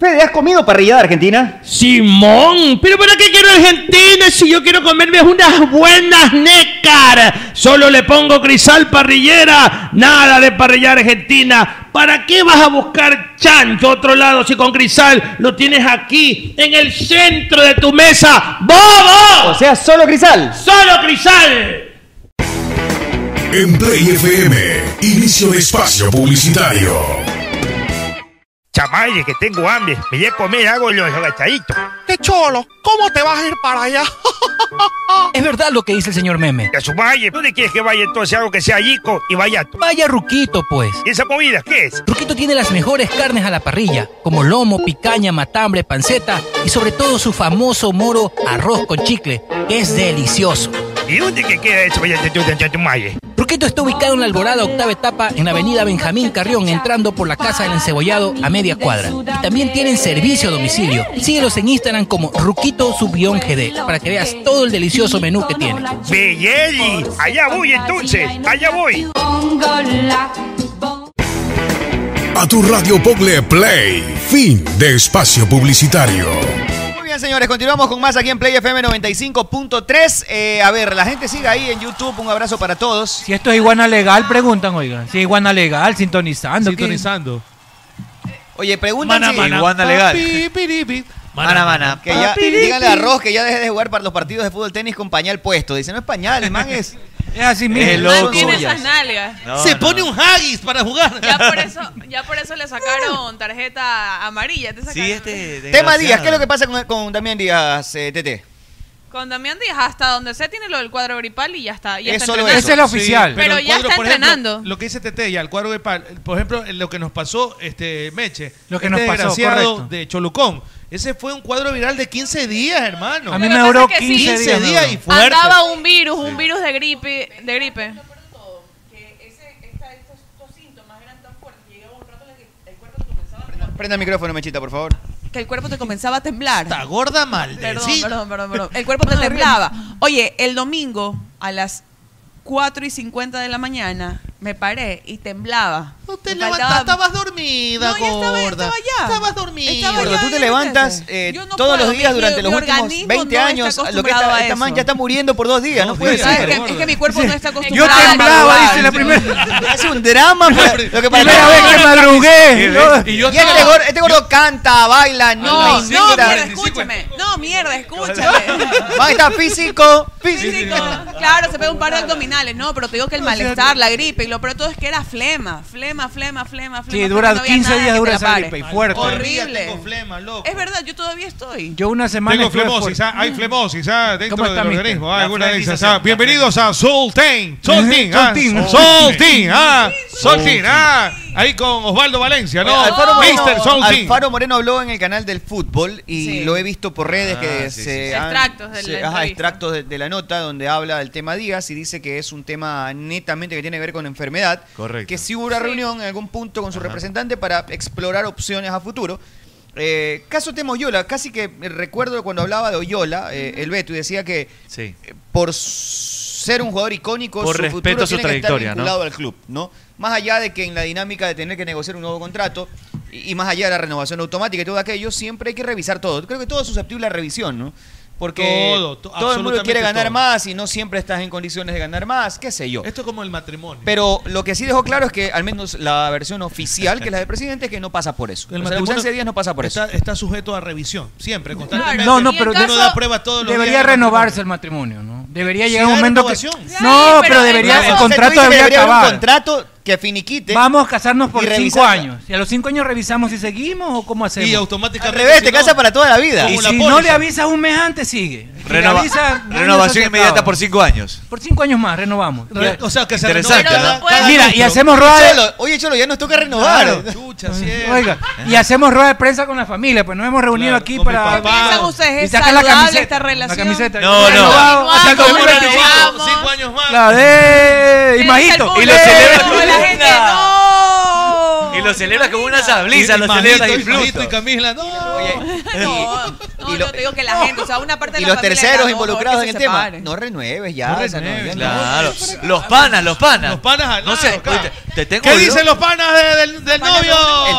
Speaker 17: Fede, ¿has comido parrilla de Argentina?
Speaker 2: Simón, pero ¿para qué quiero Argentina si yo quiero comerme unas buenas nécar? Solo le pongo crisal parrillera, nada de parrilla argentina. ¿Para qué vas a buscar chancho a otro lado si con crisal lo tienes aquí, en el centro de tu mesa? ¡Bobo!
Speaker 17: O sea, solo crisal.
Speaker 2: ¡Solo crisal!
Speaker 20: En Play FM, inicio de espacio publicitario.
Speaker 3: Chamaye, que tengo hambre. Me voy a comer, hago los agachaditos.
Speaker 13: ¡Qué cholo! ¿Cómo te vas a ir para allá? [laughs]
Speaker 3: Es verdad lo que dice el señor Meme. A su valle, ¿dónde quieres que vaya entonces algo que sea yico y vaya? Vaya Ruquito, pues. ¿Y esa comida qué es?
Speaker 21: Ruquito tiene las mejores carnes a la parrilla, como lomo, picaña, matambre, panceta y sobre todo su famoso moro arroz con chicle, que es delicioso.
Speaker 3: ¿Y dónde que queda eso? Vaya, te- te- te- te- Chamaye.
Speaker 21: Ruquito está ubicado en la Alborada Octava Etapa en la avenida Benjamín Carrión, entrando por la Casa del Encebollado a media cuadra. Y también tienen servicio a domicilio. Síguelos en Instagram como Ruquito-GD para que veas todo el delicioso menú que tiene.
Speaker 3: Belleli, allá voy entonces, allá voy.
Speaker 20: A tu radio Pogle Play, fin de espacio publicitario.
Speaker 8: Muy bien, señores, continuamos con más aquí en Play FM 95.3. Eh, a ver, la gente sigue ahí en YouTube. Un abrazo para todos.
Speaker 12: Si esto es iguana legal, preguntan, oigan. Si es iguana legal, sintonizando. ¿qué?
Speaker 10: Sintonizando.
Speaker 8: Oye, pregúntense.
Speaker 12: Mana, mana, Iguana legal. papi,
Speaker 8: Mana, mana. Que ya,
Speaker 12: papi,
Speaker 8: díganle a
Speaker 12: papi.
Speaker 8: Ross que ya deje de jugar para los partidos de fútbol tenis con pañal puesto. Dice, no es pañal, el man es...
Speaker 12: [laughs] Es así
Speaker 8: mismo.
Speaker 11: Es
Speaker 8: loco.
Speaker 11: loco.
Speaker 8: Tiene
Speaker 9: Esas nalgas.
Speaker 10: Se pone un haggis para jugar.
Speaker 9: Ya por eso, ya por eso le sacaron tarjeta amarilla. Te sacaron.
Speaker 10: este-
Speaker 12: [laughs]
Speaker 8: Tema Díaz, ¿qué este es lo que pasa con, con Damián Díaz, eh, Tete?
Speaker 9: Con Damián Díaz, hasta donde sé, tiene lo del cuadro gripal y ya está. Ya
Speaker 8: Es
Speaker 9: está
Speaker 8: solo
Speaker 9: entrenando.
Speaker 8: eso. Ese es el oficial.
Speaker 9: Pero,
Speaker 10: el
Speaker 9: ya
Speaker 10: cuadro,
Speaker 9: está
Speaker 10: por ejemplo,
Speaker 9: entrenando.
Speaker 10: lo que dice Tete ya, el cuadro de pal, por ejemplo, lo que nos pasó este Meche,
Speaker 12: Lo que
Speaker 10: este
Speaker 12: nos pasó,
Speaker 10: desgraciado
Speaker 12: correcto.
Speaker 10: de Cholucón. Ese fue un cuadro viral de 15 días, hermano.
Speaker 12: A mí Lo me que duró pasa es que sí.
Speaker 10: 15
Speaker 12: 15 días
Speaker 10: días
Speaker 12: me
Speaker 10: y
Speaker 12: duró.
Speaker 10: fuerte.
Speaker 9: Andaba un virus, un virus de gripe, de gripe.
Speaker 8: Prenda el micrófono, Mechita, por favor.
Speaker 9: Que el cuerpo te comenzaba a temblar. Está
Speaker 10: gorda
Speaker 9: Perdón,
Speaker 10: maldecida.
Speaker 9: perdón, perdón,
Speaker 10: [laughs]
Speaker 9: perdón. El cuerpo te temblaba. Oye, el domingo a las 4 y 50 de la mañana me paré y temblaba. No te
Speaker 10: levantaste, estabas dormida,
Speaker 9: no, ya estaba,
Speaker 10: gorda.
Speaker 9: estaba ya.
Speaker 10: Estabas dormida.
Speaker 9: Estaba
Speaker 8: Gordo,
Speaker 9: ya,
Speaker 8: tú te
Speaker 9: ¿qué
Speaker 8: levantas
Speaker 9: haces?
Speaker 8: eh,
Speaker 9: Yo no
Speaker 8: todos los
Speaker 9: puedo,
Speaker 8: días
Speaker 9: mi-
Speaker 8: durante
Speaker 9: mi-
Speaker 8: los
Speaker 9: mi
Speaker 8: últimos
Speaker 9: organismo
Speaker 8: 20
Speaker 9: no está
Speaker 8: años. Lo que
Speaker 9: acostumbrado
Speaker 8: esta,
Speaker 9: a
Speaker 8: esta man
Speaker 9: eso.
Speaker 8: ya está muriendo por dos días, no puede
Speaker 9: ¿Sabes
Speaker 8: ser.
Speaker 9: qué? Es que mi cuerpo no está
Speaker 12: Yo
Speaker 9: acostumbrado. a
Speaker 12: temblaba,
Speaker 9: madrugar.
Speaker 12: dice la primera.
Speaker 8: Es un [laughs] drama. para- lo que para
Speaker 12: Primera vez que madrugué.
Speaker 8: Y, este, gordo, este gordo canta, baila,
Speaker 9: No, no,
Speaker 8: no, invita.
Speaker 9: mierda, escúchame. No, mierda, escúchame.
Speaker 8: Man, está físico,
Speaker 9: Físico.
Speaker 8: físico.
Speaker 9: Claro, se pega un par de abdominales, no, pero te digo que el malestar, la gripe, y lo peor de todo es que era flema, flema, flema, flema, flema.
Speaker 12: Sí, dura
Speaker 9: no había
Speaker 12: 15
Speaker 9: nada
Speaker 12: días
Speaker 9: que
Speaker 12: dura
Speaker 9: te la
Speaker 12: esa
Speaker 9: pare.
Speaker 12: gripe y fuerte.
Speaker 9: Horrible.
Speaker 10: Tengo flema, loco.
Speaker 9: Es verdad, yo todavía estoy.
Speaker 12: Yo una semana
Speaker 10: Tengo
Speaker 12: estuve
Speaker 10: flemosis,
Speaker 12: fuera.
Speaker 10: ah, hay flemosis ah, dentro
Speaker 12: ¿Cómo
Speaker 10: del
Speaker 12: está, mister?
Speaker 10: organismo. ah,
Speaker 12: La
Speaker 10: alguna de esas,
Speaker 12: flemosis.
Speaker 10: ah. Bienvenidos a
Speaker 12: [laughs]
Speaker 10: Soul Team. Soul
Speaker 12: Ujú,
Speaker 10: Team, ah,
Speaker 12: Soul Team.
Speaker 10: Soul
Speaker 12: Soul
Speaker 10: Team,
Speaker 12: Team.
Speaker 10: ah, Soul
Speaker 12: Soul
Speaker 10: Team, ah. Ahí con Osvaldo Valencia, ¿no?
Speaker 8: Alfaro Moreno,
Speaker 10: Mister Soul Team.
Speaker 8: Alfaro Moreno habló en el canal del fútbol y lo he visto por redes
Speaker 10: Ah,
Speaker 8: que
Speaker 10: sí,
Speaker 8: se
Speaker 10: sí, sí.
Speaker 8: han-
Speaker 10: Extractos de la
Speaker 8: se- ajá,
Speaker 10: entrevista.
Speaker 8: extractos de, de la nota donde habla del tema Díaz y dice que es un tema netamente que tiene que ver con enfermedad.
Speaker 11: Correcto.
Speaker 8: Que sí hubo una reunión en algún punto con su representante para explorar opciones a futuro. Eh, caso tema Oyola, casi que recuerdo cuando hablaba de Oyola, eh, el Beto, y decía que
Speaker 11: Sí.
Speaker 8: por ser un jugador icónico,
Speaker 11: Por
Speaker 8: su
Speaker 11: respeto
Speaker 8: futuro
Speaker 11: a su
Speaker 8: tiene que estar
Speaker 11: trayectoria, ¿no?
Speaker 8: vinculado al club, ¿no? Más allá de que en la dinámica de tener que negociar un nuevo contrato y, y más allá de la renovación automática y todo aquello, siempre hay que revisar todo. Creo que todo es susceptible a revisión, ¿no? Porque
Speaker 10: Todo, to-
Speaker 8: todo el mundo quiere
Speaker 10: absolutamente
Speaker 8: ganar
Speaker 10: todo.
Speaker 8: más y no siempre estás en condiciones de ganar más, qué sé yo.
Speaker 10: Esto es como el matrimonio.
Speaker 8: Pero lo que sí dejó claro es que al menos la versión oficial, que es la del presidente, es que no pasa por eso. o
Speaker 10: El
Speaker 8: sea, la
Speaker 10: matrimonio
Speaker 8: ausencia de días no pasa por eso.
Speaker 10: está, está sujeto a revisión, siempre, constantemente.
Speaker 12: No, no, pero
Speaker 10: uno da pruebas todos los
Speaker 12: debería
Speaker 10: días.
Speaker 12: renovarse el matrimonio, ¿no? Debería
Speaker 10: Si
Speaker 12: llegar un
Speaker 10: hay
Speaker 12: momento que
Speaker 10: renovación.
Speaker 12: no, pero debería el contrato debería
Speaker 8: un
Speaker 12: acabar.
Speaker 8: contrato que finiquite.
Speaker 12: Vamos a casarnos por
Speaker 8: y
Speaker 12: cinco
Speaker 8: revisarla.
Speaker 12: años. Y a los cinco años revisamos si seguimos o cómo hacemos.
Speaker 10: Y automáticamente.
Speaker 8: Al revés, te casas para toda la vida.
Speaker 12: Y
Speaker 8: Como la
Speaker 12: si no
Speaker 8: póliza.
Speaker 12: le avisas un mes antes, sigue. Si le
Speaker 11: Renova-
Speaker 12: avisas, ya eso
Speaker 11: renovación
Speaker 12: se
Speaker 11: inmediata
Speaker 12: acaba.
Speaker 11: por cinco años.
Speaker 12: Por cinco años más, renovamos.
Speaker 10: Re- o sea, que se
Speaker 11: Interesante,
Speaker 10: renova
Speaker 11: ¿no?
Speaker 10: cada- cada
Speaker 12: Mira, y
Speaker 10: lustro.
Speaker 12: hacemos rueda de-
Speaker 8: Cholo, oye, Cholo, ya nos toca renovar.
Speaker 12: Claro.
Speaker 10: Chucha, sí es.
Speaker 12: Oiga, y hacemos rueda de prensa con la familia, pues nos hemos reunido
Speaker 10: Claro,
Speaker 12: aquí
Speaker 10: con mi
Speaker 12: para.
Speaker 10: papá. ¿Qué piensan
Speaker 9: ustedes?
Speaker 12: Y
Speaker 9: ¿Es
Speaker 12: sacar la
Speaker 9: saludable
Speaker 12: camiseta,
Speaker 9: esta relación?
Speaker 12: La camiseta.
Speaker 11: No, no.
Speaker 12: Renovado hasta el
Speaker 9: Renovado,
Speaker 12: 2025.
Speaker 9: renovado.
Speaker 10: Cinco años más.
Speaker 12: Claro, eh, y majito.
Speaker 11: Y lo celebras con
Speaker 9: la gente,
Speaker 11: una. Y lo celebras con una sabliza,
Speaker 10: Y- y
Speaker 11: lo
Speaker 10: Majito,
Speaker 11: celebras
Speaker 10: y
Speaker 11: y
Speaker 10: Majito,
Speaker 11: fluto.
Speaker 10: y Camila, no.
Speaker 8: [laughs]
Speaker 9: No, no, no, te digo que
Speaker 12: [laughs]
Speaker 9: la gente, o sea, una parte de
Speaker 8: Y
Speaker 9: la
Speaker 8: los
Speaker 9: familia
Speaker 8: terceros
Speaker 9: era, no,
Speaker 8: involucrados en
Speaker 9: que
Speaker 8: el
Speaker 9: se
Speaker 8: tema.
Speaker 9: separen.
Speaker 8: No renueves ya.
Speaker 10: No
Speaker 8: o sea, no,
Speaker 10: renueves,
Speaker 8: ya no.
Speaker 11: Claro. Los panas, los panas.
Speaker 10: Los panas al
Speaker 11: No sé,
Speaker 10: lado, claro.
Speaker 11: oye, te- te tengo
Speaker 10: ¿Qué
Speaker 11: yo- Eh.
Speaker 10: dicen los panas de- del, del novio?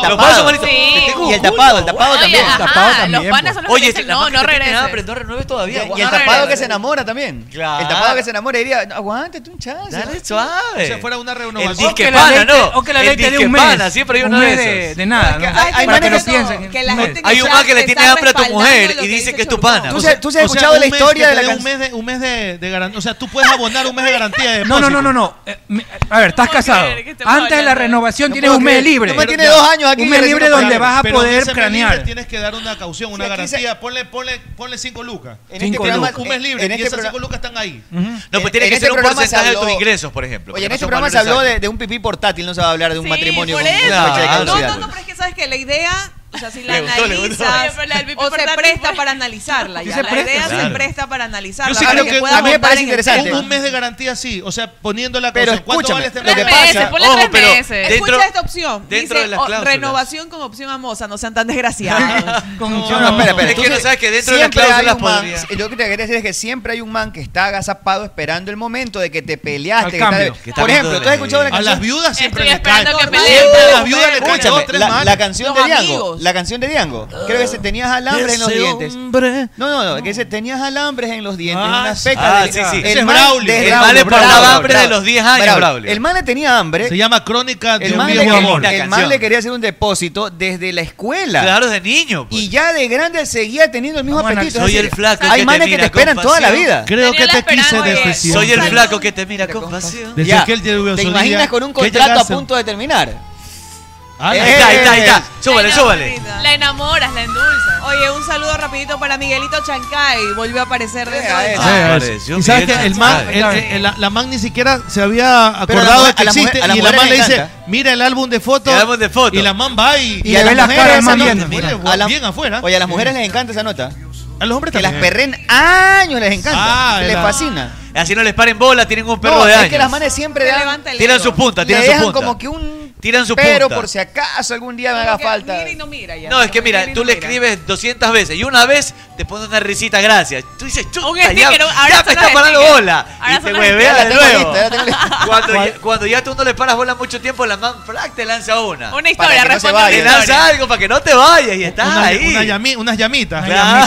Speaker 11: Los pasos, manito.
Speaker 13: Sí.
Speaker 11: Te tengo
Speaker 8: Y el
Speaker 11: culo,
Speaker 8: tapado, el tapado
Speaker 11: guau.
Speaker 8: también.
Speaker 13: Oye, ajá,
Speaker 12: tapado también,
Speaker 13: los panas son los
Speaker 11: Oye,
Speaker 13: que
Speaker 11: este-
Speaker 13: dicen,
Speaker 11: la
Speaker 13: no,
Speaker 11: más que
Speaker 13: no
Speaker 11: te tiene
Speaker 13: regreses.
Speaker 11: hambre, no renueves todavía.
Speaker 8: Y el
Speaker 11: guau.
Speaker 8: tapado que se enamora también.
Speaker 11: Claro.
Speaker 8: El tapado que se enamora diría, aguántate un chance.
Speaker 11: Dale suave.
Speaker 10: O sea, fuera una
Speaker 11: el
Speaker 10: renovación.
Speaker 11: disque
Speaker 12: que la
Speaker 11: pana,
Speaker 12: ley te-
Speaker 11: ¿no?
Speaker 12: o que la
Speaker 11: el
Speaker 12: ley te dé
Speaker 11: disque
Speaker 12: un mes.
Speaker 11: pana, siempre hay
Speaker 12: Un
Speaker 11: uno de
Speaker 12: mes
Speaker 11: esos.
Speaker 12: de- de nada,
Speaker 8: Porque
Speaker 12: ¿no?
Speaker 8: hay- hay
Speaker 12: Para que
Speaker 8: maneras
Speaker 12: lo
Speaker 8: de todo,
Speaker 12: piensen.
Speaker 9: que la
Speaker 12: No.
Speaker 9: gente
Speaker 11: Hay un man que le
Speaker 9: se
Speaker 11: tiene
Speaker 9: está
Speaker 11: hambre a tu
Speaker 9: respaldando
Speaker 11: mujer
Speaker 9: en lo
Speaker 11: y
Speaker 9: que
Speaker 11: dice
Speaker 9: dice
Speaker 11: que es tu
Speaker 9: Chortón.
Speaker 11: pana.
Speaker 8: Tú
Speaker 11: O
Speaker 8: sabes-
Speaker 11: sea,
Speaker 8: tú has
Speaker 10: O sea,
Speaker 8: escuchado
Speaker 10: un
Speaker 8: la
Speaker 10: mes
Speaker 8: historia
Speaker 10: que
Speaker 8: de la
Speaker 10: te den
Speaker 8: canción.
Speaker 10: un mes de, un mes de, de garantía. O sea, tú puedes abonar un mes de garantía de
Speaker 12: No,
Speaker 10: depósito.
Speaker 12: no, no, no, no. Eh, me- A ver, estás
Speaker 13: puedo
Speaker 12: casado.
Speaker 13: creer que estemos
Speaker 12: Antes de la
Speaker 13: hablando de-
Speaker 12: renovación
Speaker 8: No
Speaker 12: tienes
Speaker 8: puedo
Speaker 12: un mes
Speaker 8: creer.
Speaker 12: libre.
Speaker 8: Tú me tienes dos años aquí
Speaker 12: Un
Speaker 8: y
Speaker 12: mes
Speaker 8: recién
Speaker 12: libre
Speaker 8: no
Speaker 12: donde
Speaker 8: pagaron.
Speaker 12: vas a
Speaker 10: Pero en
Speaker 12: poder
Speaker 10: ese mes libre
Speaker 12: cranear.
Speaker 10: Tienes que dar una caución, una
Speaker 8: Sí, aquí se-
Speaker 10: garantía. Ponle, ponle, ponle cinco lucas.
Speaker 8: En este
Speaker 12: Cinco
Speaker 10: Te dan
Speaker 12: lucas.
Speaker 10: un mes libre
Speaker 8: en
Speaker 10: y
Speaker 8: este
Speaker 10: esas
Speaker 8: programa-
Speaker 10: cinco lucas están ahí.
Speaker 11: No, pues
Speaker 8: En-
Speaker 11: tiene
Speaker 8: en
Speaker 11: que
Speaker 8: este
Speaker 11: ser un
Speaker 8: programa se
Speaker 11: porcentaje de tus
Speaker 8: habló-
Speaker 11: ingresos, por ejemplo.
Speaker 8: Oye,
Speaker 11: porque
Speaker 8: en
Speaker 11: no
Speaker 8: este
Speaker 11: son
Speaker 8: programa se
Speaker 11: valores
Speaker 8: habló de,
Speaker 11: exactos.
Speaker 8: de un pipí portátil, no se va a hablar de un
Speaker 13: Sí,
Speaker 8: matrimonio
Speaker 13: por
Speaker 8: con
Speaker 13: eso.
Speaker 8: fecha de
Speaker 11: Claro.
Speaker 9: No,
Speaker 8: caducidad.
Speaker 9: no, no, pero es que sabes que la idea, o sea, si la
Speaker 11: Le gustó, le gustó.
Speaker 13: Oye,
Speaker 9: analizas
Speaker 13: pero la del pipi
Speaker 9: o se
Speaker 13: portátil
Speaker 9: presta
Speaker 13: fue-
Speaker 9: para analizarla,
Speaker 12: Sí
Speaker 9: ya.
Speaker 12: se
Speaker 9: la
Speaker 12: presta,
Speaker 9: idea se
Speaker 11: claro.
Speaker 9: presta para analizarla.
Speaker 10: Yo sí
Speaker 9: para
Speaker 10: creo que-
Speaker 9: pueda
Speaker 10: a mí me
Speaker 9: abundar
Speaker 8: parece
Speaker 9: en el
Speaker 8: interesante.
Speaker 9: tema.
Speaker 10: Un mes de garantía sí. O sea, poniendo la
Speaker 8: Pero
Speaker 10: caución. ¿Cuánto
Speaker 8: escúchame,
Speaker 10: vale este
Speaker 8: lo que
Speaker 10: mes?
Speaker 13: Tres
Speaker 8: pasa-
Speaker 13: meses, ponle
Speaker 11: Ojo,
Speaker 13: tres
Speaker 11: pero
Speaker 13: meses.
Speaker 11: de- dentro-
Speaker 9: Escucha esta opción.
Speaker 11: dentro
Speaker 9: Dice,
Speaker 11: de las
Speaker 9: oh,
Speaker 11: cláusulas.
Speaker 9: renovación con opción a moza, no sean tan desgraciados.
Speaker 12: Con-
Speaker 10: No,
Speaker 8: No, no, espera, espera.
Speaker 11: Es que
Speaker 8: Entonces,
Speaker 11: no sabes que dentro de las
Speaker 8: siempre
Speaker 11: cláusulas
Speaker 8: hay un man-
Speaker 11: podría-
Speaker 8: Yo lo que te quería decir es que siempre hay un man que está agazapado esperando el momento de que te peleaste.
Speaker 12: Al
Speaker 8: que
Speaker 12: cambio.
Speaker 8: está-
Speaker 11: Que está
Speaker 8: por ejemplo,
Speaker 11: dándole-
Speaker 8: ¿tú has escuchado la
Speaker 10: A
Speaker 8: canción?
Speaker 10: las viudas siempre
Speaker 13: Estoy
Speaker 10: les caen.
Speaker 13: esperando que me
Speaker 10: Siempre a las
Speaker 13: den.
Speaker 10: viudas les caen dos,
Speaker 8: Escúchame,
Speaker 10: tres
Speaker 8: la,
Speaker 10: males.
Speaker 8: la canción de
Speaker 9: Los
Speaker 8: Diango.
Speaker 9: amigos.
Speaker 8: La canción de Diango. Creo que se tenías alambres en los
Speaker 10: Ese
Speaker 8: dientes.
Speaker 10: hombre.
Speaker 8: No, no, no, que se tenías alambres en los dientes,
Speaker 10: Ah,
Speaker 8: unas pecas.
Speaker 11: ah,
Speaker 8: de-
Speaker 11: sí, sí.
Speaker 10: Ese es
Speaker 8: man
Speaker 10: Braulio.
Speaker 8: de-
Speaker 10: El
Speaker 8: Braulio,
Speaker 11: man le
Speaker 8: Braulio,
Speaker 11: pasaba hambre
Speaker 8: Braulio.
Speaker 11: de los 10 años, Braulio.
Speaker 8: El man le tenía hambre.
Speaker 10: Se llama Crónica de
Speaker 8: El
Speaker 10: un
Speaker 8: man,
Speaker 10: viejo
Speaker 8: le,
Speaker 11: viejo
Speaker 10: amor.
Speaker 11: amor.
Speaker 8: el man
Speaker 11: Canción.
Speaker 8: le quería hacer un depósito desde la escuela.
Speaker 11: Claro, de niño. pues.
Speaker 8: Y ya de grande seguía teniendo el mismo
Speaker 12: Vamos a
Speaker 8: apetito. Es
Speaker 11: Soy
Speaker 8: decir,
Speaker 11: el flaco
Speaker 8: Hay
Speaker 11: que
Speaker 8: manes
Speaker 11: te
Speaker 8: que te
Speaker 11: mira
Speaker 8: esperan
Speaker 11: con
Speaker 8: toda la
Speaker 11: pasión.
Speaker 8: vida.
Speaker 10: Creo
Speaker 13: Tenía
Speaker 10: que
Speaker 13: la
Speaker 10: te quise
Speaker 13: esperanza de-
Speaker 10: desde siempre.
Speaker 11: Soy el
Speaker 13: Salud.
Speaker 11: flaco que te mira con pasión.
Speaker 10: Desde
Speaker 8: Ya.
Speaker 10: aquel día de
Speaker 8: ¿Te
Speaker 10: Ubiasolía,
Speaker 8: imaginas con un
Speaker 10: que
Speaker 8: contrato a
Speaker 10: llegaste-
Speaker 8: punto de terminar? Eh,
Speaker 10: Ah,
Speaker 11: Ahí
Speaker 10: la-
Speaker 11: está, ahí está, ahí está.
Speaker 13: La
Speaker 11: Súbale, súbale.
Speaker 9: enamorita.
Speaker 13: La enamoras, la endulzas.
Speaker 9: Oye, un saludo rapidito para Miguelito Chancay. Volvió a aparecer dentro
Speaker 8: Vea
Speaker 9: de
Speaker 8: eso.
Speaker 11: Ah,
Speaker 10: Ah,
Speaker 11: apareció
Speaker 10: y sabes
Speaker 11: Miguel ah,
Speaker 10: que el man,
Speaker 11: Chancay.
Speaker 10: el- el- la, la man ni siquiera se había
Speaker 8: Pero a la
Speaker 10: acordado
Speaker 8: mujer-
Speaker 10: de que
Speaker 8: a la mujer-
Speaker 10: existe.
Speaker 8: a la
Speaker 10: y la
Speaker 8: mujer
Speaker 10: man
Speaker 8: le
Speaker 10: le dice:
Speaker 8: encanta.
Speaker 10: Mira el álbum de fotos.
Speaker 11: El álbum de fotos.
Speaker 10: Y la man va y.
Speaker 12: Y le ve las
Speaker 8: mujeres
Speaker 12: caras
Speaker 8: esa
Speaker 12: más
Speaker 8: nota-
Speaker 12: bien,
Speaker 8: mira,
Speaker 10: mira.
Speaker 8: a las-
Speaker 10: bien afuera.
Speaker 8: Oye, a las mujeres les encanta esa nota.
Speaker 10: A los hombres
Speaker 8: Que las
Speaker 10: también.
Speaker 8: perren años les encanta.
Speaker 10: Ah,
Speaker 8: les
Speaker 10: la-
Speaker 8: fascina.
Speaker 11: Así no les paren bola, tienen un perro
Speaker 8: No,
Speaker 11: de
Speaker 8: es
Speaker 11: años.
Speaker 8: que las manes siempre
Speaker 9: Te
Speaker 8: dan-
Speaker 9: levanta el
Speaker 11: Tiran
Speaker 9: ego.
Speaker 11: sus puntas,
Speaker 8: le
Speaker 11: tiran sus
Speaker 8: dejan
Speaker 11: puntas.
Speaker 8: como que un.
Speaker 11: Tiran su
Speaker 8: Pero
Speaker 11: punta.
Speaker 8: por si acaso algún día me
Speaker 9: Como
Speaker 8: haga
Speaker 9: que
Speaker 8: falta.
Speaker 9: mira y no mira ya.
Speaker 11: No, es que mira,
Speaker 9: Mira y
Speaker 11: tú
Speaker 9: no
Speaker 11: le
Speaker 9: mira.
Speaker 11: escribes 200 veces y una vez te pone una risita,
Speaker 13: [laughs]
Speaker 11: gracias. Tú dices, chuta,
Speaker 13: Un
Speaker 11: ya,
Speaker 13: sticker, ahora
Speaker 11: ya
Speaker 13: son
Speaker 11: me
Speaker 13: los
Speaker 11: está parando
Speaker 13: stickers.
Speaker 11: bola.
Speaker 13: Ahora
Speaker 11: y
Speaker 13: son
Speaker 11: te
Speaker 13: los
Speaker 11: huevea
Speaker 8: Ya la
Speaker 11: de
Speaker 8: tengo
Speaker 11: nuevo.
Speaker 8: lista, ya la tengo lista.
Speaker 11: [laughs] Cuando ya, cuando ya tú no le paras bola mucho tiempo, la man flac te lanza una.
Speaker 13: Una historia,
Speaker 8: que no se
Speaker 13: responde
Speaker 8: vaya.
Speaker 11: Te
Speaker 13: una
Speaker 11: lanza
Speaker 13: historia.
Speaker 11: algo para que no te vayas y estás
Speaker 10: Una-
Speaker 11: ahí.
Speaker 10: una llami- unas llamitas.
Speaker 11: Claro.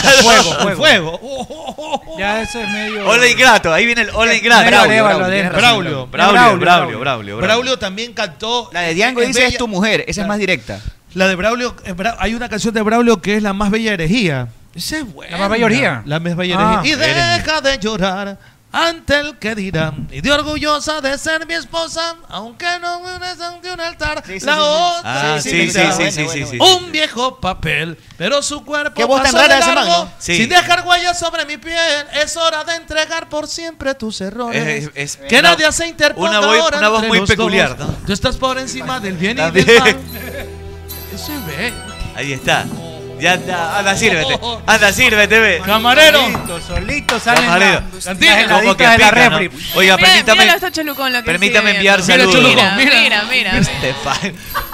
Speaker 11: [laughs]
Speaker 10: Fuego, fuego. fuego. Oh, oh, oh, oh.
Speaker 12: Ya eso es medio.
Speaker 11: Hola ingrato, ahí viene el hola ingrato.
Speaker 12: Braulio,
Speaker 11: Braulio,
Speaker 12: Braulio,
Speaker 8: tienes
Speaker 12: Braulio.
Speaker 8: razón,
Speaker 11: Braulio,
Speaker 10: Braulio.
Speaker 11: Braulio,
Speaker 10: Braulio.
Speaker 11: Braulio.
Speaker 10: también cantó.
Speaker 8: La de Diango
Speaker 10: Es
Speaker 8: dice
Speaker 10: bella-
Speaker 8: es tu mujer. Esa es más directa.
Speaker 10: La de Braulio, es Bra- hay una canción de Braulio que es la más bella herejía. Esa es buena.
Speaker 12: ¿La más bella herejía?
Speaker 10: La más bella herejía.
Speaker 12: Ah.
Speaker 10: y deja de llorar ante el que dirán. Y de orgullosa de ser mi esposa, aunque no me unan de un altar.
Speaker 8: Sí, sí,
Speaker 10: la
Speaker 8: sí, sí.
Speaker 10: otra.
Speaker 11: Ah,
Speaker 8: Sí,
Speaker 11: sí,
Speaker 8: sí,
Speaker 11: sí, sí,
Speaker 8: bueno,
Speaker 11: sí, sí,
Speaker 8: bueno,
Speaker 11: sí, sí.
Speaker 10: Un viejo papel, pero su cuerpo
Speaker 8: Qué voz tan
Speaker 10: pasó de
Speaker 8: rara ese man,
Speaker 10: largo,
Speaker 8: ¿no?
Speaker 11: Sí.
Speaker 10: sin dejar huellas sobre mi piel. Es hora de entregar por siempre tus errores.
Speaker 11: Es- es-
Speaker 10: que
Speaker 11: una-
Speaker 10: nadie se interponga
Speaker 11: una voz-
Speaker 10: ahora
Speaker 11: una voz
Speaker 10: entre
Speaker 11: muy
Speaker 10: los
Speaker 11: peculiar,
Speaker 10: dos.
Speaker 11: ¿no?
Speaker 10: Tú estás por encima del bien y del
Speaker 11: También.
Speaker 10: mal. Eso es bello.
Speaker 11: Ahí está. Ya está, anda, sírvete. Anda, sírvete, ve.
Speaker 10: Camarero.
Speaker 11: Solito, solito
Speaker 10: salen
Speaker 11: Camarero.
Speaker 10: las- las típicas
Speaker 11: Como que
Speaker 10: de la
Speaker 11: pica, ¿no?
Speaker 10: refri.
Speaker 11: Oiga,
Speaker 13: Mira,
Speaker 11: permítame.
Speaker 13: míralo, está Cholucón, lo que
Speaker 11: Permítame
Speaker 13: sigue
Speaker 11: enviar
Speaker 13: viendo.
Speaker 11: saludos.
Speaker 13: Mira, mira, mira.
Speaker 11: Este pa-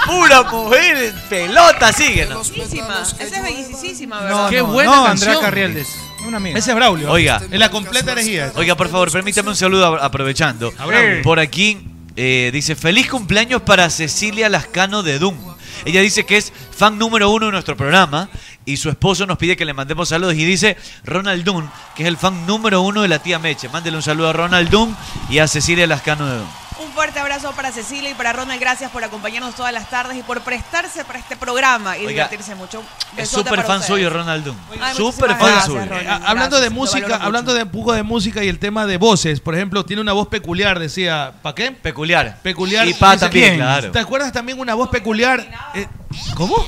Speaker 11: Pura mujer, pelota, síguenos.
Speaker 9: Bellísima. Esa es bellísima, ¿verdad?
Speaker 11: No,
Speaker 10: Qué
Speaker 11: no,
Speaker 10: buena
Speaker 11: no,
Speaker 10: canción.
Speaker 11: Andrea
Speaker 10: Carrieldes.
Speaker 12: Una amiga.
Speaker 10: Ese es Braulio.
Speaker 11: Oiga.
Speaker 10: Es la completa herejía.
Speaker 11: Oiga, por favor, permítame un saludo a- aprovechando.
Speaker 10: Abraham.
Speaker 11: Por aquí eh, dice, feliz cumpleaños para Cecilia Lascano de Doom. Ella dice que es fan número uno de nuestro programa y su esposo nos pide que le mandemos saludos y dice Ronald Doom, que es el fan número uno de la tía Meche. Mándele un saludo a Ronald Doom y a Cecilia Lascano de Doom.
Speaker 9: Un fuerte abrazo para Cecilia y para Ronald. Gracias por acompañarnos todas las tardes y por prestarse para este programa y
Speaker 11: Oiga,
Speaker 9: divertirse mucho. Un
Speaker 11: Es
Speaker 9: besote
Speaker 11: súper
Speaker 9: para
Speaker 11: fan
Speaker 9: ustedes.
Speaker 11: suyo Ronald Doom.
Speaker 9: Ay, muchísimas
Speaker 11: Súper fan
Speaker 9: gracias,
Speaker 11: suyo.
Speaker 9: Ronald.
Speaker 10: Eh, a- hablando de
Speaker 9: Gracias, lo
Speaker 10: música,
Speaker 9: valoro
Speaker 10: hablando de un poco de música y el tema de voces, por ejemplo, tiene una voz peculiar, decía, ¿para qué?
Speaker 11: Peculiar.
Speaker 10: Peculiar.
Speaker 11: Y pa
Speaker 10: Dice,
Speaker 11: también,
Speaker 10: ¿quién?
Speaker 11: claro.
Speaker 10: ¿Te acuerdas también una voz peculiar? Eh, ¿Cómo?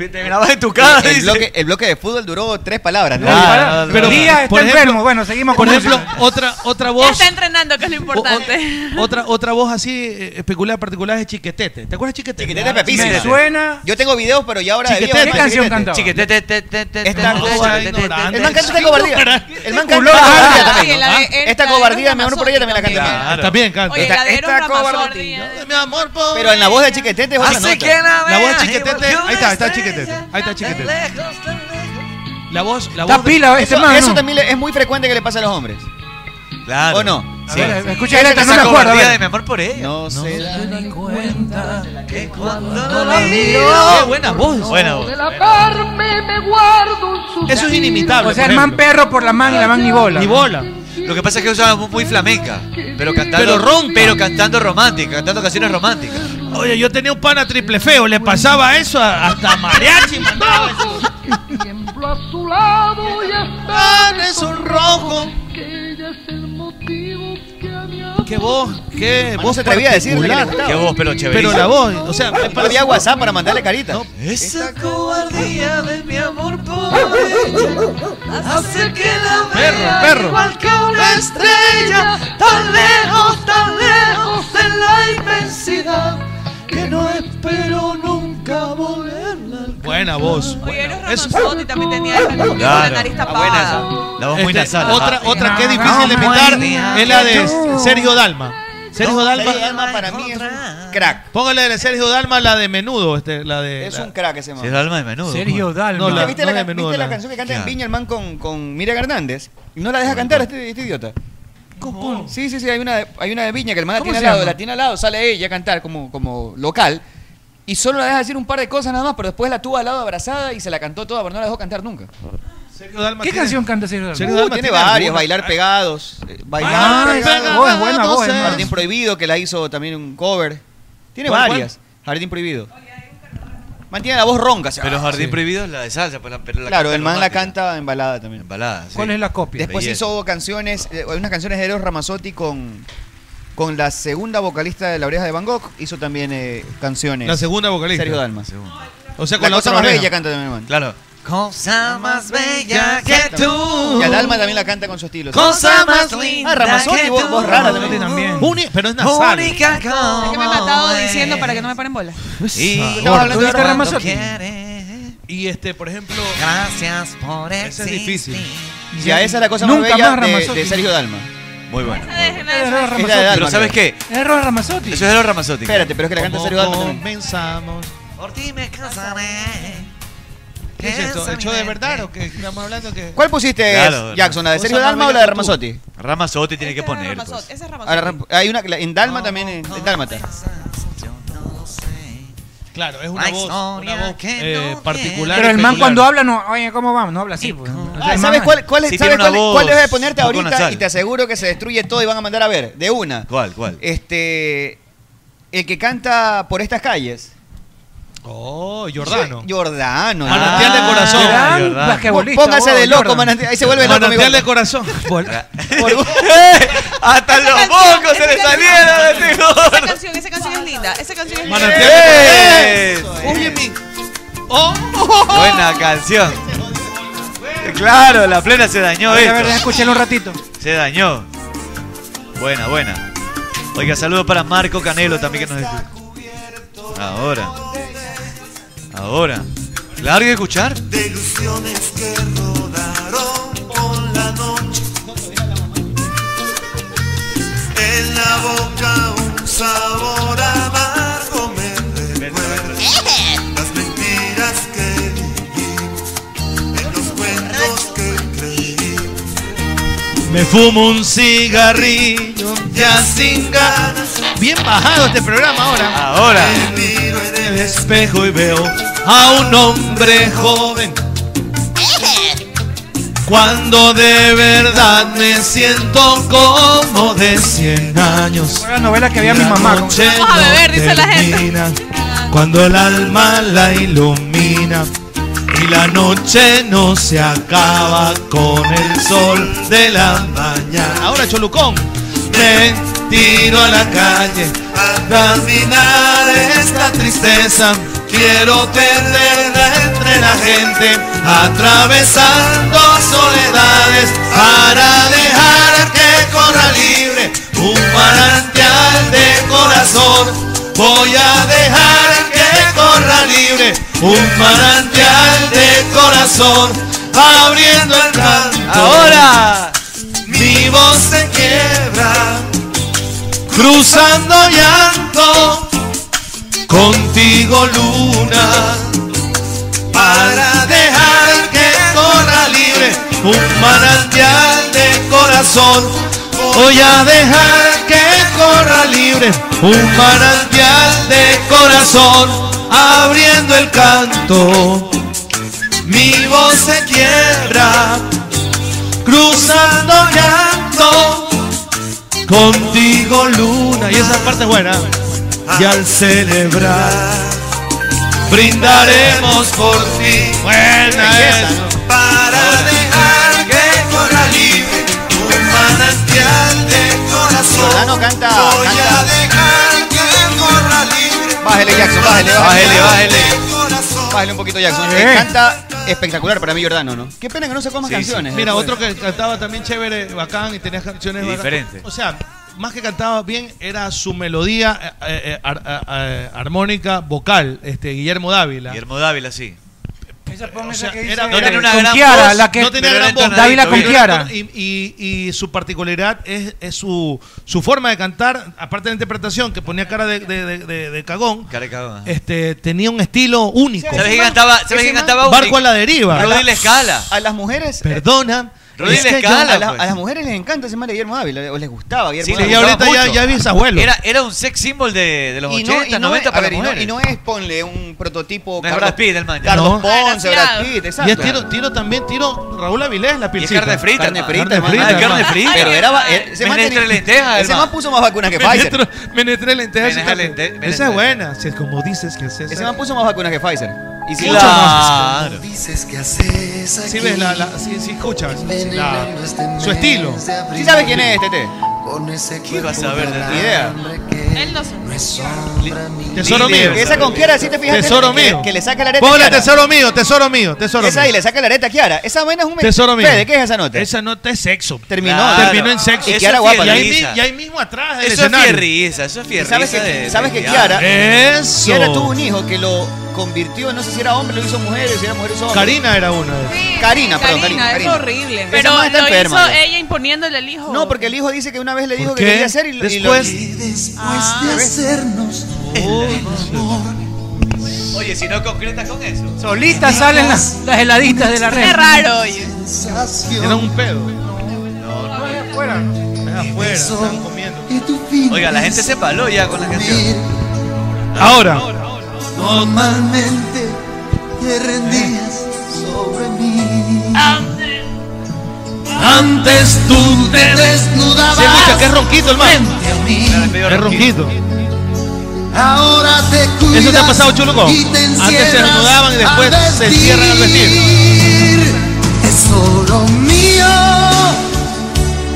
Speaker 11: Te grabas en tu casa,
Speaker 8: El,
Speaker 11: dice.
Speaker 8: bloque, el bloque de fútbol duró tres palabras, ¿no?
Speaker 11: Nada,
Speaker 10: Pero,
Speaker 12: Díaz está
Speaker 10: por ejemplo,
Speaker 12: enfermo. Bueno, seguimos con
Speaker 10: Por ejemplo, otra, otra voz.
Speaker 13: Está entrenando, que es lo importante.
Speaker 10: Otra, otra voz así eh, peculiar, particular es Chiquetete. ¿Te acuerdas de Chiquetete?
Speaker 8: Chiquetete Pepísimo. Me suena. Yo tengo videos, pero ya ahora de
Speaker 10: Chiquetete.
Speaker 8: día,
Speaker 10: ¿Qué
Speaker 8: ¿no?
Speaker 10: canción
Speaker 8: Chiquetete.
Speaker 10: cantaba?
Speaker 11: Chiquetete, te, te, te,
Speaker 8: Esta
Speaker 11: te, te,
Speaker 8: cosa
Speaker 11: te, te, te,
Speaker 8: ignorante.
Speaker 11: te,
Speaker 8: El man canta esta cobardía. El man
Speaker 10: Culo
Speaker 8: canta esta cobardía
Speaker 10: raro.
Speaker 8: también.
Speaker 10: Sí, la de-
Speaker 8: ¿no? Esta cobardía, mejor por ella también la canta.
Speaker 10: Claro. Está bien, canta.
Speaker 8: Oye, la de Eros
Speaker 10: Mi amor, pobre.
Speaker 8: Pero en la voz de Chiquetete es otra nota.
Speaker 10: La voz de Chiquetete. Ahí está, está Chiquetete. Ahí está Chiquetete. La voz, la voz. de-
Speaker 8: eso, eso también le- es muy frecuente que le pasa a los hombres.
Speaker 11: Claro.
Speaker 8: ¿O no?
Speaker 11: A ver,
Speaker 8: escucha
Speaker 11: Esa
Speaker 8: esta, no me
Speaker 11: cobardía
Speaker 8: acuerdo, a ver.
Speaker 11: de mi amor por ella.
Speaker 8: No sé.
Speaker 15: cuenta que cuando
Speaker 11: no
Speaker 15: la miro
Speaker 10: Qué buena voz.
Speaker 11: Buena voz.
Speaker 15: de la carne me guardo un suspiro.
Speaker 10: Eso es inimitable.
Speaker 12: O sea,
Speaker 10: por
Speaker 12: el man
Speaker 10: ejemplo.
Speaker 12: perro por la man y la man ni bola.
Speaker 10: Ni bola.
Speaker 11: Lo que pasa es que usaba muy flamenca, pero cantando,
Speaker 10: Pero ronca.
Speaker 11: pero cantando romántica, cantando canciones románticas.
Speaker 10: Oye, yo tenía un pana triple feo, le pasaba eso a- hasta mariachi mandaba eso.
Speaker 15: Tiemblo a su lado y están esos rojos que ella es el motivo que a mi
Speaker 10: Qué voz, qué
Speaker 8: Man,
Speaker 10: voz
Speaker 8: se atrevía a decirle que le
Speaker 10: particular.
Speaker 8: gustaba.
Speaker 11: Qué voz, pero chévere.
Speaker 10: Pero la voz, o sea, me
Speaker 8: No había WhatsApp para mandarle carita.
Speaker 15: Esa cobardía de mi amor [laughs] por ella hace que la vea
Speaker 10: perro.
Speaker 15: igual que una estrella tan lejos, tan lejos de la inmensidad que no espero nunca volverla. a alcanzar.
Speaker 10: Buena voz.
Speaker 9: Oye, Eros Ramazzotti también tenía esa canción con la
Speaker 11: Claro.
Speaker 9: nariz
Speaker 11: Ah,
Speaker 9: tapada.
Speaker 11: buena esa. La voz muy
Speaker 10: Este,
Speaker 11: nasal.
Speaker 10: otra,
Speaker 11: ajá.
Speaker 10: otra que es difícil de imitar es la de Sergio Dalma. Sergio Dalma,
Speaker 8: Sergio Dalma para mí es un crack.
Speaker 10: póngale de Sergio Dalma la de menudo, este, la de.
Speaker 8: Es
Speaker 10: la-
Speaker 8: un crack ese
Speaker 11: Sí,
Speaker 8: man.
Speaker 11: es alma de menudo.
Speaker 12: Sergio Dalma.
Speaker 10: No, la-
Speaker 8: ¿Viste, Ah, la,
Speaker 10: de
Speaker 8: can-
Speaker 10: menudo,
Speaker 8: viste la
Speaker 10: la-
Speaker 8: canción que canta en
Speaker 11: Claro.
Speaker 8: Viña el man con, con Mira Hernández? Y no la deja cantar este, este idiota.
Speaker 10: ¿Cómo?
Speaker 8: Sí, sí, sí, hay una de, hay una de Viña que el man la
Speaker 12: ¿Cómo
Speaker 8: tiene al
Speaker 12: se
Speaker 8: lado,
Speaker 12: llama?
Speaker 8: la tiene al lado, sale ella a cantar como, como local. Y solo la deja decir un par de cosas nada más, pero después la tuvo al lado abrazada y se la cantó toda, pero no la dejó cantar nunca.
Speaker 10: Sergio Dalma
Speaker 12: ¿Qué
Speaker 10: tiene-
Speaker 12: canción canta Sergio Dalma?
Speaker 10: Sergio
Speaker 8: Uh,
Speaker 10: Dalma
Speaker 8: tiene, varios,
Speaker 10: alguna.
Speaker 8: bailar pegados, eh, bailar
Speaker 12: Ah,
Speaker 8: pegados.
Speaker 12: esa voz es buena voz,
Speaker 10: Pegados,
Speaker 12: hermano.
Speaker 8: Jardín Prohibido, que la hizo también un cover. Tiene
Speaker 10: ¿Cuál,
Speaker 8: varias. Jardín Prohibido. Mantiene la voz ronca. o sea,
Speaker 11: Pero Jardín
Speaker 10: Sí.
Speaker 11: Prohibido es la de salsa, pero la, pero la
Speaker 8: claro,
Speaker 11: canta
Speaker 8: el man la
Speaker 11: romántica.
Speaker 8: canta en balada también.
Speaker 11: En balada. sí.
Speaker 12: ¿Cuál es la copia?
Speaker 8: Después
Speaker 11: Belleza.
Speaker 8: hizo canciones, eh, hay unas canciones de Eros Ramazzotti con, con la segunda vocalista de La Oreja de Van Gogh. Hizo también eh, canciones.
Speaker 10: La segunda vocalista.
Speaker 8: Sergio Dalma.
Speaker 10: O sea,
Speaker 8: La,
Speaker 10: con la,
Speaker 8: cosa
Speaker 10: otra
Speaker 8: más
Speaker 10: oreja.
Speaker 8: bella canta también, man.
Speaker 11: Claro. Cosa más bella que tú.
Speaker 8: Y al alma también la canta con su estilo.
Speaker 11: Cosa más linda
Speaker 8: Ah, Ramazzotti,
Speaker 11: que
Speaker 8: voz,
Speaker 11: tú.
Speaker 8: voz rara
Speaker 12: Ramazzotti
Speaker 8: también.
Speaker 12: también.
Speaker 10: Uni- pero es nasal.
Speaker 11: Única
Speaker 9: [laughs]
Speaker 11: como
Speaker 9: Es que me he matado
Speaker 11: eres.
Speaker 9: diciendo para que no me paren bola.
Speaker 11: Y
Speaker 10: Estamos hablando de
Speaker 11: cuando
Speaker 10: Ramazzotti.
Speaker 11: quieres,
Speaker 10: Y este, por ejemplo,
Speaker 11: Gracias por
Speaker 10: Esa es difícil.
Speaker 11: existir.
Speaker 8: Ya esa es la cosa más
Speaker 12: Nunca
Speaker 8: bella
Speaker 12: más
Speaker 8: de- de,
Speaker 12: Ramazzotti.
Speaker 8: Sergio Dalma.
Speaker 11: Muy bueno.
Speaker 12: Error
Speaker 8: Es la de
Speaker 12: Ramazzotti.
Speaker 8: Dalma.
Speaker 11: Pero ¿sabes
Speaker 8: creo.
Speaker 11: qué?
Speaker 12: Error Ramazzotti.
Speaker 11: Eso es de los Ramazzotti.
Speaker 8: Espérate, pero es que la canta
Speaker 10: ¿cómo
Speaker 8: Sergio Dalma también.
Speaker 10: comenzamos.
Speaker 11: Por ti me casaré.
Speaker 10: ¿Qué es esto? ¿El show de verdad o qué? Estamos hablando que.
Speaker 8: ¿Cuál pusiste,
Speaker 11: Claro,
Speaker 8: Jackson? ¿La de
Speaker 10: o
Speaker 8: Sergio
Speaker 10: sea,
Speaker 8: Dalma o la
Speaker 10: baila
Speaker 8: de
Speaker 10: con tú.
Speaker 8: Ramazzotti?
Speaker 11: Ramazotti tiene que
Speaker 9: Esa Este es
Speaker 11: poner.
Speaker 9: Ramazzotti,
Speaker 11: pues.
Speaker 9: esa es
Speaker 8: Ahora,
Speaker 9: Ramazzotti.
Speaker 8: Ram- hay una en Dalma también,
Speaker 11: [laughs]
Speaker 8: en, en Dálmata.
Speaker 10: Claro, es
Speaker 11: La
Speaker 10: una voz, una
Speaker 11: historia
Speaker 10: voz
Speaker 11: que
Speaker 10: eh,
Speaker 11: no
Speaker 10: particular.
Speaker 12: Pero el
Speaker 10: y
Speaker 12: man
Speaker 10: peculiar.
Speaker 12: cuando habla, no, oye, ¿cómo vamos? No habla así. pues. O sea,
Speaker 8: Ah,
Speaker 12: el
Speaker 8: ¿Sabes
Speaker 12: man-
Speaker 8: cuál, cuál,
Speaker 11: Sí,
Speaker 8: sabes
Speaker 11: Eh, tiene una
Speaker 8: cuál,
Speaker 11: voz
Speaker 8: cuál debes de ponerte
Speaker 11: poco
Speaker 8: ahorita?
Speaker 11: nasal.
Speaker 8: Y te aseguro que se destruye todo y van a mandar a ver, de una.
Speaker 11: ¿Cuál, cuál?
Speaker 8: Este, el que canta por estas calles.
Speaker 10: Oh, Jordano.
Speaker 8: Sí,
Speaker 11: Ah,
Speaker 8: Jordano.
Speaker 10: Manantial de corazón.
Speaker 12: Gran
Speaker 11: Ay, Jordán.
Speaker 12: basquetbolista, oh,
Speaker 8: Póngase
Speaker 12: vos,
Speaker 8: de loco,
Speaker 12: Jordan.
Speaker 8: manantial. Ahí se vuelve loco,
Speaker 10: Manantial de
Speaker 8: amigo. [laughs]
Speaker 10: corazón.
Speaker 11: ¡Eh! ¡Hasta los mocos se le
Speaker 9: esa canción-
Speaker 11: salieron a este
Speaker 9: Esa
Speaker 11: gordo!
Speaker 9: canción, esa canción es linda. Esa canción es linda.
Speaker 10: Manantial
Speaker 11: ¡Eh!
Speaker 10: de corazón. Oye, mi. Oh,
Speaker 11: Buena canción. Claro, la plena se dañó
Speaker 12: A ver,
Speaker 11: esto.
Speaker 12: escúchalo un ratito.
Speaker 11: Se dañó. Buena, buena. Oiga, saludo para Marco Canelo también que nos escucha. Ahora. Ahora. Largo de escuchar.
Speaker 14: de ilusiones que rodaron con la noche. En la boca un sabor amargo me recuerda las mentiras que vivimos, en los cuentos que creímos,
Speaker 10: [laughs] Me fumo un cigarrillo ya sin ganas. Bien bajado este programa ahora.
Speaker 11: Ahora.
Speaker 10: Me miro en el espejo y veo a un hombre
Speaker 8: [laughs]
Speaker 10: joven. Cuando de verdad me siento como de 100 años.
Speaker 12: Una novela que había mi
Speaker 10: La
Speaker 12: mamá.
Speaker 10: noche
Speaker 12: Vamos a beber, dice la gente.
Speaker 10: termina Cuando el alma la ilumina y la noche no se acaba con el sol de la mañana. Ahora Cholucón. Me tiro a la calle a caminar esta tristeza. Quiero perderla entre la gente, atravesando soledades para dejar que corra libre un manantial de corazón. Voy a dejar que corra libre un manantial de corazón, abriendo el canto.
Speaker 11: Ahora.
Speaker 10: Mi voz se quiebra, cruzando llanto, contigo luna, para dejar que corra libre un manantial de corazón. Voy a dejar que corra libre un manantial de corazón, abriendo el canto. Mi voz se quiebra, cruzando llanto contigo luna y esa parte es buena y al celebrar brindaremos por ti buena es para dejar que corra libre un manantial de corazón
Speaker 8: Solano canta,
Speaker 10: Voy a
Speaker 8: canta.
Speaker 10: dejar que corra libre
Speaker 8: Bájele Jackson, bájele, bájele.
Speaker 11: Bájele, bájele.
Speaker 8: Bájale un poquito Jackson.
Speaker 11: Eh.
Speaker 8: Eh, canta espectacular para mí Jordano, ¿no? Qué pena que no se coman
Speaker 11: Sí, sí.
Speaker 8: canciones. ¿eh? Pues-
Speaker 10: Mira,
Speaker 8: después.
Speaker 10: otro que cantaba también chévere, bacán, y tenía canciones
Speaker 11: Y
Speaker 10: bacanas.
Speaker 11: diferente.
Speaker 10: O sea, más que cantaba bien, era su melodía eh, eh, ar- a- a- armónica, vocal, este Guillermo Dávila. Eh,
Speaker 11: Guillermo Dávila, sí.
Speaker 10: O sea,
Speaker 12: que
Speaker 10: era-
Speaker 12: dice-
Speaker 10: no tenía una
Speaker 12: Con
Speaker 10: gran
Speaker 12: Kiara,
Speaker 10: voz,
Speaker 12: la que-
Speaker 10: no tenía
Speaker 12: Pero
Speaker 10: gran
Speaker 12: era
Speaker 10: voz.
Speaker 12: Dávila con
Speaker 10: Pero era
Speaker 12: Kiara.
Speaker 10: entonadito. Y, y- y su particularidad es, es su, su forma de cantar, aparte de la interpretación, que ponía cara de, de- de- de- de cagón,
Speaker 11: Carecagón.
Speaker 10: este, tenía un estilo único.
Speaker 11: ¿Sabes quién cantaba? ¿Sabes quién cantaba?
Speaker 10: Barco a la deriva.
Speaker 11: Rodil Escala.
Speaker 8: A las mujeres.
Speaker 10: Perdona.
Speaker 11: Rodil
Speaker 8: es que yo-
Speaker 11: Escala,
Speaker 8: a, la-
Speaker 11: pues.
Speaker 8: a las mujeres les encanta ese mal de Guillermo Ávila, o les gustaba Guillermo
Speaker 11: Sí, le
Speaker 8: Ávila.
Speaker 11: gustaba mucho.
Speaker 10: ya bisabuelo.
Speaker 11: Era, era un sex symbol de, de los
Speaker 8: Y no-
Speaker 11: 80,
Speaker 8: y no
Speaker 11: 90
Speaker 8: es- a
Speaker 11: para
Speaker 8: ver, y no-
Speaker 11: mujeres.
Speaker 8: y no es ponle un prototipo
Speaker 11: No es Brad Pitt, el man.
Speaker 8: Carlos
Speaker 11: No.
Speaker 8: Ponce, Brad
Speaker 11: Desgraciado.
Speaker 8: Pitt,
Speaker 11: Y es
Speaker 8: exacto.
Speaker 10: Y es tiro, tiro también, tiro Raúl Avilés, la
Speaker 11: Y es
Speaker 10: pincita.
Speaker 11: carne frita.
Speaker 8: Carne
Speaker 11: hermano.
Speaker 8: frita, Ah,
Speaker 11: Carne
Speaker 8: hermano.
Speaker 11: frita. Carne frita.
Speaker 8: Pero era va- eh, ese man
Speaker 11: Menestra
Speaker 8: tenía-
Speaker 11: lenteja,
Speaker 8: ese man
Speaker 10: [laughs]
Speaker 11: hermano.
Speaker 8: puso más vacunas que Pfizer.
Speaker 10: Menestro- Menestra lenteja.
Speaker 8: Menestra
Speaker 10: sí, también.
Speaker 8: lente-
Speaker 10: Esa
Speaker 8: menestra.
Speaker 10: es buena, si es como dices que es esa.
Speaker 8: Ese man puso más vacunas que Pfizer. Y si
Speaker 10: Mucho más.
Speaker 8: Mucho más.
Speaker 14: dices que haces aquí.
Speaker 10: Si ves, la, la, si, si escuchas la-
Speaker 14: este
Speaker 10: su estilo.
Speaker 8: ¿Sí sabes quién es este?
Speaker 14: Con ese
Speaker 11: ¿Qué vas a ver de
Speaker 8: Ni idea.
Speaker 13: Él no sabe.
Speaker 10: Tesoro
Speaker 8: Ni
Speaker 10: mío.
Speaker 8: idea. Esa con Kiara, si te fijas.
Speaker 10: Tesoro
Speaker 8: que-
Speaker 10: mío.
Speaker 8: Que le saca la areta. a
Speaker 10: Ponle
Speaker 8: Kiara.
Speaker 10: tesoro mío, tesoro mío, tesoro
Speaker 8: Esa
Speaker 10: mío.
Speaker 8: ahí, le saca la areta a Kiara. Esa vaina es un
Speaker 10: Tesoro mío.
Speaker 8: Fede, ¿qué es esa nota?
Speaker 10: Esa nota es sexo.
Speaker 8: Terminó.
Speaker 10: Terminó en sexo.
Speaker 8: Y Kiara guapa.
Speaker 10: Y
Speaker 8: ¿no?
Speaker 10: ahí, mi- y ahí mismo atrás del
Speaker 11: Eso es
Speaker 10: escenario.
Speaker 11: fierriza, eso es
Speaker 8: Y
Speaker 11: fierriza.
Speaker 8: sabes que,
Speaker 11: de-
Speaker 8: sabes que
Speaker 11: de-
Speaker 8: Kiara,
Speaker 10: Eso.
Speaker 8: Kiara tuvo un hijo que lo convirtió, no sé si era hombre, lo hizo mujer, si era mujer, lo hizo hombre.
Speaker 10: Karina era una de esas.
Speaker 8: Karina, perdón,
Speaker 9: Karina, es
Speaker 8: Karina. Karina.
Speaker 9: horrible.
Speaker 8: Esa
Speaker 13: Pero
Speaker 8: madre
Speaker 13: lo
Speaker 8: está enferma,
Speaker 13: hizo
Speaker 8: ya.
Speaker 13: ella imponiéndole al hijo.
Speaker 8: No, porque el hijo dice que una vez le dijo que
Speaker 10: qué?
Speaker 8: quería hacer y, lo- y lo-
Speaker 10: Después-
Speaker 8: y-
Speaker 13: Ah.
Speaker 14: hacernos
Speaker 11: Oye, si no concretas con eso.
Speaker 12: Solitas salen las, las heladitas de la red.
Speaker 13: Qué raro, oye.
Speaker 10: Era un pedo.
Speaker 12: Fuera.
Speaker 10: Era afuera, estaban comiendo.
Speaker 11: Oiga, la gente se paló ya con la canción.
Speaker 10: Ahora.
Speaker 14: Normalmente te rendías sobre mí.
Speaker 10: Antes tú te
Speaker 14: desnudabas.
Speaker 10: Se escucha que es ronquito, hermano.
Speaker 11: Es
Speaker 10: ronquito.
Speaker 14: Ahora te cuidas.
Speaker 10: Eso te ha pasado, Chuluco.
Speaker 14: y te
Speaker 10: Antes se
Speaker 14: encierras
Speaker 10: desnudaban y después
Speaker 14: al
Speaker 10: se encierran al
Speaker 14: vestir. Es solo mío.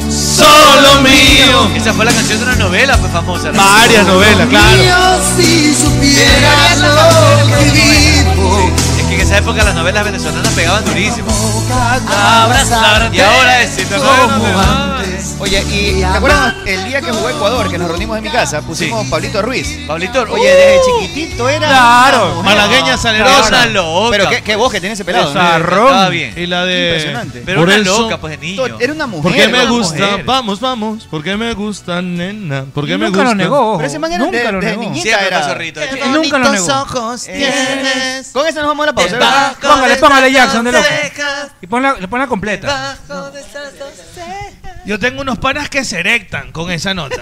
Speaker 10: Solo mío.
Speaker 11: Esa fue la canción de una novela, pues famosa. ¿no?
Speaker 10: Varias novelas, claro.
Speaker 14: Mío, si supieras lo que vivo.
Speaker 11: Es que en esa época las novelas venezolanas pegaban durísimo.
Speaker 14: Abrazarte
Speaker 11: Y ahora es si te
Speaker 14: como
Speaker 11: acuerdas,
Speaker 14: antes.
Speaker 8: Oye, y ¿te acuerdas el día que jugó Ecuador, que nos reunimos en mi casa? Pusimos Pablito Ruiz.
Speaker 11: Pablito Ruiz.
Speaker 8: Oye, desde chiquitito era.
Speaker 10: Claro,
Speaker 8: una mujer.
Speaker 10: malagueña salerosa.
Speaker 8: Claro.
Speaker 10: Una loca.
Speaker 8: Pero qué, qué voz que tiene ese pelado. ¿no?
Speaker 10: Pizarrón.
Speaker 8: Estaba bien.
Speaker 10: Y la de.
Speaker 8: Impresionante.
Speaker 11: Pero
Speaker 10: Por
Speaker 11: una
Speaker 10: eso-
Speaker 11: loca, pues, de niño.
Speaker 8: Era una mujer.
Speaker 10: ¿Por qué me
Speaker 8: era una
Speaker 10: gusta?
Speaker 8: mujer.
Speaker 10: Vamos, vamos. ¿Por qué me gusta, nena? ¿Por qué
Speaker 8: Y
Speaker 10: me
Speaker 8: nunca lo
Speaker 10: gusta?
Speaker 8: negó, ojo. Pero ese man era Nunca de- lo desde negó. niñita
Speaker 10: Siempre
Speaker 8: era.
Speaker 10: fue zorrito.
Speaker 8: Qué
Speaker 10: Chiquito.
Speaker 8: Nunca lo negó.
Speaker 10: ojos
Speaker 8: tienes. Con eso nos vamos a la pausa. ¿verdad?
Speaker 12: Póngale, póngale Jackson de loco. Y ponla, le ponla completa.
Speaker 10: Yo tengo unos panas que se erectan con esa [laughs] nota.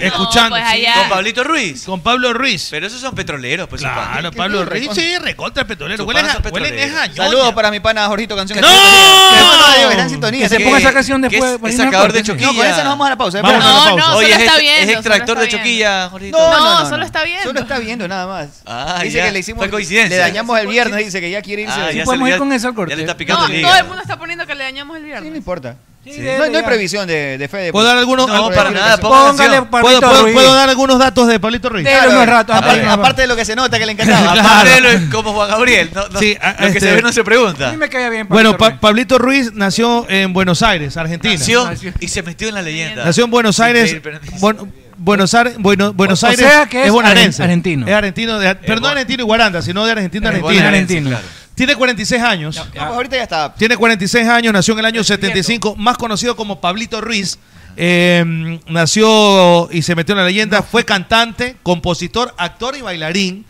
Speaker 10: Escuchando.
Speaker 13: pues, allá.
Speaker 11: Con Pablito Ruiz.
Speaker 10: Con Pablo Ruiz.
Speaker 11: Pero esos son petroleros, pues.
Speaker 10: Claro, Pablo Ruiz, sí, recontra el petrolero.
Speaker 11: Sus
Speaker 10: Huelen
Speaker 11: panas
Speaker 10: a,
Speaker 11: son
Speaker 10: huelen es a ñoña.
Speaker 8: Saludos para mi pana Jorgito Canción.
Speaker 10: ¡No!
Speaker 8: Que está en sintonía. Que está en sintonía.
Speaker 11: Que se
Speaker 8: Que-
Speaker 11: ponga esa canción
Speaker 8: que
Speaker 11: después,
Speaker 8: es-
Speaker 11: por ahí
Speaker 8: Es
Speaker 11: me
Speaker 8: sacador de
Speaker 11: acuerdo.
Speaker 8: choquilla.
Speaker 11: No, con esa nos vamos a la pausa, Vámonos
Speaker 8: espera.
Speaker 11: a la pausa. Oye, es
Speaker 13: está
Speaker 11: ex- es
Speaker 13: viendo, solo
Speaker 11: extractor
Speaker 13: está
Speaker 11: de choquilla, Jorgito.
Speaker 8: No,
Speaker 13: No,
Speaker 8: no, no,
Speaker 13: solo
Speaker 8: no.
Speaker 13: está viendo.
Speaker 8: Solo está viendo nada más.
Speaker 11: Ah,
Speaker 8: dice
Speaker 11: ya.
Speaker 8: que le hicimos
Speaker 11: Fue
Speaker 8: Le
Speaker 11: coincidencia.
Speaker 8: dañamos el viernes, dice que ya quiere irse.
Speaker 11: Ah,
Speaker 8: Sí,
Speaker 11: ya se
Speaker 8: podemos
Speaker 11: le-
Speaker 8: ir con-
Speaker 11: ya- Ya le está picando
Speaker 13: No,
Speaker 11: el
Speaker 13: todo el
Speaker 11: hígado.
Speaker 13: mundo está poniendo que le dañamos el viernes.
Speaker 8: No importa.
Speaker 13: Sí.
Speaker 8: No, hay- no hay previsión de, de Fede.
Speaker 10: ¿Puedo dar algunos?
Speaker 11: No, para nada,
Speaker 10: Póngale, ¿Puedo, puedo- puedo dar algunos datos de Pablito Ruiz?
Speaker 8: Claro, aparte,
Speaker 10: Aparte-
Speaker 8: aparte de lo que se nota que le encantaba.
Speaker 11: Aparte de lo es como Juan Gabriel. No, no,
Speaker 10: Sí,
Speaker 11: lo
Speaker 10: a-
Speaker 11: que
Speaker 10: este-
Speaker 11: se ve no se pregunta.
Speaker 12: me caía bien.
Speaker 10: Bueno, Pa- Pablito Ruiz nació en Buenos Aires, Argentina.
Speaker 11: Nació y se metió en la leyenda.
Speaker 10: Nació en Buenos
Speaker 11: Sin
Speaker 10: Aires.
Speaker 11: pedir permiso.
Speaker 10: Buen- Buenos Aires, bueno, Buenos
Speaker 12: o
Speaker 10: Aires
Speaker 12: sea que es
Speaker 10: bonaerense.
Speaker 12: argen- argentino.
Speaker 10: Es argentino, de- pero no argentino y Guaranda, sino de Argentina, Argentina. Tiene 46 años.
Speaker 8: No, pues ahorita ya está.
Speaker 10: Tiene 46 años, nació en el año 75, más conocido como Pablito Ruiz. Eh, nació y se metió en la leyenda. Fue cantante, compositor, actor y bailarín.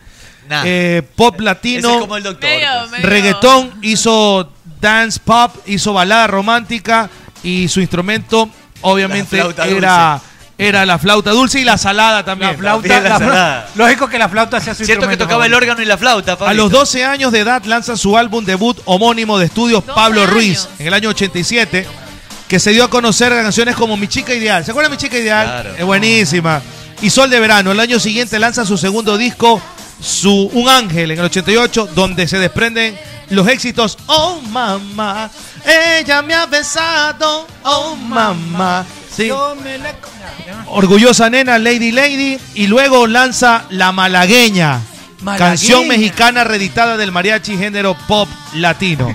Speaker 11: Nah.
Speaker 10: Eh, pop
Speaker 11: Ese
Speaker 10: latino.
Speaker 11: es como el doctor. pues.
Speaker 10: Reggaetón, hizo dance pop, hizo balada romántica y su instrumento obviamente
Speaker 11: La flauta
Speaker 10: era, era la flauta dulce y la salada también.
Speaker 12: La flauta, la fla-
Speaker 10: [laughs]
Speaker 12: lógico que la flauta sea su
Speaker 11: Cierto que
Speaker 12: instrumento
Speaker 11: tocaba el
Speaker 12: favorito.
Speaker 11: órgano y la flauta,
Speaker 10: A
Speaker 11: Pablito.
Speaker 10: los 12 años de edad lanza su álbum debut homónimo de estudios Pablo Ruiz en el año 87, que se dio a conocer a canciones como Mi Chica Ideal. ¿Se acuerdan de Mi Chica Ideal? Es buenísima. Y Sol de Verano. El año siguiente lanza su segundo disco, su Un Ángel, en el 88, donde se desprenden los éxitos Oh Mamá, ella me ha besado, Oh Mamá. Sí. Orgullosa nena, Lady Lady, y luego lanza La Malagueña,
Speaker 12: Malagueña.
Speaker 10: canción mexicana reeditada del mariachi género pop
Speaker 12: [laughs]
Speaker 10: latino.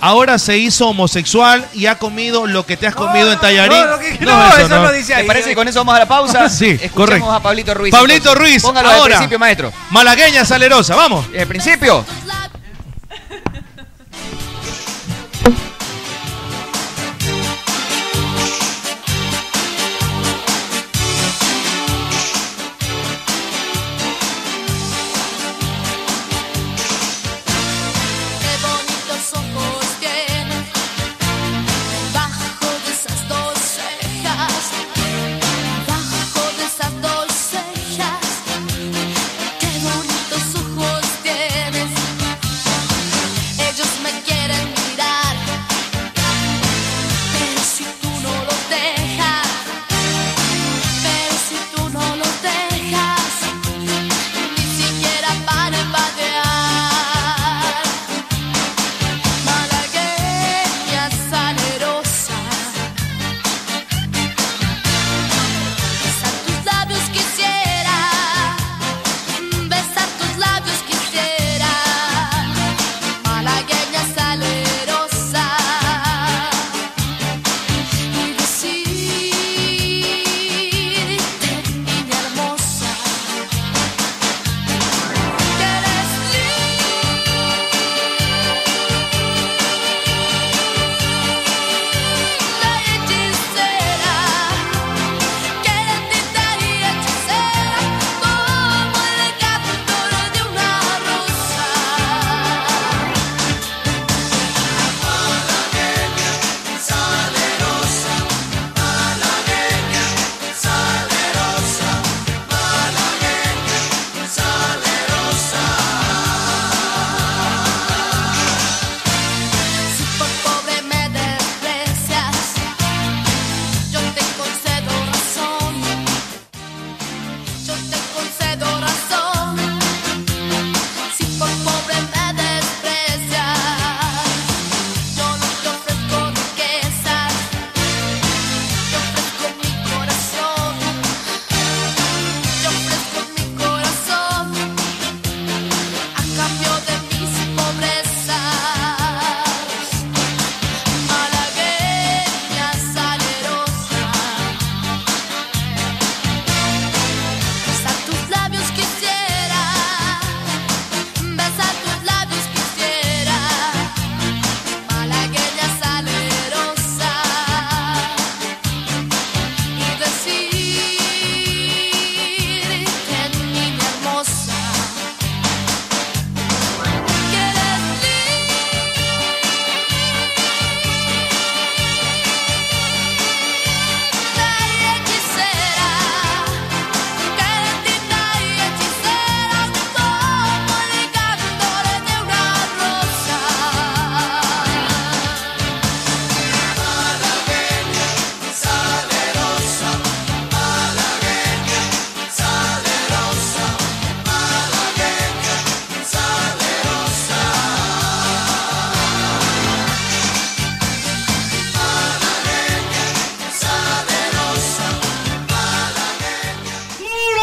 Speaker 10: Ahora se hizo homosexual y ha comido lo que te has comido en tallarín.
Speaker 12: Oh, no, que- no, eso lo dice ahí.
Speaker 8: ¿Te parece que con eso vamos a la pausa?
Speaker 10: [laughs] Sí,
Speaker 8: Escuchemos
Speaker 10: correcto.
Speaker 8: a Pablito Ruiz.
Speaker 10: Pablito
Speaker 8: entonces.
Speaker 10: Ruiz,
Speaker 8: Póngalo al
Speaker 10: ahora.
Speaker 8: principio, maestro.
Speaker 10: Malagueña salerosa, vamos.
Speaker 8: El principio.
Speaker 15: Qué bonitos ojos tienes Bajo de esas dos cejas Bajo de esas dos cejas Qué bonitos ojos tienes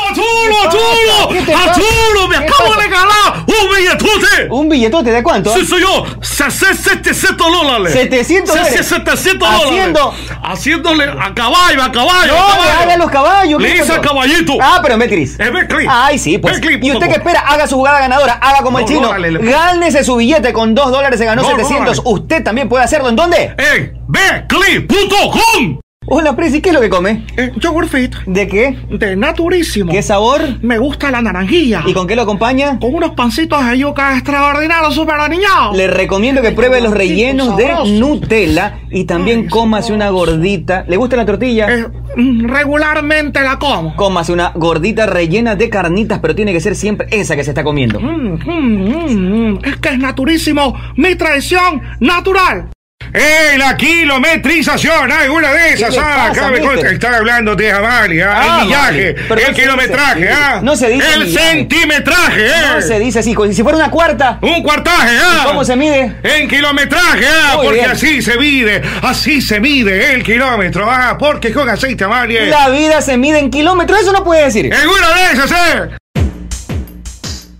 Speaker 2: ¡Arturo!
Speaker 8: ¿Qué te
Speaker 1: ¡Ah,
Speaker 8: pasa?
Speaker 2: ¡Arturo! ¡Me
Speaker 8: ¿Qué
Speaker 2: acabo
Speaker 8: pasa?
Speaker 2: de ganar un billetote!
Speaker 8: ¿Un billetote de cuánto?
Speaker 2: Sí, soy yo. Se- se- 700 dólares.
Speaker 8: 700
Speaker 2: Se- se-
Speaker 8: dólares.
Speaker 2: 700 dólares.
Speaker 8: Haciendo-
Speaker 2: Haciéndole a caballo, a caballo.
Speaker 8: No,
Speaker 2: a
Speaker 8: le
Speaker 2: caballo.
Speaker 8: haga a los caballos.
Speaker 2: Le
Speaker 8: ¿qué
Speaker 2: hice
Speaker 8: pasó?
Speaker 2: a caballito.
Speaker 8: Ah, pero en Betcris.
Speaker 2: En Betcris.
Speaker 8: Ay, sí, pues.
Speaker 2: Betcris punto
Speaker 8: y usted
Speaker 2: com.
Speaker 8: que espera, haga su jugada ganadora, haga como el
Speaker 2: No,
Speaker 8: chino.
Speaker 2: no, dale, le-
Speaker 8: Gánese su billete con 2 dólares, se ganó
Speaker 2: No, no,
Speaker 8: 700.
Speaker 2: dale.
Speaker 8: usted también puede hacerlo. ¿En dónde?
Speaker 2: En betcris.com.
Speaker 8: Hola, Prezi, ¿qué es lo que come?
Speaker 1: Yogurt Eh, fit.
Speaker 8: ¿De qué?
Speaker 1: De naturísimo.
Speaker 8: ¿Qué sabor?
Speaker 1: Me gusta la naranjilla.
Speaker 8: ¿Y con qué lo acompaña?
Speaker 1: Con unos pancitos de yuca extraordinarios, super aniñados.
Speaker 8: Le recomiendo que pruebe los rellenos de
Speaker 1: sabroso.
Speaker 8: Nutella y también cómase una gordita. ¿Le gusta la tortilla?
Speaker 1: Eh, mm, Regularmente la como.
Speaker 8: Cómase una gordita rellena de carnitas, pero tiene que ser siempre esa que se está comiendo.
Speaker 1: Mm, mm, mm, mm. Es que es naturísimo. Mi tradición natural.
Speaker 2: ¡Ey, la kilometrización! ¡Hay una de esas!
Speaker 1: ¿Qué le
Speaker 2: ¡Ah!
Speaker 1: pasa,
Speaker 2: Acá me
Speaker 1: mister?
Speaker 2: consta- Están hablando de Amalia.
Speaker 8: Ah,
Speaker 2: el
Speaker 8: vale.
Speaker 2: millaje,
Speaker 8: Pero
Speaker 2: el
Speaker 8: no se
Speaker 2: kilometraje,
Speaker 8: dice así.
Speaker 2: ¿ah?
Speaker 8: No se dice
Speaker 2: El
Speaker 8: millaje.
Speaker 2: centimetraje, ¿eh?
Speaker 8: No se dice así, como si fuera una cuarta.
Speaker 2: Un cuartaje, ¿ah?
Speaker 8: ¿Cómo se mide?
Speaker 2: En kilometraje, ah,
Speaker 8: Muy
Speaker 2: porque
Speaker 8: bien.
Speaker 2: así se mide, así se mide el kilómetro, ah, porque con aceite, Amalia.
Speaker 8: La vida se mide en kilómetros, eso no puede decir.
Speaker 2: En una de esas, ¿eh?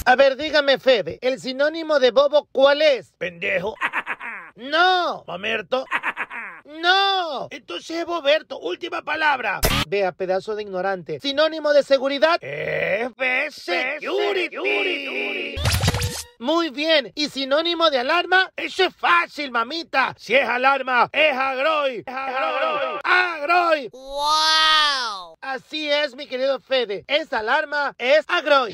Speaker 13: A ver, dígame, Fede, ¿el sinónimo de bobo cuál es? Pendejo. [laughs] No. Mamerto. [laughs] No. Entonces es boberto. Última palabra. Vea, pedazo de ignorante. Sinónimo de seguridad. Eh. Security. Muy bien. ¿Y sinónimo de alarma? Eso es fácil, mamita. Si es alarma, es agroy. Es agroy. Agroy. ¡Wow! Así es, mi querido Fede. Es alarma, es agroy.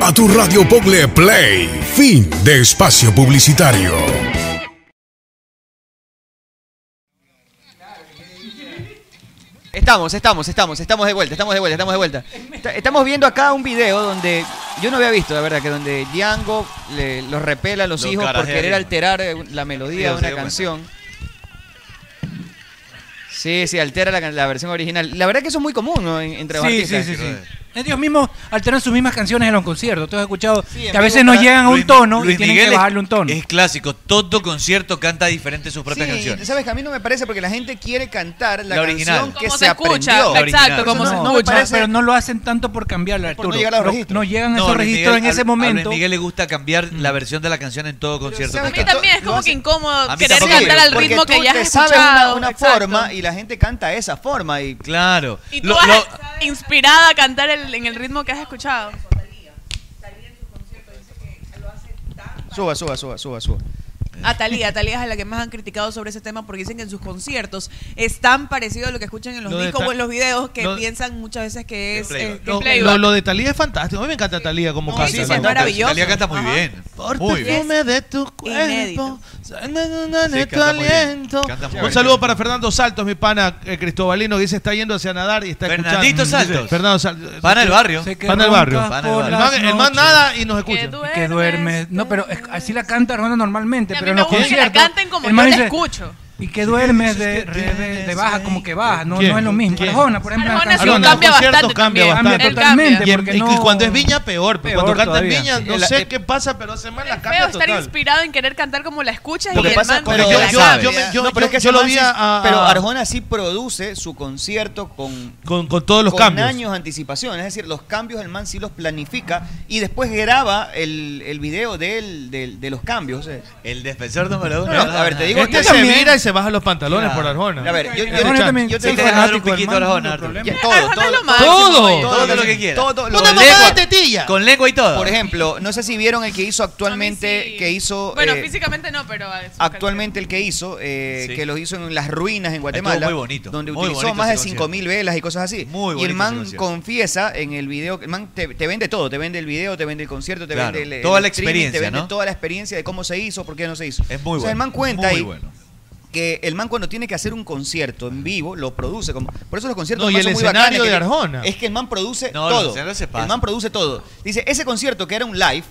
Speaker 20: A tu radio Pogle Play, fin de espacio publicitario.
Speaker 22: Estamos, estamos, estamos, estamos de vuelta, estamos de vuelta, estamos de vuelta. Está- Estamos viendo acá un video donde yo no había visto, la verdad, que donde Django le- los repela a los,
Speaker 11: Los
Speaker 22: hijos por
Speaker 11: carajea
Speaker 22: querer
Speaker 11: ahí.
Speaker 22: alterar eh, la melodía de
Speaker 11: Sí, se
Speaker 22: una
Speaker 11: dio
Speaker 22: canción. Sí, sí, altera la, can- la versión original. La verdad que eso es muy común ¿no? En- entre los
Speaker 12: Sí, sí,
Speaker 22: artistas.
Speaker 12: sí, sí. Ellos mismos alteran sus mismas canciones en los conciertos. ¿Tú has escuchado
Speaker 11: en
Speaker 12: que a veces no
Speaker 11: vivo para-
Speaker 12: llegan a un
Speaker 11: Luis-
Speaker 12: tono
Speaker 11: Luis
Speaker 12: y tienen
Speaker 11: Miguel
Speaker 12: que
Speaker 11: es-
Speaker 12: bajarle un tono?
Speaker 11: Es clásico, todo concierto canta diferente sus propias
Speaker 22: Sí,
Speaker 11: canciones.
Speaker 22: sabes que a mí no me parece porque la gente quiere cantar la,
Speaker 11: La original.
Speaker 22: canción que
Speaker 11: Como
Speaker 22: se,
Speaker 11: se escucha,
Speaker 22: aprendió.
Speaker 11: La original. exacto, como
Speaker 22: Por eso
Speaker 11: se
Speaker 22: no,
Speaker 11: escucha.
Speaker 22: No me parece
Speaker 12: Pero no lo hacen tanto por cambiarlo, Arturo.
Speaker 22: no llegar a los
Speaker 12: No-
Speaker 22: registros.
Speaker 12: no llegan a
Speaker 11: No,
Speaker 12: esos
Speaker 11: Luis
Speaker 12: registros
Speaker 11: Miguel-
Speaker 12: en ese
Speaker 11: a- A
Speaker 12: momento. Mm.
Speaker 11: Luis Miguel le gusta cambiar la versión de la canción en todo concierto.
Speaker 22: ¿sabes
Speaker 11: que
Speaker 22: qué?
Speaker 11: canta.
Speaker 23: También es
Speaker 22: Lo
Speaker 23: como
Speaker 22: hace-
Speaker 23: que incómodo
Speaker 11: A mí
Speaker 23: querer
Speaker 11: tampoco me
Speaker 23: cantar al
Speaker 11: gusta.
Speaker 23: ritmo
Speaker 22: Porque
Speaker 23: que
Speaker 22: tú
Speaker 23: ya
Speaker 22: te
Speaker 23: has
Speaker 22: sabes una,
Speaker 23: escuchado.
Speaker 22: una
Speaker 23: Exacto.
Speaker 22: forma y la gente canta esa forma y
Speaker 11: claro
Speaker 23: Y tú vas inspirada a cantar el- en el ritmo que has escuchado.
Speaker 22: suba suba suba suba suba
Speaker 9: A Talía, a Talía es a la que más han criticado sobre ese tema porque dicen que en sus conciertos es tan parecido a lo que escuchan en los
Speaker 10: Lo de
Speaker 9: discos
Speaker 10: Ta-
Speaker 9: o en los videos que
Speaker 10: lo-
Speaker 9: piensan muchas veces que es eh,
Speaker 10: Lo,
Speaker 9: que es
Speaker 10: lo-
Speaker 9: playback.
Speaker 10: lo de Talía es fantástico. A mí me encanta Talía como
Speaker 9: No,
Speaker 10: canta.
Speaker 9: sí, sí, es maravilloso. Ah, Thalía canta
Speaker 11: muy bien.
Speaker 10: Por
Speaker 11: Muy bien.
Speaker 10: perfume de tu
Speaker 9: Inédito.
Speaker 10: cuerpo. na, na, na,
Speaker 11: Sí,
Speaker 10: de tu
Speaker 11: canta muy bien.
Speaker 10: aliento.
Speaker 11: Canta muy
Speaker 10: Un
Speaker 11: bien.
Speaker 10: saludo para Fernando Saltos, mi pana eh, cristobalino, que dice está yendo hacia nadar y está
Speaker 11: Fernandito
Speaker 10: escuchando.
Speaker 11: Saltos.
Speaker 10: Fernando Saltos.
Speaker 11: Pana del barrio. Sé que
Speaker 10: Pana del barrio.
Speaker 11: roncas por
Speaker 10: El
Speaker 11: las
Speaker 10: man- El man
Speaker 11: noches.
Speaker 10: nada y nos escucha.
Speaker 12: Que duerme. No, pero es- así la canta Armando normalmente,
Speaker 23: Y a mí
Speaker 12: pero en
Speaker 23: me
Speaker 12: los
Speaker 23: gusta que la
Speaker 12: conciertos.
Speaker 23: canten como
Speaker 12: el man
Speaker 23: yo la
Speaker 12: dice,
Speaker 23: escucho.
Speaker 12: Y que duermes de, de- de baja como que baja, no, no es lo mismo. Arjona, por ejemplo.
Speaker 10: Arjona sí
Speaker 12: Arjona,
Speaker 10: cambia
Speaker 12: los conciertos
Speaker 10: bastante también. Él cambia.
Speaker 12: totalmente.
Speaker 10: Y en-
Speaker 12: porque
Speaker 10: y
Speaker 12: no-
Speaker 10: cuando es Viña, peor, porque cuando canta en
Speaker 12: todavía.
Speaker 10: Viña, no
Speaker 12: El-
Speaker 10: sé qué pasa, pero hace mal la
Speaker 13: Feo
Speaker 10: cambia
Speaker 13: estar
Speaker 10: total.
Speaker 13: inspirado en querer cantar como la escuchas
Speaker 10: Lo
Speaker 13: y
Speaker 10: que
Speaker 13: el
Speaker 10: pasa
Speaker 13: man
Speaker 10: con-
Speaker 13: como
Speaker 10: Pero
Speaker 13: la
Speaker 10: yo-
Speaker 13: sabe.
Speaker 10: yo me- yo-
Speaker 8: no, pero es que
Speaker 10: yo
Speaker 8: ese
Speaker 10: lo
Speaker 8: man
Speaker 10: vi
Speaker 8: sí-
Speaker 10: a- a-
Speaker 8: Pero Arjona sí produce su concierto con,
Speaker 10: Con, con todos los
Speaker 8: con
Speaker 10: cambios.
Speaker 8: años de anticipación. Es decir, los cambios el man sí los planifica y después graba el, el video del, del- de los cambios. El defensor número
Speaker 10: uno.
Speaker 8: a ver, te digo.
Speaker 10: Este
Speaker 8: yo
Speaker 10: se
Speaker 8: también-
Speaker 10: mira y se baja los pantalones
Speaker 8: Claro.
Speaker 10: por Arjona.
Speaker 8: A ver, yo, yo-
Speaker 10: Arjona
Speaker 8: yo-
Speaker 10: también-
Speaker 8: yo
Speaker 10: sí,
Speaker 8: te
Speaker 10: te
Speaker 8: dejo
Speaker 10: deja
Speaker 8: dar un
Speaker 10: dar un
Speaker 8: piquito
Speaker 10: piquito a Arjona,
Speaker 8: Arjona.
Speaker 10: Arjona.
Speaker 8: Ya, Todo,
Speaker 10: Arjona es
Speaker 8: todo,
Speaker 10: lo máximo, oye.
Speaker 8: Todo lo que quieras.
Speaker 10: Todo lo Una de mamada lengua. de tetilla.
Speaker 8: Con lengua y
Speaker 10: todo.
Speaker 8: Por ejemplo, no sé si vieron el que hizo actualmente, que hizo...
Speaker 13: Bueno,
Speaker 8: eh,
Speaker 13: físicamente no, pero a ver,
Speaker 8: Actualmente el que hizo, eh,
Speaker 11: Sí.
Speaker 8: que los hizo en las ruinas en Guatemala,
Speaker 11: Estuvo muy bonito,
Speaker 8: donde
Speaker 11: muy
Speaker 8: utilizó
Speaker 11: bonito
Speaker 8: más de
Speaker 11: ese concierto.
Speaker 8: 5.000 velas y cosas así. y el
Speaker 11: bonito ese
Speaker 8: man
Speaker 11: concierto.
Speaker 8: confiesa en el video, el man te, te vende todo, te vende el video, te vende el concierto, te
Speaker 11: Claro,
Speaker 8: vende el,
Speaker 11: toda
Speaker 8: el
Speaker 11: la
Speaker 8: streaming,
Speaker 11: experiencia,
Speaker 8: te vende
Speaker 11: ¿no?
Speaker 8: toda la experiencia de cómo se hizo, por qué no se hizo. Es
Speaker 11: muy
Speaker 8: o sea, el man
Speaker 11: bueno,
Speaker 8: cuenta
Speaker 11: muy
Speaker 8: ahí
Speaker 11: bueno.
Speaker 8: que el man cuando tiene que hacer un concierto en vivo lo produce como por eso los conciertos
Speaker 10: No,
Speaker 8: del
Speaker 10: y
Speaker 8: man
Speaker 10: el
Speaker 8: son muy
Speaker 10: escenario
Speaker 8: bacanes,
Speaker 10: de
Speaker 8: que-
Speaker 10: Arjona.
Speaker 8: es que el man produce
Speaker 11: No, los
Speaker 8: todo
Speaker 11: escenarios se
Speaker 8: el
Speaker 11: pasan.
Speaker 8: man produce todo dice ese concierto que era un live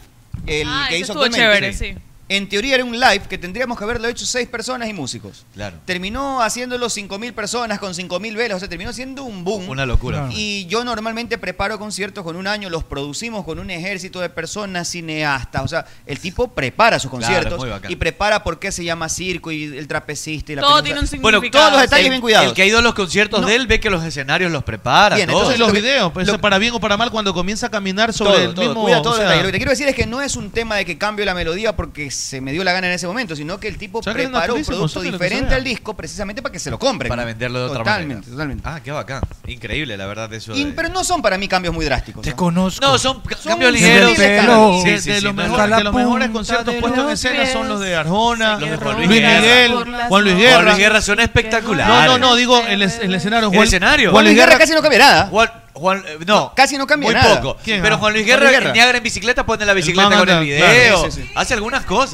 Speaker 8: el
Speaker 13: Ah,
Speaker 8: que
Speaker 13: ese
Speaker 8: hizo
Speaker 13: estuvo
Speaker 8: actualmente,
Speaker 13: chévere, sí.
Speaker 8: en teoría era un live que tendríamos que haberlo hecho seis personas y músicos.
Speaker 11: Claro.
Speaker 8: Terminó haciéndolo 5.000 personas con 5.000 velas, o sea, terminó siendo un boom.
Speaker 11: Una locura. Claro.
Speaker 8: Y yo normalmente preparo conciertos con un año, los producimos con un ejército de personas, cineastas, o sea, el tipo prepara sus
Speaker 11: Claro,
Speaker 8: conciertos
Speaker 11: muy bacán.
Speaker 8: y prepara por qué se llama circo y el trapecista y la
Speaker 13: Todo
Speaker 8: pelusa.
Speaker 13: tiene un
Speaker 8: Bueno,
Speaker 13: significado.
Speaker 8: todos los detalles
Speaker 11: el,
Speaker 8: bien cuidados.
Speaker 11: El que ha ido a los conciertos de él ve que los escenarios los prepara.
Speaker 8: Bien,
Speaker 11: todo.
Speaker 10: Entonces los videos, pues, para bien o para mal, cuando comienza a caminar sobre
Speaker 8: Todo,
Speaker 10: el
Speaker 8: todo,
Speaker 10: mismo...
Speaker 8: cuida todo
Speaker 10: o
Speaker 8: el
Speaker 10: sea,
Speaker 8: detalle. Lo que te quiero decir es que no es un tema de que cambio la melodía porque se me dio la gana en ese momento, sino que el tipo
Speaker 11: Sáquenlo
Speaker 8: preparó un
Speaker 11: naturalísimo,
Speaker 8: producto
Speaker 11: sáquenlo que
Speaker 8: diferente
Speaker 11: sea.
Speaker 8: al disco precisamente para que se lo compren.
Speaker 11: Para venderlo de otra
Speaker 8: Totalmente,
Speaker 11: manera. Totalmente, Ah, qué bacán. Increíble, la verdad, eso.
Speaker 8: Y-
Speaker 11: de-
Speaker 8: pero no son para mí cambios muy drásticos.
Speaker 12: Te conozco.
Speaker 11: No, son ca-
Speaker 8: Son
Speaker 11: cambios
Speaker 8: un
Speaker 11: ligeros.
Speaker 8: simple
Speaker 11: Sí,
Speaker 8: cambio.
Speaker 11: sí,
Speaker 10: de,
Speaker 11: sí,
Speaker 10: de
Speaker 11: sí,
Speaker 10: los
Speaker 11: no es-
Speaker 10: mejores, de los mejores
Speaker 11: punta
Speaker 10: conciertos
Speaker 11: de
Speaker 10: puestos en
Speaker 11: los
Speaker 10: escena son los de Arjona,
Speaker 11: Los de Juan
Speaker 10: Luis
Speaker 11: Luis
Speaker 10: Miguel,
Speaker 11: Guerra.
Speaker 10: Juan Luis Guerra.
Speaker 11: Juan Luis Guerra son espectaculares.
Speaker 10: No, no, no, digo el, es- el escenario.
Speaker 11: El escenario.
Speaker 10: Juan Luis Guerra
Speaker 8: casi no cambia nada.
Speaker 11: Juan, Juan- eh, no,
Speaker 8: casi no cambia
Speaker 11: muy
Speaker 8: nada.
Speaker 11: poco.
Speaker 8: ¿Quién?
Speaker 11: Pero Juan Luis
Speaker 8: Juan
Speaker 11: Guerra,
Speaker 8: Luis Guerra.
Speaker 11: en Niagara en bicicleta, pone la
Speaker 10: man
Speaker 11: bicicleta con el
Speaker 10: anda, claro.
Speaker 11: video.
Speaker 10: Sí, sí, sí.
Speaker 11: Hace algunas cosas.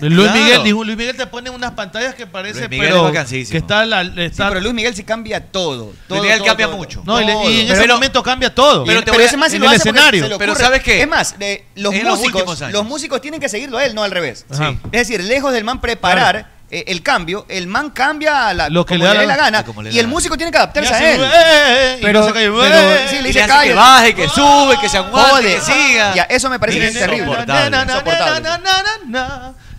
Speaker 10: Luis
Speaker 11: Claro.
Speaker 10: Miguel, dijo, Luis Miguel te pone unas pantallas que parece,
Speaker 11: Luis Miguel es
Speaker 10: pero
Speaker 11: bacanísimo.
Speaker 10: que está, la, está
Speaker 8: pero Luis Miguel sí cambia todo. todo,
Speaker 11: Miguel
Speaker 8: todo,
Speaker 11: cambia
Speaker 8: todo,
Speaker 11: mucho.
Speaker 10: No, y, le- y en
Speaker 11: Pero-
Speaker 10: ese momento cambia todo.
Speaker 8: Pero,
Speaker 10: te
Speaker 8: pero ese más si
Speaker 10: en
Speaker 8: lo
Speaker 10: el
Speaker 8: hace porque
Speaker 10: escenario.
Speaker 8: se le
Speaker 11: Pero
Speaker 8: ocurre.
Speaker 11: ¿sabes qué?
Speaker 8: Es más, de- los,
Speaker 11: En los
Speaker 8: músicos,
Speaker 11: últimos años.
Speaker 8: los músicos tienen que seguirlo a él, no al revés.
Speaker 11: Ajá.
Speaker 8: Es decir, lejos del man preparar eh, el cambio, el man cambia a la,
Speaker 10: Lo que
Speaker 8: como
Speaker 10: le da
Speaker 8: le dé
Speaker 10: la-
Speaker 8: la gana
Speaker 10: como le
Speaker 8: y
Speaker 10: da
Speaker 8: el
Speaker 10: la-
Speaker 8: músico tiene que adaptarse
Speaker 10: Y
Speaker 8: a
Speaker 10: hace,
Speaker 8: él.
Speaker 10: "Eh, eh, eh", y no se cae, "Eh".
Speaker 8: sí, le dice
Speaker 10: Y le hace que
Speaker 8: "Cállate".
Speaker 10: baje,
Speaker 11: que sube, que se aguante,
Speaker 8: Jode.
Speaker 11: que siga.
Speaker 8: Ya, eso me parece que es terrible.
Speaker 11: Insoportable.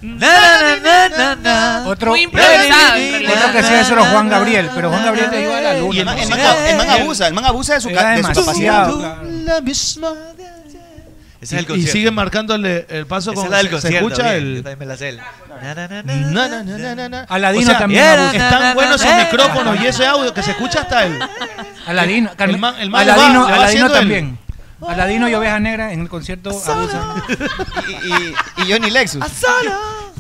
Speaker 8: Insoportable.
Speaker 12: Otro,
Speaker 8: Muy improvisado.
Speaker 12: otro que hacía eso era Juan Gabriel, pero Juan Gabriel le iba a la luna.
Speaker 8: Y el man, el man- el man abusa, el man abusa de su,
Speaker 12: Era
Speaker 8: ca- de su capacidad.
Speaker 12: demasiado.
Speaker 11: Ese es el
Speaker 10: Y- y
Speaker 11: concierto.
Speaker 10: sigue marcándole el paso
Speaker 11: Esa
Speaker 10: con
Speaker 11: es la del
Speaker 10: se- se
Speaker 11: concierto.
Speaker 10: escucha
Speaker 11: bien, Yo
Speaker 10: el Ah,
Speaker 11: también me la sé. Na, na, na, na.
Speaker 10: Na, na, na, na, na, na.
Speaker 12: Aladino también abusa.
Speaker 10: Están buenos esos
Speaker 12: Eh.
Speaker 10: micrófonos y ese audio que se escucha hasta el.
Speaker 12: Aladino, Carmen-
Speaker 10: man- el man
Speaker 12: Aladino,
Speaker 10: va- le va
Speaker 12: Aladino
Speaker 10: haciendo el-
Speaker 12: también. Aladino y Oveja Negra en el concierto abusan.
Speaker 8: Y, y Johnny
Speaker 23: Ah,
Speaker 8: Lexus.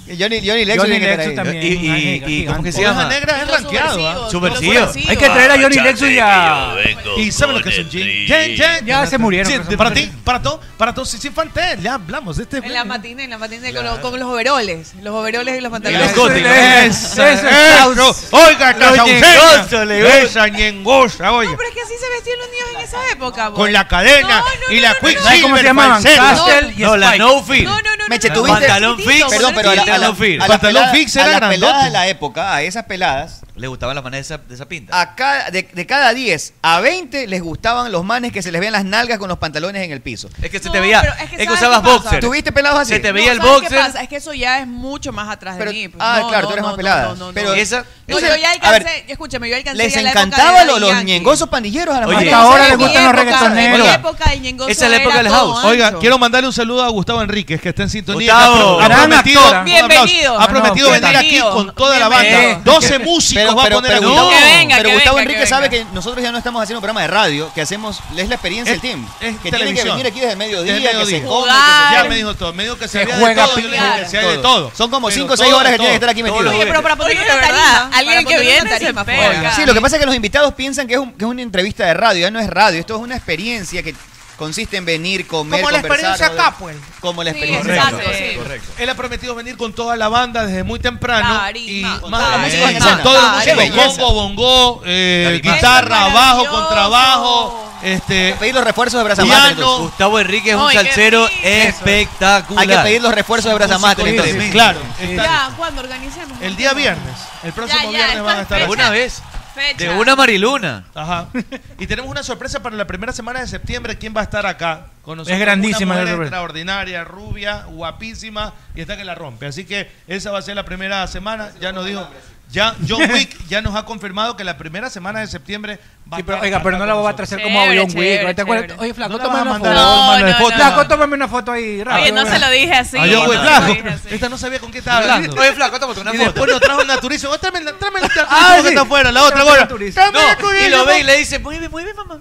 Speaker 8: Y Johnny, Johnny Lexus, tiene
Speaker 12: Johnny
Speaker 8: que estar
Speaker 12: Lexus
Speaker 8: ahí.
Speaker 12: también.
Speaker 11: Y, y, y- y- ¿cómo que se llama?
Speaker 10: negra es ranqueado.
Speaker 11: Subversivo.
Speaker 12: Hay que traer a Johnny Lexus y a...
Speaker 10: Y sabe lo que es un jean. Jean, jean.
Speaker 12: Ya se murieron.
Speaker 10: Sí,
Speaker 12: pero son
Speaker 10: para ti,
Speaker 12: franceses.
Speaker 10: para todo, para todo, sí, sí, Fantel, ya hablamos de este.
Speaker 13: En la matina, en la matina con, los, con los overoles. Los overoles y los pantalones.
Speaker 10: Eso
Speaker 13: Eso
Speaker 10: es,
Speaker 13: es- eso es
Speaker 10: eso.
Speaker 13: caos.
Speaker 10: Oiga, esta
Speaker 13: Los
Speaker 10: sauceña,
Speaker 13: ñengosos, le gusta.
Speaker 10: esa ñengosa, oye.
Speaker 13: Pero es que así se vestían los niños en esa época. boy.
Speaker 10: Con la cadena
Speaker 13: No, no,
Speaker 10: y
Speaker 13: no,
Speaker 10: la
Speaker 13: no,
Speaker 10: quick
Speaker 13: no,
Speaker 10: silver
Speaker 13: no.
Speaker 10: falsera.
Speaker 11: No, la no fit.
Speaker 13: No, no, no.
Speaker 8: Meche,
Speaker 13: no,
Speaker 8: tú
Speaker 13: no,
Speaker 8: viste-
Speaker 11: Pantalón fix,
Speaker 8: Perdón, pero a, la- a, la-
Speaker 11: pantalón fix.
Speaker 8: a las
Speaker 11: Pantalón
Speaker 8: peladas-
Speaker 11: fix
Speaker 8: a
Speaker 11: era
Speaker 8: las
Speaker 11: grandote.
Speaker 8: peladas de la época, a esas peladas,
Speaker 11: Le gustaba la manera de esa, de esa pinta.
Speaker 8: a cada- de, de cada 10 a 20 les gustaban los manes que se les veían las nalgas con los pantalones en el piso.
Speaker 11: Es que se
Speaker 13: No,
Speaker 11: te veía.
Speaker 13: pero es
Speaker 11: Es
Speaker 13: que
Speaker 11: que,
Speaker 13: ¿sabes
Speaker 11: usabas
Speaker 13: qué pasa?
Speaker 11: boxer.
Speaker 8: ¿Tuviste pelados así?
Speaker 11: Se te
Speaker 13: No,
Speaker 11: veía el
Speaker 13: ¿sabes qué
Speaker 11: boxer.
Speaker 13: pasa? Es que eso ya es mucho más atrás
Speaker 8: Pero-
Speaker 13: de mí. pues.
Speaker 8: ah,
Speaker 13: No,
Speaker 8: claro,
Speaker 13: no,
Speaker 8: tú eres
Speaker 13: no,
Speaker 8: más
Speaker 13: no,
Speaker 8: pelada.
Speaker 13: no, no, no.
Speaker 8: Pero esa-
Speaker 13: No, yo
Speaker 8: entonces,
Speaker 13: ya
Speaker 8: a ver,
Speaker 13: alcancé, escúchame, yo alcancé
Speaker 8: les
Speaker 13: ya la época
Speaker 8: encantaban
Speaker 13: de
Speaker 8: los, los
Speaker 13: Yankee.
Speaker 8: ñengosos pandilleros a las
Speaker 11: Oye,
Speaker 8: mujeres.
Speaker 11: hasta ahora
Speaker 8: Esa
Speaker 11: les
Speaker 8: época,
Speaker 11: gustan los
Speaker 8: esa época,
Speaker 11: reggaetoneros.
Speaker 8: esa
Speaker 13: La
Speaker 8: época.
Speaker 13: época del ñengoso
Speaker 11: Esa es la época
Speaker 13: era
Speaker 11: del
Speaker 13: todo
Speaker 11: house.
Speaker 10: Oiga,
Speaker 13: ancho.
Speaker 10: quiero mandarle un saludo a Gustavo Enríquez, que está en sintonía.
Speaker 11: Gustavo.
Speaker 10: ha
Speaker 11: Gran
Speaker 10: prometido,
Speaker 11: actor.
Speaker 10: ha
Speaker 13: Bienvenido.
Speaker 10: pro- Ha prometido
Speaker 13: No, no,
Speaker 10: venir aquí
Speaker 13: bienvenido.
Speaker 10: con toda la
Speaker 13: Bienvenido.
Speaker 10: banda. 12 músicos
Speaker 8: Pero,
Speaker 10: va a
Speaker 8: pero,
Speaker 10: poner
Speaker 8: pero
Speaker 10: aquí.
Speaker 8: Gustavo,
Speaker 13: Que venga,
Speaker 8: pero
Speaker 13: que
Speaker 8: Gustavo
Speaker 13: venga,
Speaker 8: Enrique
Speaker 13: que
Speaker 8: sabe
Speaker 13: venga.
Speaker 8: que nosotros ya no estamos haciendo un programa de radio, que hacemos, es la experiencia del team.
Speaker 10: es
Speaker 8: que tienen que
Speaker 10: televisión.
Speaker 8: venir aquí desde el mediodía,
Speaker 10: Desde el
Speaker 8: que se
Speaker 10: mediodía.
Speaker 8: come,
Speaker 13: Jugar.
Speaker 8: que se
Speaker 10: Ya me dijo todo. Me dijo que se, había
Speaker 12: juega
Speaker 10: de todo. Yo le dije
Speaker 13: picar.
Speaker 10: que se había de
Speaker 8: Todo.
Speaker 10: todo.
Speaker 8: Son como
Speaker 10: Pero
Speaker 8: 5 o
Speaker 10: todo,
Speaker 8: 6 horas que
Speaker 10: todo.
Speaker 8: tienen que estar aquí
Speaker 10: Todo.
Speaker 8: metidos.
Speaker 13: Oye, pero para poner Oye,
Speaker 9: de
Speaker 13: una
Speaker 9: verdad,
Speaker 13: tarima.
Speaker 9: alguien
Speaker 13: para
Speaker 9: que
Speaker 13: poner
Speaker 9: viene
Speaker 13: una
Speaker 9: se
Speaker 13: tarima
Speaker 9: pega.
Speaker 13: fue acá.
Speaker 8: Sí, lo que pasa es que los invitados piensan que es, un- que es una entrevista de radio, ya no es radio, esto es una experiencia que consiste en venir, comer,
Speaker 10: Como la
Speaker 8: conversar,
Speaker 10: experiencia
Speaker 8: joder.
Speaker 10: acá, pues.
Speaker 8: Como la
Speaker 13: Sí,
Speaker 8: experiencia
Speaker 13: exacto,
Speaker 8: acá.
Speaker 13: sí.
Speaker 11: Correcto.
Speaker 10: Él ha prometido venir con toda la banda desde muy temprano.
Speaker 13: Tarima,
Speaker 10: y
Speaker 13: tarima,
Speaker 10: más
Speaker 8: tarima,
Speaker 10: con Ah, todo el
Speaker 8: tarima,
Speaker 10: músico.
Speaker 8: ah, belleza.
Speaker 10: Bongo, bongo, eh,
Speaker 11: Tarima.
Speaker 10: guitarra,
Speaker 13: Eso es
Speaker 10: bajo,
Speaker 13: maravilloso.
Speaker 10: contrabajo, Este,
Speaker 8: pedir los refuerzos de Brasa
Speaker 10: Piano.
Speaker 8: Master, entonces.
Speaker 11: Gustavo Enrique es un
Speaker 8: Ay, qué
Speaker 11: salsero
Speaker 8: rico.
Speaker 11: espectacular.
Speaker 8: Hay que pedir los refuerzos de Brasa Master, entonces.
Speaker 10: Claro.
Speaker 9: Ya, cuando organicemos.
Speaker 10: El día viernes. El próximo
Speaker 9: Ya, ya,
Speaker 10: viernes
Speaker 9: esto
Speaker 10: van a
Speaker 9: es
Speaker 10: estar
Speaker 9: fecha.
Speaker 10: aquí.
Speaker 11: Una vez.
Speaker 9: Fecha.
Speaker 11: De una Mariluna.
Speaker 10: Ajá. [laughs] Y tenemos una sorpresa para la primera semana de septiembre. ¿Quién va a estar acá con nosotros?
Speaker 12: Es grandísima
Speaker 10: Una
Speaker 12: la
Speaker 10: mujer
Speaker 12: sorpresa.
Speaker 10: extraordinaria, rubia, guapísima y está que la rompe. Así que esa va a ser la primera semana. Ya nos dijo. Ya
Speaker 12: [laughs]
Speaker 10: John Wick ya nos ha confirmado que la primera semana de septiembre va
Speaker 12: Sí, pero,
Speaker 10: estar
Speaker 12: oiga, pero
Speaker 10: acá
Speaker 12: no la
Speaker 10: con
Speaker 12: voy a
Speaker 10: nosotros.
Speaker 12: traer como John Wick. ¿te acuerdas? Oye, Flaco,
Speaker 10: No te
Speaker 12: toma
Speaker 10: vas
Speaker 12: una
Speaker 10: a
Speaker 12: foto.
Speaker 10: mandar a dos manos de foto.
Speaker 12: Flaco, tómame una foto ahí rápido.
Speaker 13: Oye, no se lo dije así.
Speaker 10: Ah, yo, güey,
Speaker 13: No,
Speaker 10: flaco.
Speaker 13: no, no, no, no.
Speaker 10: Esta no sabía con qué estaba
Speaker 13: Flaco,
Speaker 10: hablando.
Speaker 13: oye, flaco, tómate una
Speaker 10: y
Speaker 13: foto.
Speaker 10: después nos trajo un naturizo. Oye, Tráeme la, tráeme la, tráeme la
Speaker 11: Ah,
Speaker 10: que
Speaker 11: sí.
Speaker 10: está afuera, la otra, gorra. Tráeme
Speaker 8: Ah,
Speaker 10: la
Speaker 11: No, Ah, y lo
Speaker 10: cubierta,
Speaker 11: ve y
Speaker 10: ¿no?
Speaker 11: le dice, mueve, mueve, mamá.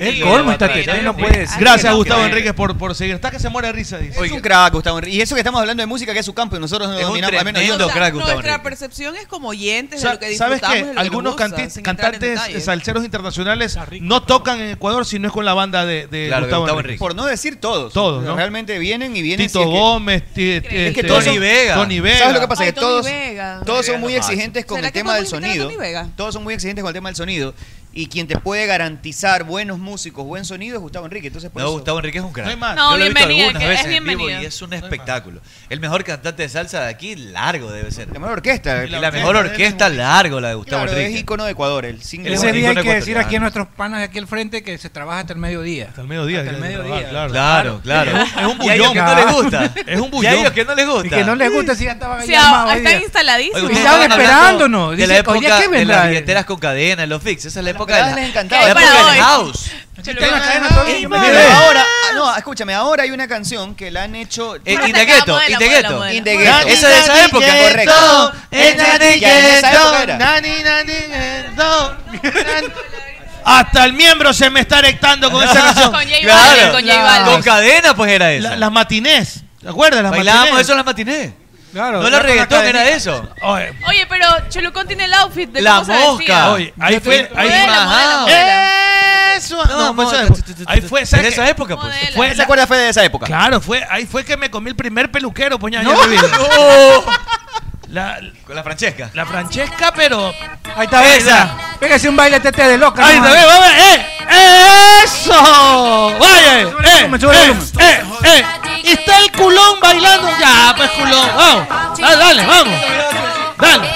Speaker 10: El
Speaker 11: colmo está teta, no puede ser.
Speaker 10: Gracias,
Speaker 11: Ay,
Speaker 10: Gustavo
Speaker 11: qué
Speaker 10: Enríquez, por, por seguir. Está que se muere de risa, dice.
Speaker 8: Es un crack, Gustavo Enrique. Y eso que estamos hablando de música, que es su campo, y nosotros no
Speaker 10: Es un
Speaker 8: dominamos, al menos yo
Speaker 10: tremendo
Speaker 8: no.
Speaker 10: crack, Gustavo
Speaker 9: Nuestra percepción es como oyentes de
Speaker 10: Sa-
Speaker 9: lo que
Speaker 10: ¿Sabes
Speaker 9: disfrutamos.
Speaker 10: qué?
Speaker 9: de lo
Speaker 10: Algunos
Speaker 9: que nos
Speaker 10: canti-
Speaker 9: gusta, sin entrar en
Speaker 10: cantantes
Speaker 9: detalles.
Speaker 10: salseros internacionales no tocan en Ecuador si no es con la banda de, de
Speaker 11: Claro, de
Speaker 10: Gustavo,
Speaker 11: Gustavo
Speaker 10: Enrique.
Speaker 8: Por no decir todos.
Speaker 10: Todos, ¿no?
Speaker 8: Realmente vienen y vienen.
Speaker 10: Tito
Speaker 8: si es que-
Speaker 10: Gómez, ti- ti-
Speaker 8: Es que
Speaker 10: este-
Speaker 8: todos son-
Speaker 11: Tony Vega.
Speaker 10: Tony Vega.
Speaker 8: ¿Sabes lo que pasa?
Speaker 9: Ay,
Speaker 8: que
Speaker 9: Tony
Speaker 8: todos,
Speaker 9: Vega.
Speaker 8: todos son
Speaker 11: Vega
Speaker 8: muy
Speaker 11: nomás.
Speaker 8: exigentes con
Speaker 9: ¿Será
Speaker 8: el
Speaker 9: que
Speaker 8: tema del
Speaker 9: podemos invitar a
Speaker 8: sonido.
Speaker 9: Tony Vega?
Speaker 8: Todos son muy exigentes con el tema del sonido. Y quien te puede garantizar buenos músicos, buen sonido es Gustavo Enrique. Entonces, por
Speaker 11: No,
Speaker 8: eso-
Speaker 11: Gustavo Enrique es un crack.
Speaker 8: No hay más.
Speaker 11: Yo
Speaker 8: No,
Speaker 11: lo he visto
Speaker 8: bienvenido,
Speaker 11: algunas
Speaker 8: que es
Speaker 11: veces en vivo
Speaker 8: bienvenido.
Speaker 11: y es un espectáculo. El mejor cantante de salsa de aquí, largo debe ser. La
Speaker 8: mejor orquesta.
Speaker 11: Y la mejor orquesta, largo la de Gustavo
Speaker 8: Claro, es
Speaker 11: Enrique.
Speaker 8: ícono de Ecuador. El single
Speaker 11: Ese
Speaker 8: one.
Speaker 11: día hay que decir
Speaker 12: Aquí a nuestros panos de aquí al frente que se trabaja hasta el mediodía. Hasta
Speaker 10: el mediodía.
Speaker 12: Hasta el mediodía.
Speaker 10: Claro,
Speaker 11: Claro, claro.
Speaker 10: Es un
Speaker 11: Y a ellos
Speaker 10: bullón.
Speaker 11: que no les
Speaker 12: [laughs]
Speaker 11: gusta.
Speaker 10: Es un
Speaker 11: Y a
Speaker 10: bullón.
Speaker 11: ellos que no les gusta.
Speaker 12: Y que no les gusta si ya estaban
Speaker 13: O
Speaker 12: ahí
Speaker 13: sea,
Speaker 12: armados,
Speaker 13: están
Speaker 12: oye.
Speaker 13: instaladísimos.
Speaker 11: Oye, ustedes
Speaker 12: Estaban
Speaker 11: estaban hablando
Speaker 12: esperándonos.
Speaker 11: De
Speaker 12: Dicen,
Speaker 11: la
Speaker 12: oye,
Speaker 11: época
Speaker 12: ¿qué
Speaker 11: de las
Speaker 12: vendrá?
Speaker 11: billeteras con cadena, los fix. Esa es la época
Speaker 8: pedradas
Speaker 11: de
Speaker 8: les
Speaker 11: la,
Speaker 8: encantaba.
Speaker 11: la
Speaker 8: Para
Speaker 11: época del
Speaker 8: hoy.
Speaker 11: house.
Speaker 8: Pero ahora, ah, no, escúchame, ahora hay una canción que la han hecho.
Speaker 11: Eh, In the Ghetto, In the Ghetto.
Speaker 8: In the Ghetto.
Speaker 11: Esa de esa época.
Speaker 8: correcto.
Speaker 11: Esa de
Speaker 8: Ya, en esa época era.
Speaker 10: Hasta el miembro se me está erectando con esa canción.
Speaker 13: Con J Balvin, Claro. con J Balvin.
Speaker 11: Con cadena, pues era esa.
Speaker 10: La- las matinés. ¿Te acuerdas? Las
Speaker 11: Bailábamos
Speaker 10: matinés.
Speaker 11: eso en las matinés.
Speaker 10: Claro.
Speaker 11: No era reggaetón, era eso.
Speaker 10: Oye,
Speaker 13: Oye, pero Cholucón tiene el outfit de
Speaker 11: La
Speaker 13: cómo se
Speaker 11: mosca.
Speaker 13: vestía.
Speaker 10: Oye, ahí fue. Ahí
Speaker 13: modelo, modelo, modelo.
Speaker 10: Eso. No, fue esa época. Ahí fue. ¿sabes
Speaker 11: En
Speaker 10: qué?
Speaker 11: esa época, pues.
Speaker 10: Fue
Speaker 8: ¿Se acuerda fue de esa época?
Speaker 10: Claro, fue, ahí fue que me comí el primer peluquero, pues ya,
Speaker 11: No.
Speaker 10: ya me vi. [laughs] La,
Speaker 11: Con la Francesca.
Speaker 10: la Francesca, pero.
Speaker 12: Ahí está,
Speaker 10: Esa.
Speaker 12: esa. Pégase un baile tete de loca.
Speaker 10: Ahí está, ve, vamos, eh, eh, ¡Eso! ¡Vaya! ¡Eh!
Speaker 12: volumen, sube el
Speaker 10: ¡Eh! ¡Eh! ¡Eh! Y está el culón bailando. Ya, pues culón. Vamos. Dale, dale, vamos. Dale.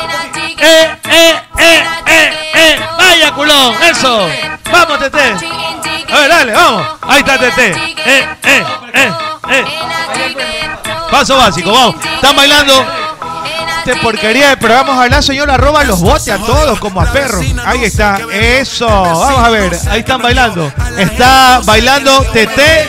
Speaker 10: ¡Eh, eh, eh, eh, eh! ¡Vaya culón! ¡Eso! ¡Vamos, Tete! A ver, dale, vamos. Ahí está Tete. ¡Eh, eh, eh, eh! Paso básico, vamos. Están bailando.
Speaker 24: Este porquería de programa, vamos a hablar, señor, arroba los bote a todos como a perros. Ahí está, eso. Vamos a ver,
Speaker 10: ahí están bailando. Está bailando Tete.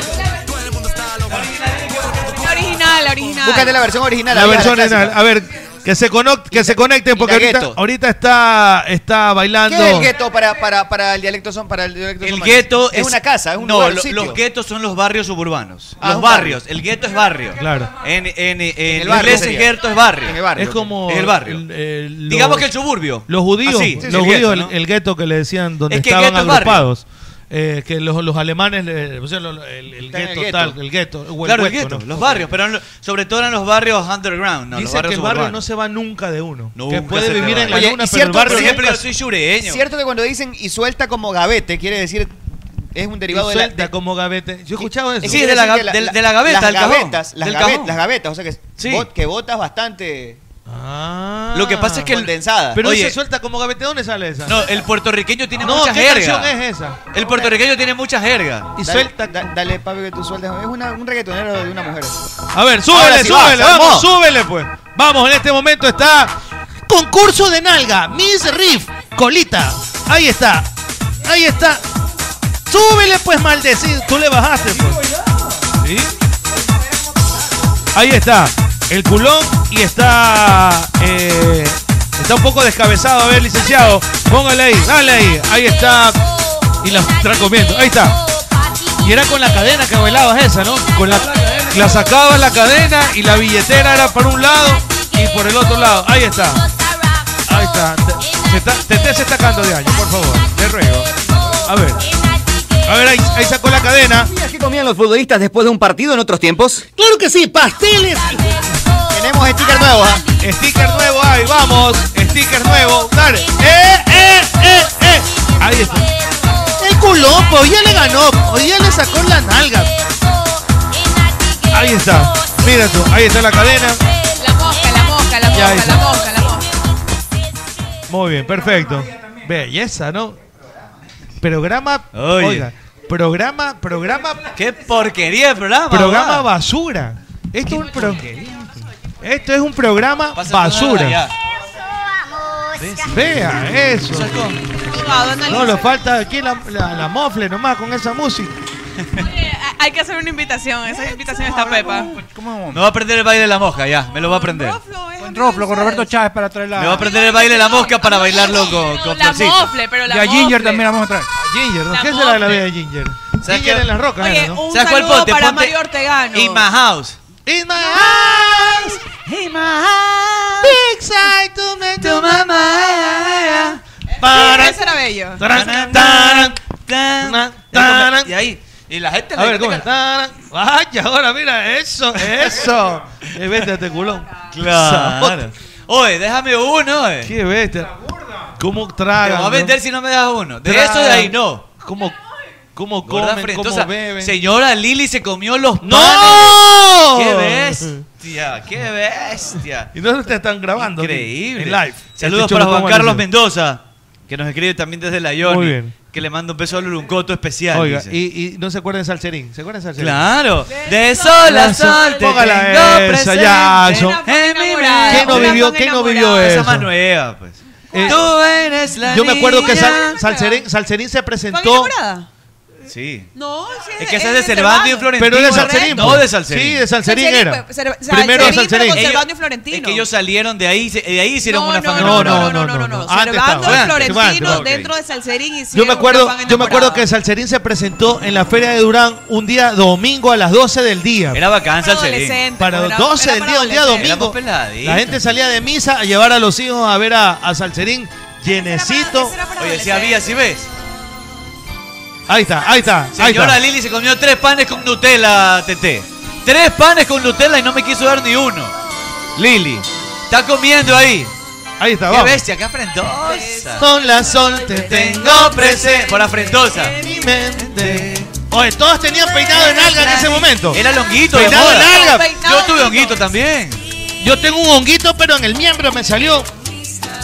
Speaker 9: La original, la original.
Speaker 8: Búscate la versión original.
Speaker 10: La
Speaker 8: amiga,
Speaker 10: versión
Speaker 8: clásica.
Speaker 10: original. A ver, que se, conoc- que se conecten porque
Speaker 8: Inda
Speaker 10: ahorita,
Speaker 8: Ghetto.
Speaker 10: ahorita está, está
Speaker 8: ¿Qué
Speaker 10: bailando.
Speaker 8: es el gueto para, para, para el dialecto son para el dialecto
Speaker 11: El
Speaker 8: somalí?
Speaker 11: gueto
Speaker 8: es, una casa, es un
Speaker 11: no,
Speaker 8: lugar, un
Speaker 11: lo-
Speaker 8: sitio.
Speaker 11: los guetos son los barrios suburbanos.
Speaker 8: Ah,
Speaker 11: los
Speaker 8: un barrio.
Speaker 11: barrios. El gueto es barrio.
Speaker 10: Claro.
Speaker 11: En, en, en,
Speaker 8: el barrio
Speaker 11: inglés el
Speaker 8: sería.
Speaker 11: gueto es barrio.
Speaker 8: En el barrio.
Speaker 10: Es como.
Speaker 11: Es el barrio.
Speaker 10: el- el-
Speaker 11: Digamos
Speaker 10: los-
Speaker 11: que el suburbio. Ah,
Speaker 10: Los judíos,
Speaker 11: Así,
Speaker 10: los
Speaker 11: el gueto,
Speaker 10: judíos, el-
Speaker 11: ¿no?
Speaker 10: el gueto que le decían donde
Speaker 11: Es que
Speaker 10: estaban
Speaker 11: gueto es barrio.
Speaker 10: agrupados. Eh, que los, los alemanes le pusieron lo- el, el
Speaker 11: Está en el
Speaker 10: gueto
Speaker 11: gueto.
Speaker 10: tal, el gueto. o
Speaker 11: claro, el
Speaker 10: gueto,
Speaker 11: gueto,
Speaker 10: ¿no?
Speaker 11: los barrios, pero no- sobre todo eran los barrios underground, no, los
Speaker 10: Dicen
Speaker 11: barrios
Speaker 10: que el barrio
Speaker 11: suburbanos.
Speaker 10: no se va nunca de uno. que
Speaker 11: Nunca se
Speaker 10: puede
Speaker 11: te
Speaker 10: vivir
Speaker 11: va.
Speaker 10: en la
Speaker 11: Oye,
Speaker 10: luna,
Speaker 11: y
Speaker 10: pero el
Speaker 11: cierto,
Speaker 10: barrio
Speaker 11: por ejemplo,
Speaker 10: nunca
Speaker 11: yo soy yureño.
Speaker 8: Cierto que cuando dicen y suelta como gavete, quiere decir es un derivado
Speaker 10: Y
Speaker 8: de la.
Speaker 10: suelta como gavete. Yo he escuchado eso.
Speaker 8: Eso
Speaker 11: Sí,
Speaker 8: quiere
Speaker 11: de la
Speaker 8: decir
Speaker 11: ga-
Speaker 8: que
Speaker 11: del- de la gaveta,
Speaker 8: las
Speaker 11: del cajón,
Speaker 8: gavetas, las,
Speaker 11: del
Speaker 8: gavetas,
Speaker 11: cajón.
Speaker 8: las gavetas, o sea que,
Speaker 11: Sí.
Speaker 8: bot- que botas bastante
Speaker 10: Ah.
Speaker 11: Lo que pasa es que el-
Speaker 8: condensada.
Speaker 10: Pero
Speaker 11: Oye.
Speaker 10: se suelta como gavete. ¿De dónde sale esa?
Speaker 11: No, el puertorriqueño tiene
Speaker 10: No,
Speaker 11: mucha
Speaker 10: ¿qué
Speaker 11: jerga.
Speaker 10: canción es esa?
Speaker 11: El puertorriqueño tiene mucha jerga.
Speaker 8: y suelta. dale, papi, que tú sueltas. Es una- un reggaetonero de una mujer.
Speaker 10: A ver,
Speaker 8: Ahora
Speaker 10: súbele,
Speaker 8: sí va,
Speaker 10: súbele,
Speaker 8: se armó.
Speaker 10: vamos, súbele pues. Vamos, en este momento está concurso de nalga, Miss Riff, colita. Ahí está, ahí está. Súbele pues, maldecido. Tú le bajaste pues. ¿Sí? Ahí está, el culón y está. eh, está un poco descabezado, a ver, licenciado. Póngale ahí, dale ahí. Ahí está. Y la está comiendo. Ahí está. Y era con la cadena que bailabas esa, ¿no? Con la, la sacabas la cadena y la billetera era por un lado y por el otro lado. Ahí está. Ahí está. Te- Se está Tete se está cagando de año, por favor. Te ruego. A ver. A ver, ahí, ahí sacó la cadena.
Speaker 5: ¿Qué comían los futbolistas después de un partido en otros tiempos?
Speaker 25: Claro que sí, pasteles.
Speaker 8: Tenemos sticker nuevo, ¿ah?
Speaker 10: Sticker nuevo ahí, vamos. Sticker nuevo. Dale. ¡Eh, eh, eh, eh! Ahí está.
Speaker 25: El
Speaker 3: culó, hoy ya le ganó, hoy ya le sacó la nalga.
Speaker 10: Ahí está. Mira tú, ahí está la cadena.
Speaker 9: La mosca, la mosca, la
Speaker 10: Ya, ahí
Speaker 9: mosca,
Speaker 10: está.
Speaker 9: la mosca, la mosca.
Speaker 10: Muy bien, perfecto. Belleza, ¿no? Programa,
Speaker 11: Oye.
Speaker 10: oiga, programa, programa,
Speaker 11: Qué porquería de programa.
Speaker 10: programa
Speaker 11: Ah, va.
Speaker 10: basura. Esto es un pro- esto es un programa basura. Vea eso. No, nos falta aquí la, la- la mofle nomás con esa música.
Speaker 13: Eh, Hay que hacer una invitación. Esa invitación está Pepa.
Speaker 11: Me va a aprender el baile de la mosca, ya. Me lo va a aprender.
Speaker 12: Con Roflo, con Roberto Chávez para traer la.
Speaker 11: Me va a aprender el baile de la mosca para bailarlo con, con
Speaker 13: La
Speaker 11: Florcito.
Speaker 13: mofle, pero la
Speaker 12: y a
Speaker 13: mofle.
Speaker 12: Ginger también la vamos a traer.
Speaker 10: Ginger, ¿no?
Speaker 13: La
Speaker 10: ¿qué será de la
Speaker 13: mofle.
Speaker 10: vida de Ginger?
Speaker 11: ¿Sabes
Speaker 10: Ginger
Speaker 11: qué?
Speaker 10: en las rocas.
Speaker 13: Oye,
Speaker 10: era, ¿no?
Speaker 13: un
Speaker 11: ¿Sabes cuál
Speaker 13: saludo
Speaker 11: ponte?
Speaker 13: para
Speaker 11: Ponte
Speaker 13: Mario Ortegano.
Speaker 11: In my house.
Speaker 10: In my
Speaker 14: house,
Speaker 10: in my house,
Speaker 14: big side to me, to my mind.
Speaker 9: Sí, Eso era bello.
Speaker 10: Taran,
Speaker 11: taran,
Speaker 10: taran,
Speaker 11: taran.
Speaker 10: taran.
Speaker 11: Y ahí. Y la gente
Speaker 10: A ver, ¿cómo es? Taran. Vaya, ahora mira, eso,
Speaker 11: [laughs]
Speaker 10: eso. Eh, vete a este culón.
Speaker 11: Claro. Oye, déjame uno, eh.
Speaker 10: Qué bestia. ¿Cómo
Speaker 11: Te
Speaker 10: traga?
Speaker 11: voy a vender si no me das uno. De eso de ahí no.
Speaker 10: ¿Cómo, cómo
Speaker 11: Gorda
Speaker 10: comen,
Speaker 11: frentosa.
Speaker 10: cómo beben?
Speaker 11: Señora Lili se comió los panes.
Speaker 10: ¡No!
Speaker 11: ¡Qué bestia! ¡Qué bestia!
Speaker 10: [laughs] ¿Y dónde te están grabando? aquí?
Speaker 11: Increíble.
Speaker 10: En live.
Speaker 11: Saludos
Speaker 10: Este
Speaker 11: para
Speaker 10: show
Speaker 11: Juan
Speaker 10: está
Speaker 11: Carlos
Speaker 10: buenísimo.
Speaker 11: Mendoza, que nos escribe también desde la Yoni.
Speaker 10: Muy bien.
Speaker 11: Que le manda un beso al Uruncoto especial.
Speaker 10: Oiga,
Speaker 11: dice.
Speaker 10: y, y no se acuerden de Salserín. ¿Se acuerdan de Salserín?
Speaker 11: Claro. De sol a sol te
Speaker 10: Póngala
Speaker 11: tengo
Speaker 10: esa,
Speaker 11: presente.
Speaker 10: ya, eso.
Speaker 11: En mi
Speaker 10: enamorada, ¿Quién no
Speaker 11: brazo.
Speaker 10: vivió- quién no vivió
Speaker 11: Esa
Speaker 10: eso?
Speaker 11: más nueva, pues.
Speaker 10: Eh,
Speaker 11: Tú eres la
Speaker 10: Yo me acuerdo que
Speaker 11: niña.
Speaker 10: Sal- Salserín, Salserín se
Speaker 9: ¿Fan
Speaker 10: presentó.
Speaker 9: enamorada?
Speaker 11: Sí.
Speaker 9: No, sí,
Speaker 11: Es que esa es de Cervantes y Florentino. ¿eh?
Speaker 10: Pero de Salserín.
Speaker 11: No,
Speaker 10: pues.
Speaker 11: de Salserín.
Speaker 10: Sí, de Salserín
Speaker 9: Salserín,
Speaker 10: era.
Speaker 9: pues, Cer-
Speaker 10: Primero
Speaker 9: Salserín, pero
Speaker 10: de Salserín.
Speaker 9: con
Speaker 11: Ellos-
Speaker 9: Cervantes y Florentino.
Speaker 11: Es que ellos salieron de ahí, se- de ahí hicieron una fan
Speaker 10: no,
Speaker 11: enamorada.
Speaker 10: no, no, no, no, no. Antes
Speaker 9: Cervantes
Speaker 10: estaba.
Speaker 9: y Florentino
Speaker 10: Cervantes.
Speaker 9: dentro de Salserín y
Speaker 10: Yo me acuerdo, yo me acuerdo que Salserín se presentó en la Feria de Durán un día domingo a las 12 del día.
Speaker 11: Era bacán Salserín.
Speaker 9: Adolescente,
Speaker 10: Para
Speaker 9: era-
Speaker 10: 12
Speaker 9: era
Speaker 10: del
Speaker 9: para
Speaker 10: día, un día
Speaker 9: adolescentes.
Speaker 10: domingo.
Speaker 11: Éramos peladitos.
Speaker 10: La gente salía de misa a llevar a los hijos a ver a, a Salserín llenecito.
Speaker 11: Oye, si había, si ves.
Speaker 10: Ahí está, ahí está, ahí
Speaker 11: Señora
Speaker 10: está.
Speaker 11: Lili se comió tres panes con Nutella, Tete. Tres panes con Nutella y no me quiso dar ni uno. Lili, está comiendo ahí.
Speaker 10: Ahí está,
Speaker 11: Qué
Speaker 10: vamos.
Speaker 11: bestia, qué afrentosa.
Speaker 10: Son las sol, te
Speaker 11: Tengo presente. Por afrentosa.
Speaker 10: Oye, todos tenían peinado de nalga en ese momento.
Speaker 11: Era longuito, de
Speaker 10: Peinado de
Speaker 11: moda.
Speaker 10: nalga.
Speaker 11: Yo tuve honguito también.
Speaker 10: Yo tengo un honguito, pero en el miembro me salió.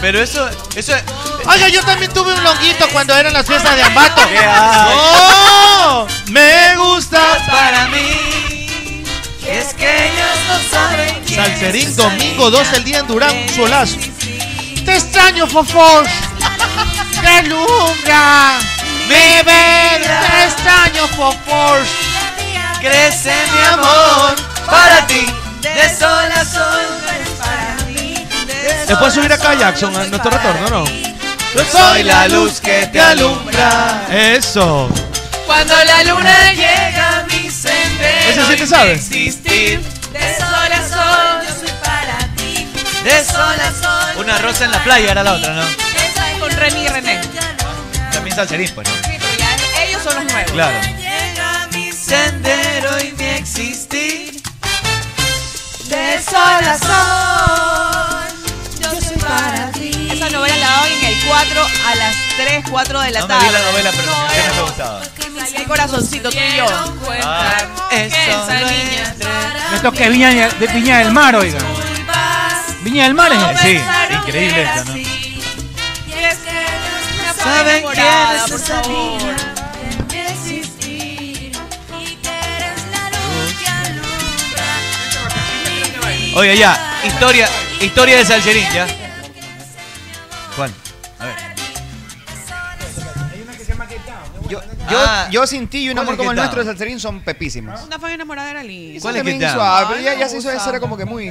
Speaker 11: Pero eso, eso es.
Speaker 3: Oiga, yo también tuve un longuito cuando eran las fiestas de Ambato.
Speaker 11: [laughs]
Speaker 10: ¡Oh! Me gusta.
Speaker 11: Para mí, es que ellos no saben
Speaker 10: Salserín,
Speaker 3: Este
Speaker 10: domingo 12 del día en Durán, un solazo.
Speaker 3: Te extraño, Fofos. Te alumbra.
Speaker 11: Mi
Speaker 3: Te extraño, Fofos.
Speaker 11: crece mi
Speaker 3: amor
Speaker 11: para ti.
Speaker 14: De sol a sol, no es para mí. De sol
Speaker 10: Después subir acá a Jackson a nuestro retorno, ¿no? Yo
Speaker 11: soy la luz que te alumbra.
Speaker 10: Eso.
Speaker 14: Cuando la luna llega a mi sendero.
Speaker 10: Ese sí te sabe.
Speaker 14: Existir. De sol a sol, yo soy para ti. De sol a sol.
Speaker 11: Una rosa en la playa era la otra, ¿no?
Speaker 9: Con René y René.
Speaker 11: También salserín, pues, ¿no?
Speaker 9: Ellos son los nuevos.
Speaker 11: Claro.
Speaker 14: Llega a mi sendero y mi existir. De sol a sol, yo soy para ti.
Speaker 9: Esa novela la daban en el 4 a las 3, 4 de la
Speaker 11: No me
Speaker 9: tarde.
Speaker 11: vi la novela, pero
Speaker 9: No,
Speaker 11: siempre me gustaba.
Speaker 9: salía el corazoncito tú y yo.
Speaker 11: Ah,
Speaker 9: Esa niña.
Speaker 12: Esto que es Viña, de Viña del Mar, oiga. Viña del Mar es
Speaker 11: Sí, increíble esta, ¿no?
Speaker 14: Y es que ellos no
Speaker 11: ¿Saben
Speaker 14: quién
Speaker 11: quién es
Speaker 14: por
Speaker 11: esa
Speaker 14: favor.
Speaker 11: niña?
Speaker 14: De existir y que eres la luz que alumbra. mi vida.
Speaker 11: Oye, ya, historia, historia de Salserín, ya. ¿Cuál? A ver.
Speaker 8: Yo,
Speaker 11: Ah,
Speaker 8: yo sin ti y un
Speaker 11: ¿cuál
Speaker 8: amor
Speaker 11: es
Speaker 8: como
Speaker 11: que
Speaker 8: el
Speaker 11: está?
Speaker 8: nuestro de Salserín son pepísimas.
Speaker 9: Una fan enamorada era linda.
Speaker 11: ¿Cuál es que
Speaker 8: también
Speaker 11: está?
Speaker 8: hizo- ah, pero
Speaker 9: Ay,
Speaker 8: ya,
Speaker 9: no
Speaker 8: ya se hizo
Speaker 9: me
Speaker 8: esa
Speaker 9: gustaba.
Speaker 8: era como que muy.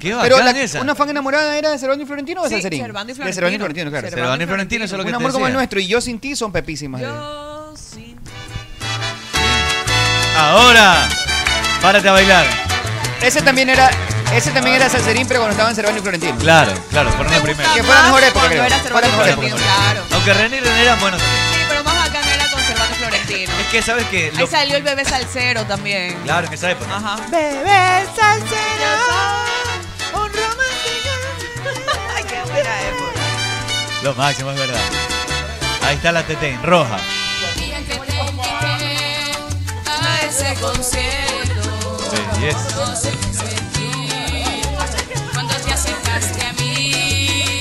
Speaker 11: Qué
Speaker 8: Pero
Speaker 11: bacán
Speaker 8: la-
Speaker 11: esa.
Speaker 8: una fan enamorada era de Cervantes y Florentino o de
Speaker 9: Sí,
Speaker 8: Salserín.
Speaker 9: Cervantes y
Speaker 8: De Cervantes y
Speaker 9: Florentino.
Speaker 8: Florentino, claro.
Speaker 11: Cervantes y Florentino, eso es lo que
Speaker 8: Un
Speaker 11: te
Speaker 8: amor como el
Speaker 11: decía.
Speaker 8: nuestro y yo sin ti son pepísimas.
Speaker 11: Ahora, párate a bailar.
Speaker 8: Ese también era, ese también era Salserín, pero cuando estaban Cervantes y Florentino.
Speaker 11: Claro, claro, por una primera.
Speaker 8: Que fue la mejor época, creo.
Speaker 9: Cuando era
Speaker 8: Fue la
Speaker 9: Cervantes
Speaker 8: mejor
Speaker 11: Bueno,
Speaker 8: época.
Speaker 9: Claro.
Speaker 11: Aunque René y René eran buenos también.
Speaker 9: Sí, pero más bacán era con Cervantes Florentino.
Speaker 11: Es que sabes que.
Speaker 9: Ahí salió el bebé salsero también.
Speaker 11: Claro, en esa época.
Speaker 9: Ajá. Bebé salsero, Ah, un romántico. Ay, [laughs] qué buena época.
Speaker 11: Lo máximo es verdad. Ahí está la TT en roja.
Speaker 15: de concierto. Yo sé que sentí cuando te acercaste a mí.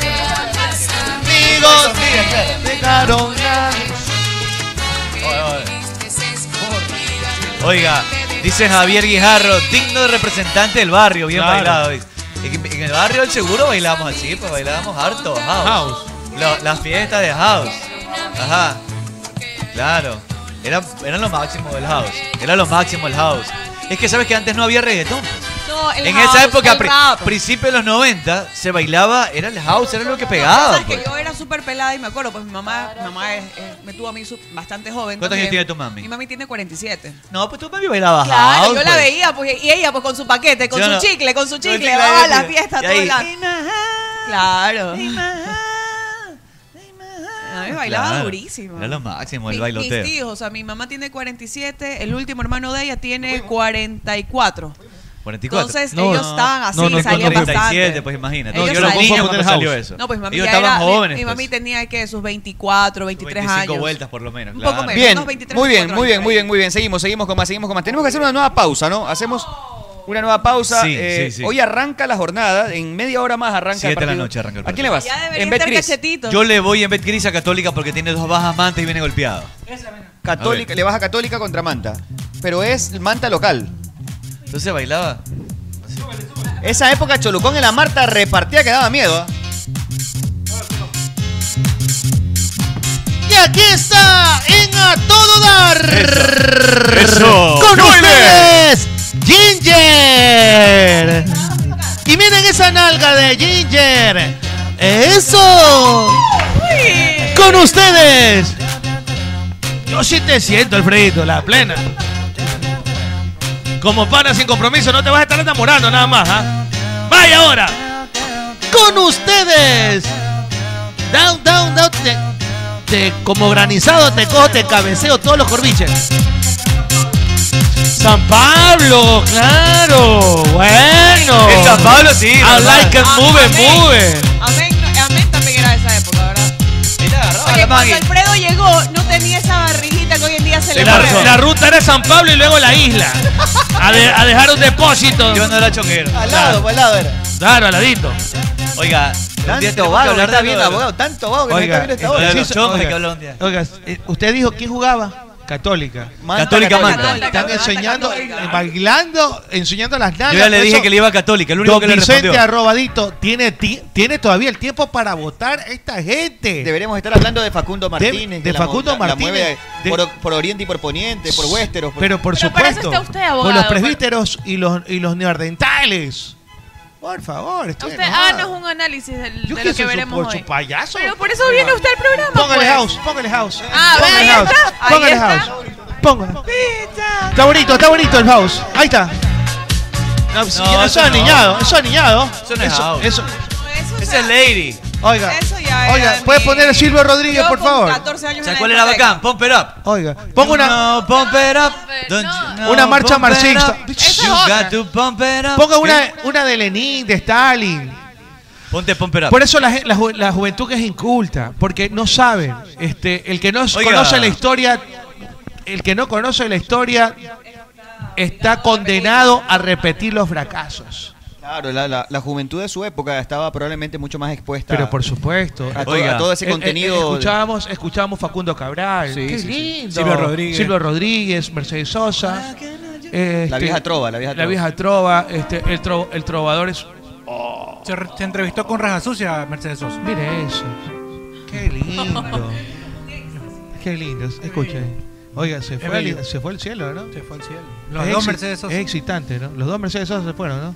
Speaker 15: Te hablas amigos, me explicaron
Speaker 11: Oiga, dice Javier Guijarro, digno representante del barrio, bien
Speaker 15: Claro.
Speaker 11: bailado. dice. En en el barrio del seguro bailamos así, pues bailábamos harto, house. Lo- las fiestas de house. Ajá. Claro. Era, era lo máximo del house. Era lo máximo el house. Es que sabes que antes no había reggaetón. pues.
Speaker 9: No, el
Speaker 11: en
Speaker 9: house,
Speaker 11: esa época,
Speaker 9: el
Speaker 11: a pri-
Speaker 9: rap.
Speaker 11: principios de los 90, se bailaba, era el house, era lo que
Speaker 9: Lo
Speaker 11: pegaba.
Speaker 9: que pasa
Speaker 11: pues.
Speaker 9: es que yo era súper pelada y me acuerdo, pues mi mamá, mi mamá es- es- me tuvo a mí su- bastante joven.
Speaker 11: ¿Cuántos años
Speaker 9: también.
Speaker 11: tiene tu mami?
Speaker 9: Mi mami tiene 47.
Speaker 11: No, pues tu mami bailaba
Speaker 9: Claro,
Speaker 11: house.
Speaker 9: yo la
Speaker 11: pues.
Speaker 9: veía, pues, y ella pues con su paquete, con
Speaker 11: Yo
Speaker 9: su
Speaker 11: no-
Speaker 9: chicle, con su
Speaker 11: Con el
Speaker 9: chicle,
Speaker 11: chicle
Speaker 9: va a
Speaker 11: ahí,
Speaker 9: la
Speaker 11: mira.
Speaker 9: fiesta,
Speaker 11: Y
Speaker 9: todo
Speaker 11: ahí-
Speaker 9: el año. Claro. Ay, bailaba
Speaker 11: Claro.
Speaker 9: durísimo.
Speaker 11: Era lo máximo el
Speaker 9: Mi-
Speaker 11: bailoteo.
Speaker 9: Mis tíos, o sea, mi mamá tiene 47, el último hermano de ella tiene 44.
Speaker 11: 44.
Speaker 9: Entonces, ellos estaban así,
Speaker 11: no, no,
Speaker 9: salían
Speaker 11: 47,
Speaker 9: bastante.
Speaker 11: pues imagínate.
Speaker 9: Ellos
Speaker 11: yo era
Speaker 9: salían.
Speaker 11: niño cuando salió eso.
Speaker 9: No, pues mi mamá
Speaker 11: ellos
Speaker 9: ya era,
Speaker 11: estaban
Speaker 9: mi-
Speaker 11: jóvenes.
Speaker 9: mi,
Speaker 11: pues.
Speaker 9: mami tenía que sus 24, 23
Speaker 11: 25
Speaker 9: años.
Speaker 11: vueltas por lo menos.
Speaker 9: Un
Speaker 11: claro.
Speaker 9: poco menos,
Speaker 8: Bien,
Speaker 9: unos 23,
Speaker 8: muy bien,
Speaker 9: 24
Speaker 8: muy bien,
Speaker 9: años.
Speaker 8: muy bien, muy bien. Seguimos, seguimos con más, seguimos con más. Tenemos que hacer una nueva pausa, ¿no? Hacemos una nueva pausa.
Speaker 11: Sí,
Speaker 8: Eh,
Speaker 11: sí, sí.
Speaker 8: Hoy arranca la jornada, en media hora más arranca el
Speaker 11: Siete de la
Speaker 8: partido.
Speaker 11: noche arranca el
Speaker 8: ¿A quién le vas?
Speaker 11: partido. Ya
Speaker 8: en
Speaker 9: estar
Speaker 8: Betcris.
Speaker 9: cachetitos.
Speaker 11: Yo le voy en bet gris a Católica porque tiene dos bajas mantas y viene golpeado.
Speaker 8: Católica,
Speaker 11: Ok.
Speaker 8: le vas a Católica contra Manta. Pero es Manta local.
Speaker 11: Entonces bailaba.
Speaker 8: Esa época Cholucón en la Marta repartía que daba miedo. ¿ah?
Speaker 3: Y aquí está en A Todo Dar.
Speaker 15: Eso.
Speaker 3: Con
Speaker 15: Muy
Speaker 3: ustedes, Ginger. Y miren esa nalga de Ginger. Eso. Con ustedes.
Speaker 10: Yo sí te siento, Alfredito, la plena. Como pana sin compromiso, no te vas a estar enamorando nada más, ¿ah? ¡Vaya ahora!
Speaker 3: Con ustedes. Down, down, down. Te, te- como granizado te cojo, te cabeceo todos los corviches.
Speaker 10: San Pablo, claro. Bueno.
Speaker 3: En San Pablo sí,
Speaker 10: I
Speaker 3: normal.
Speaker 10: like it, move,
Speaker 9: Amén.
Speaker 10: move.
Speaker 9: Amén, no- amén también era de esa época, ¿verdad? Oye,
Speaker 10: la Maggie.
Speaker 9: cuando Alfredo llegó, no tenía esa barriguita que hoy en día se le
Speaker 10: La,
Speaker 9: pone.
Speaker 10: la ruta era San Pablo y luego la isla. A, de- a dejar un depósito. Yo
Speaker 11: no era choquero.
Speaker 8: Al lado, pues, al lado era.
Speaker 10: Claro, al ladito.
Speaker 11: Oiga,
Speaker 10: un día
Speaker 8: Tanto
Speaker 10: tenemos
Speaker 8: vago,
Speaker 10: que
Speaker 8: no
Speaker 10: hablar
Speaker 8: está
Speaker 10: de
Speaker 8: bien
Speaker 10: lo-
Speaker 8: abogado, tanto vago que no está bien esta hora.
Speaker 10: entonces-
Speaker 11: los chongos
Speaker 10: oiga,
Speaker 11: que hablan un día.
Speaker 10: oiga, eh, usted dijo, ¿quién jugaba? Católica.
Speaker 11: Manta, Católica, Manta. Católica,
Speaker 10: Están enseñando, eh, bailando, enseñando las nalgas.
Speaker 11: Yo ya le
Speaker 10: por
Speaker 11: dije
Speaker 10: eso-
Speaker 11: que le iba a Católica, el único
Speaker 10: Don
Speaker 11: que le
Speaker 10: Vicente
Speaker 11: respondió.
Speaker 10: Arrobadito tiene, ti- tiene todavía el tiempo para votar a esta gente.
Speaker 8: Deberíamos estar hablando de Facundo Martínez.
Speaker 10: de
Speaker 8: que la
Speaker 10: Facundo
Speaker 8: mo- la- la
Speaker 10: Martínez,
Speaker 8: mueve
Speaker 10: de-
Speaker 8: por, por Oriente y por Poniente, por Westeros. por-
Speaker 10: Pero por
Speaker 8: para
Speaker 10: supuesto.
Speaker 8: eso está usted,
Speaker 10: por
Speaker 8: abogado,
Speaker 10: los
Speaker 8: por-
Speaker 10: presbíteros y los, y los neardentales. Por favor, estoy
Speaker 13: Usted
Speaker 8: ah,
Speaker 9: ah,
Speaker 10: enojado.
Speaker 13: háganos un análisis del- de lo que veremos
Speaker 10: por
Speaker 13: hoy.
Speaker 10: su payaso.
Speaker 13: Pero por eso viene usted al programa.
Speaker 10: Póngale
Speaker 13: pues.
Speaker 10: house, póngale house. eh.
Speaker 13: Ah,
Speaker 10: póngale
Speaker 13: ahí
Speaker 10: house.
Speaker 13: está, ahí
Speaker 10: Póngale
Speaker 13: está.
Speaker 10: house. Póngale. Está bonito, está bonito el house. Ahí está. No, sí,
Speaker 11: No,
Speaker 10: eso
Speaker 11: eso
Speaker 10: es
Speaker 11: no.
Speaker 10: niñado, eso es niñado.
Speaker 11: Eso no es house.
Speaker 10: Eso,
Speaker 11: Esa es Lady.
Speaker 10: oiga,
Speaker 9: Eso ya era
Speaker 10: oiga,
Speaker 9: de
Speaker 10: ¿puedes
Speaker 9: mi-
Speaker 10: poner a Silvio Rodríguez,
Speaker 9: Yo
Speaker 10: por
Speaker 9: con
Speaker 10: favor?
Speaker 9: 14 años en
Speaker 11: ¿Sabes
Speaker 9: la
Speaker 11: cuál era
Speaker 9: discoteca.
Speaker 11: bacán? Pump it up.
Speaker 10: Oiga, ponga una.
Speaker 11: No, pump it up. Don't you know,
Speaker 10: Una marcha
Speaker 11: pump it
Speaker 10: marxista.
Speaker 11: up. You got to pump it up.
Speaker 10: Ponga una, una de Lenin, de Stalin.
Speaker 11: Ponte pump it up.
Speaker 10: Por eso la, gen- la ju- la juventud que es inculta, porque no sabe. Este, el que no s-
Speaker 11: Oiga.
Speaker 10: conoce la historia, el que no conoce la historia está condenado a repetir los fracasos.
Speaker 8: Claro, la, la- la juventud de su época estaba probablemente mucho más expuesta.
Speaker 10: Pero por supuesto.
Speaker 8: A, to- a todo ese
Speaker 10: Eh, eh,
Speaker 8: contenido.
Speaker 10: escuchábamos, escuchábamos Facundo Cabral.
Speaker 8: Sí, sí,
Speaker 10: Qué
Speaker 8: sí.
Speaker 10: lindo.
Speaker 8: Silvio Rodríguez.
Speaker 10: Silvio Rodríguez, Mercedes Sosa.
Speaker 8: La
Speaker 10: este,
Speaker 8: vieja trova, la vieja trova.
Speaker 10: trova, este, el, tro- el trovador es.
Speaker 12: Se, re- se entrevistó con Raja Sucia, Mercedes Sosa.
Speaker 10: Mire eso. Qué lindo. [laughs] Qué lindo. Escuchen. Oiga, se fue,
Speaker 12: bello.
Speaker 10: el, se fue el cielo, ¿no? Se fue el cielo.
Speaker 12: Los dos Mercedes Sosa.
Speaker 10: Es excitante, ¿no? Los dos Mercedes Sosa se fueron, ¿no?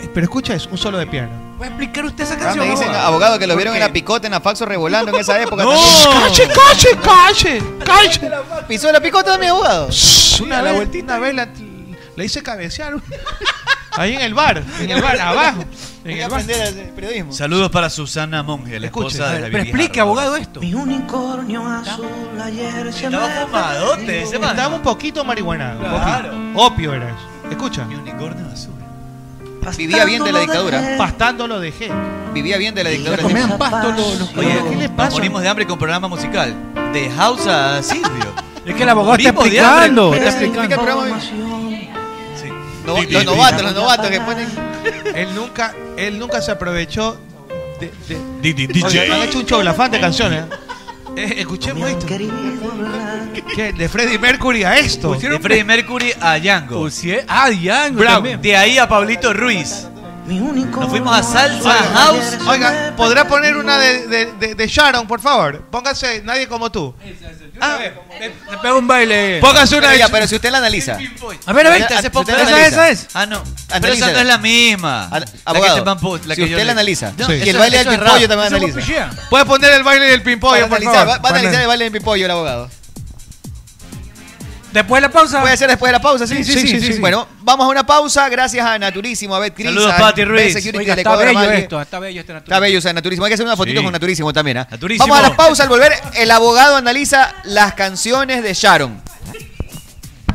Speaker 10: Eh, Pero escucha eso, un solo de piano.
Speaker 12: ¿Puede explicar usted esa
Speaker 8: Ah,
Speaker 12: canción?
Speaker 8: me dicen,
Speaker 12: abogado?
Speaker 8: abogado, que lo
Speaker 12: ¿Por
Speaker 8: vieron en
Speaker 12: qué?
Speaker 8: la picota, en la faxo revolando en esa época.
Speaker 10: ¡No!
Speaker 8: también.
Speaker 10: ¡Cache, cache, cache!
Speaker 8: Pisó la picota de mi abogado.
Speaker 10: Una, vez, una vez la, le hice [laughs] cabecear. Ahí en el bar, en
Speaker 11: [laughs]
Speaker 10: el bar, abajo. En el bar.
Speaker 8: periodismo.
Speaker 11: Saludos para Susana Monge, la
Speaker 10: Escuche,
Speaker 11: esposa de
Speaker 10: a ver,
Speaker 11: David
Speaker 10: pero explique,
Speaker 11: Guijarro.
Speaker 10: abogado, esto.
Speaker 12: Mi unicornio azul ayer se
Speaker 11: Estaba fumadote ese man.
Speaker 10: Estaba un poquito marihuanados.
Speaker 11: Claro.
Speaker 10: Opio era eso. Escucha.
Speaker 11: Unicornio azul.
Speaker 8: Vivía bien de la dictadura.
Speaker 10: Pastando lo dejé.
Speaker 8: Vivía bien de la dictadura.
Speaker 10: pasto los, los
Speaker 14: [laughs]
Speaker 11: Oye, ¿qué le pasa? Morimos de hambre con programa musical. De House a Silvio.
Speaker 12: Es que el abogado está
Speaker 26: Vivo de
Speaker 12: explicando.
Speaker 26: hambre.
Speaker 12: Está explicando.
Speaker 26: No-
Speaker 10: Sí,
Speaker 26: los
Speaker 10: sí,
Speaker 26: novatos,
Speaker 10: sí.
Speaker 26: los novatos que ponen.
Speaker 10: Él nunca, él nunca se aprovechó de.
Speaker 11: Di-
Speaker 10: de
Speaker 11: di- DJ.
Speaker 10: Oye, Han hecho un choblafán de canciones. Eh, escuchemos esto. ¿Qué? De Freddie Mercury a esto.
Speaker 11: De Freddie Mercury a Django.
Speaker 10: ah, Django.
Speaker 11: Bravo.
Speaker 10: también.
Speaker 11: De ahí a Pablito Ruiz. Nos fuimos a Salsa
Speaker 10: Oiga,
Speaker 11: House.
Speaker 10: Oiga, ¿podrá poner una de, de, de, de Sharon, por favor? Póngase Nadie como tú. Ah,
Speaker 12: Le pega un baile.
Speaker 10: Póngase una de-
Speaker 26: Oiga, pero si usted la analiza.
Speaker 12: A ver, a ver,
Speaker 26: Ana-
Speaker 12: te hace
Speaker 26: si
Speaker 12: poco-
Speaker 26: usted la
Speaker 12: ¿Esa,
Speaker 26: analiza.
Speaker 12: esa es?
Speaker 11: Ah, no. Pero
Speaker 26: Analízala.
Speaker 11: esa no es la misma.
Speaker 26: Al-
Speaker 11: La que
Speaker 26: abogado,
Speaker 11: te van po- la
Speaker 26: si
Speaker 11: que
Speaker 26: usted
Speaker 11: yo
Speaker 26: la
Speaker 11: le-
Speaker 26: analiza.
Speaker 11: No,
Speaker 26: Sí.
Speaker 11: eso-
Speaker 26: Y el baile
Speaker 11: eso
Speaker 26: del
Speaker 11: es rap.
Speaker 26: pimpollo también
Speaker 11: Eso es
Speaker 26: analiza.
Speaker 11: popillea.
Speaker 10: Puede poner el baile del
Speaker 26: Para
Speaker 10: pimpollo, por
Speaker 26: analizar,
Speaker 10: favor.
Speaker 26: va, va a analizar el baile del pimpollo el abogado.
Speaker 12: Después de la pausa.
Speaker 26: Puede ser después de la pausa, sí.
Speaker 10: Sí, sí, sí, sí, sí.
Speaker 26: Bueno, vamos a una pausa. Gracias a Naturísimo, a Betcris.
Speaker 11: Saludos,
Speaker 26: a
Speaker 11: Pati Ruiz.
Speaker 26: Best Security
Speaker 11: Oiga,
Speaker 26: del
Speaker 11: está
Speaker 26: Ecuador, a
Speaker 11: bello
Speaker 26: Maggie.
Speaker 11: esto,
Speaker 12: está bello este
Speaker 26: Está bello, o sea, Naturísimo. Hay que hacer una fotito
Speaker 11: Sí.
Speaker 26: con Naturísimo también. ¿ah?
Speaker 11: Naturísimo.
Speaker 26: Vamos a la pausa. Al volver, el abogado analiza las canciones de Sharon.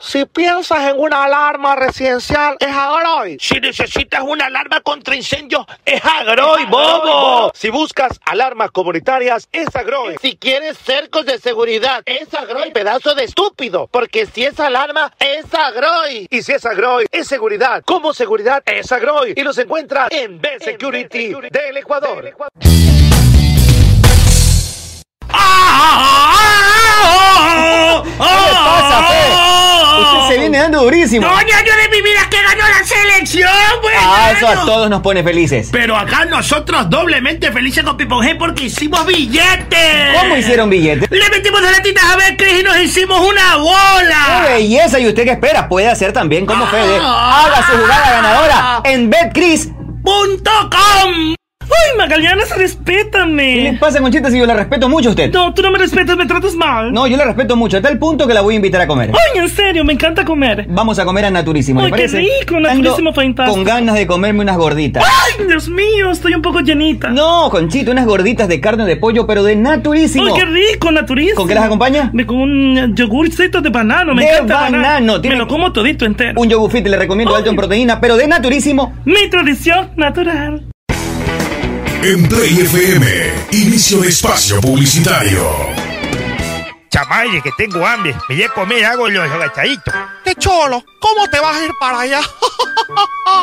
Speaker 13: Si piensas en una alarma residencial, es Agroy. Si necesitas una alarma contra incendios, es Agroy, bobo. Si buscas alarmas comunitarias, es Agroy. Si quieres cercos de seguridad, es Agroy, pedazo de estúpido. Porque si es alarma, es Agroy. Y si es Agroy, es seguridad. Como seguridad, es Agroy. Y los encuentras en B-Security del Ecuador.
Speaker 14: ¿Qué le pasa, Fe?
Speaker 8: Usted se viene dando durísimo.
Speaker 14: Coño, yo de mi vida que ganó la selección, güey.
Speaker 8: Ah, eso a todos nos pone felices.
Speaker 2: Pero acá nosotros doblemente felices con Pipon G porque hicimos billetes.
Speaker 8: ¿Cómo hicieron billetes?
Speaker 2: Le metimos de latitas a ver Cris y nos hicimos una
Speaker 8: ¡Qué
Speaker 2: bola.
Speaker 8: belleza! ¿Y usted qué espera? Puede hacer también
Speaker 2: Ah.
Speaker 8: como Fede. Haga su jugada ganadora en BetCris.com.
Speaker 2: ¡Ay, Magaliana, respétame!
Speaker 8: ¿Qué le pasa, Conchita, si yo la respeto mucho a usted?
Speaker 2: No, tú no me respetas, me tratas mal.
Speaker 8: No, yo la respeto mucho, a tal punto que la voy a invitar a comer.
Speaker 2: Ay, en serio, me encanta comer.
Speaker 8: Vamos a comer a Naturísimo,
Speaker 2: Ay,
Speaker 8: ¿le
Speaker 2: qué
Speaker 8: parece?
Speaker 2: rico, Naturísimo,
Speaker 8: Ando
Speaker 2: fantástico.
Speaker 8: Con ganas de comerme unas gorditas.
Speaker 2: Ay, Dios mío, estoy un poco llenita.
Speaker 8: No, Conchita, unas gorditas de carne de pollo, pero de Naturísimo.
Speaker 2: Ay, qué rico, naturísimo.
Speaker 8: ¿Con qué las acompaña?
Speaker 2: Me- Con un yogurcito de banano, me
Speaker 8: de
Speaker 2: encanta el
Speaker 8: banano,
Speaker 2: Me lo como todito entero.
Speaker 8: Un yogur fit le recomiendo alto en proteína, pero de naturísimo.
Speaker 2: Mi tradición natural.
Speaker 20: En Play FM, inicio de espacio publicitario.
Speaker 4: Chamaye, que tengo hambre. Me voy a comer algo los agachaditos.
Speaker 21: ¡Qué cholo! ¿Cómo te vas a ir para
Speaker 4: [laughs]
Speaker 21: allá?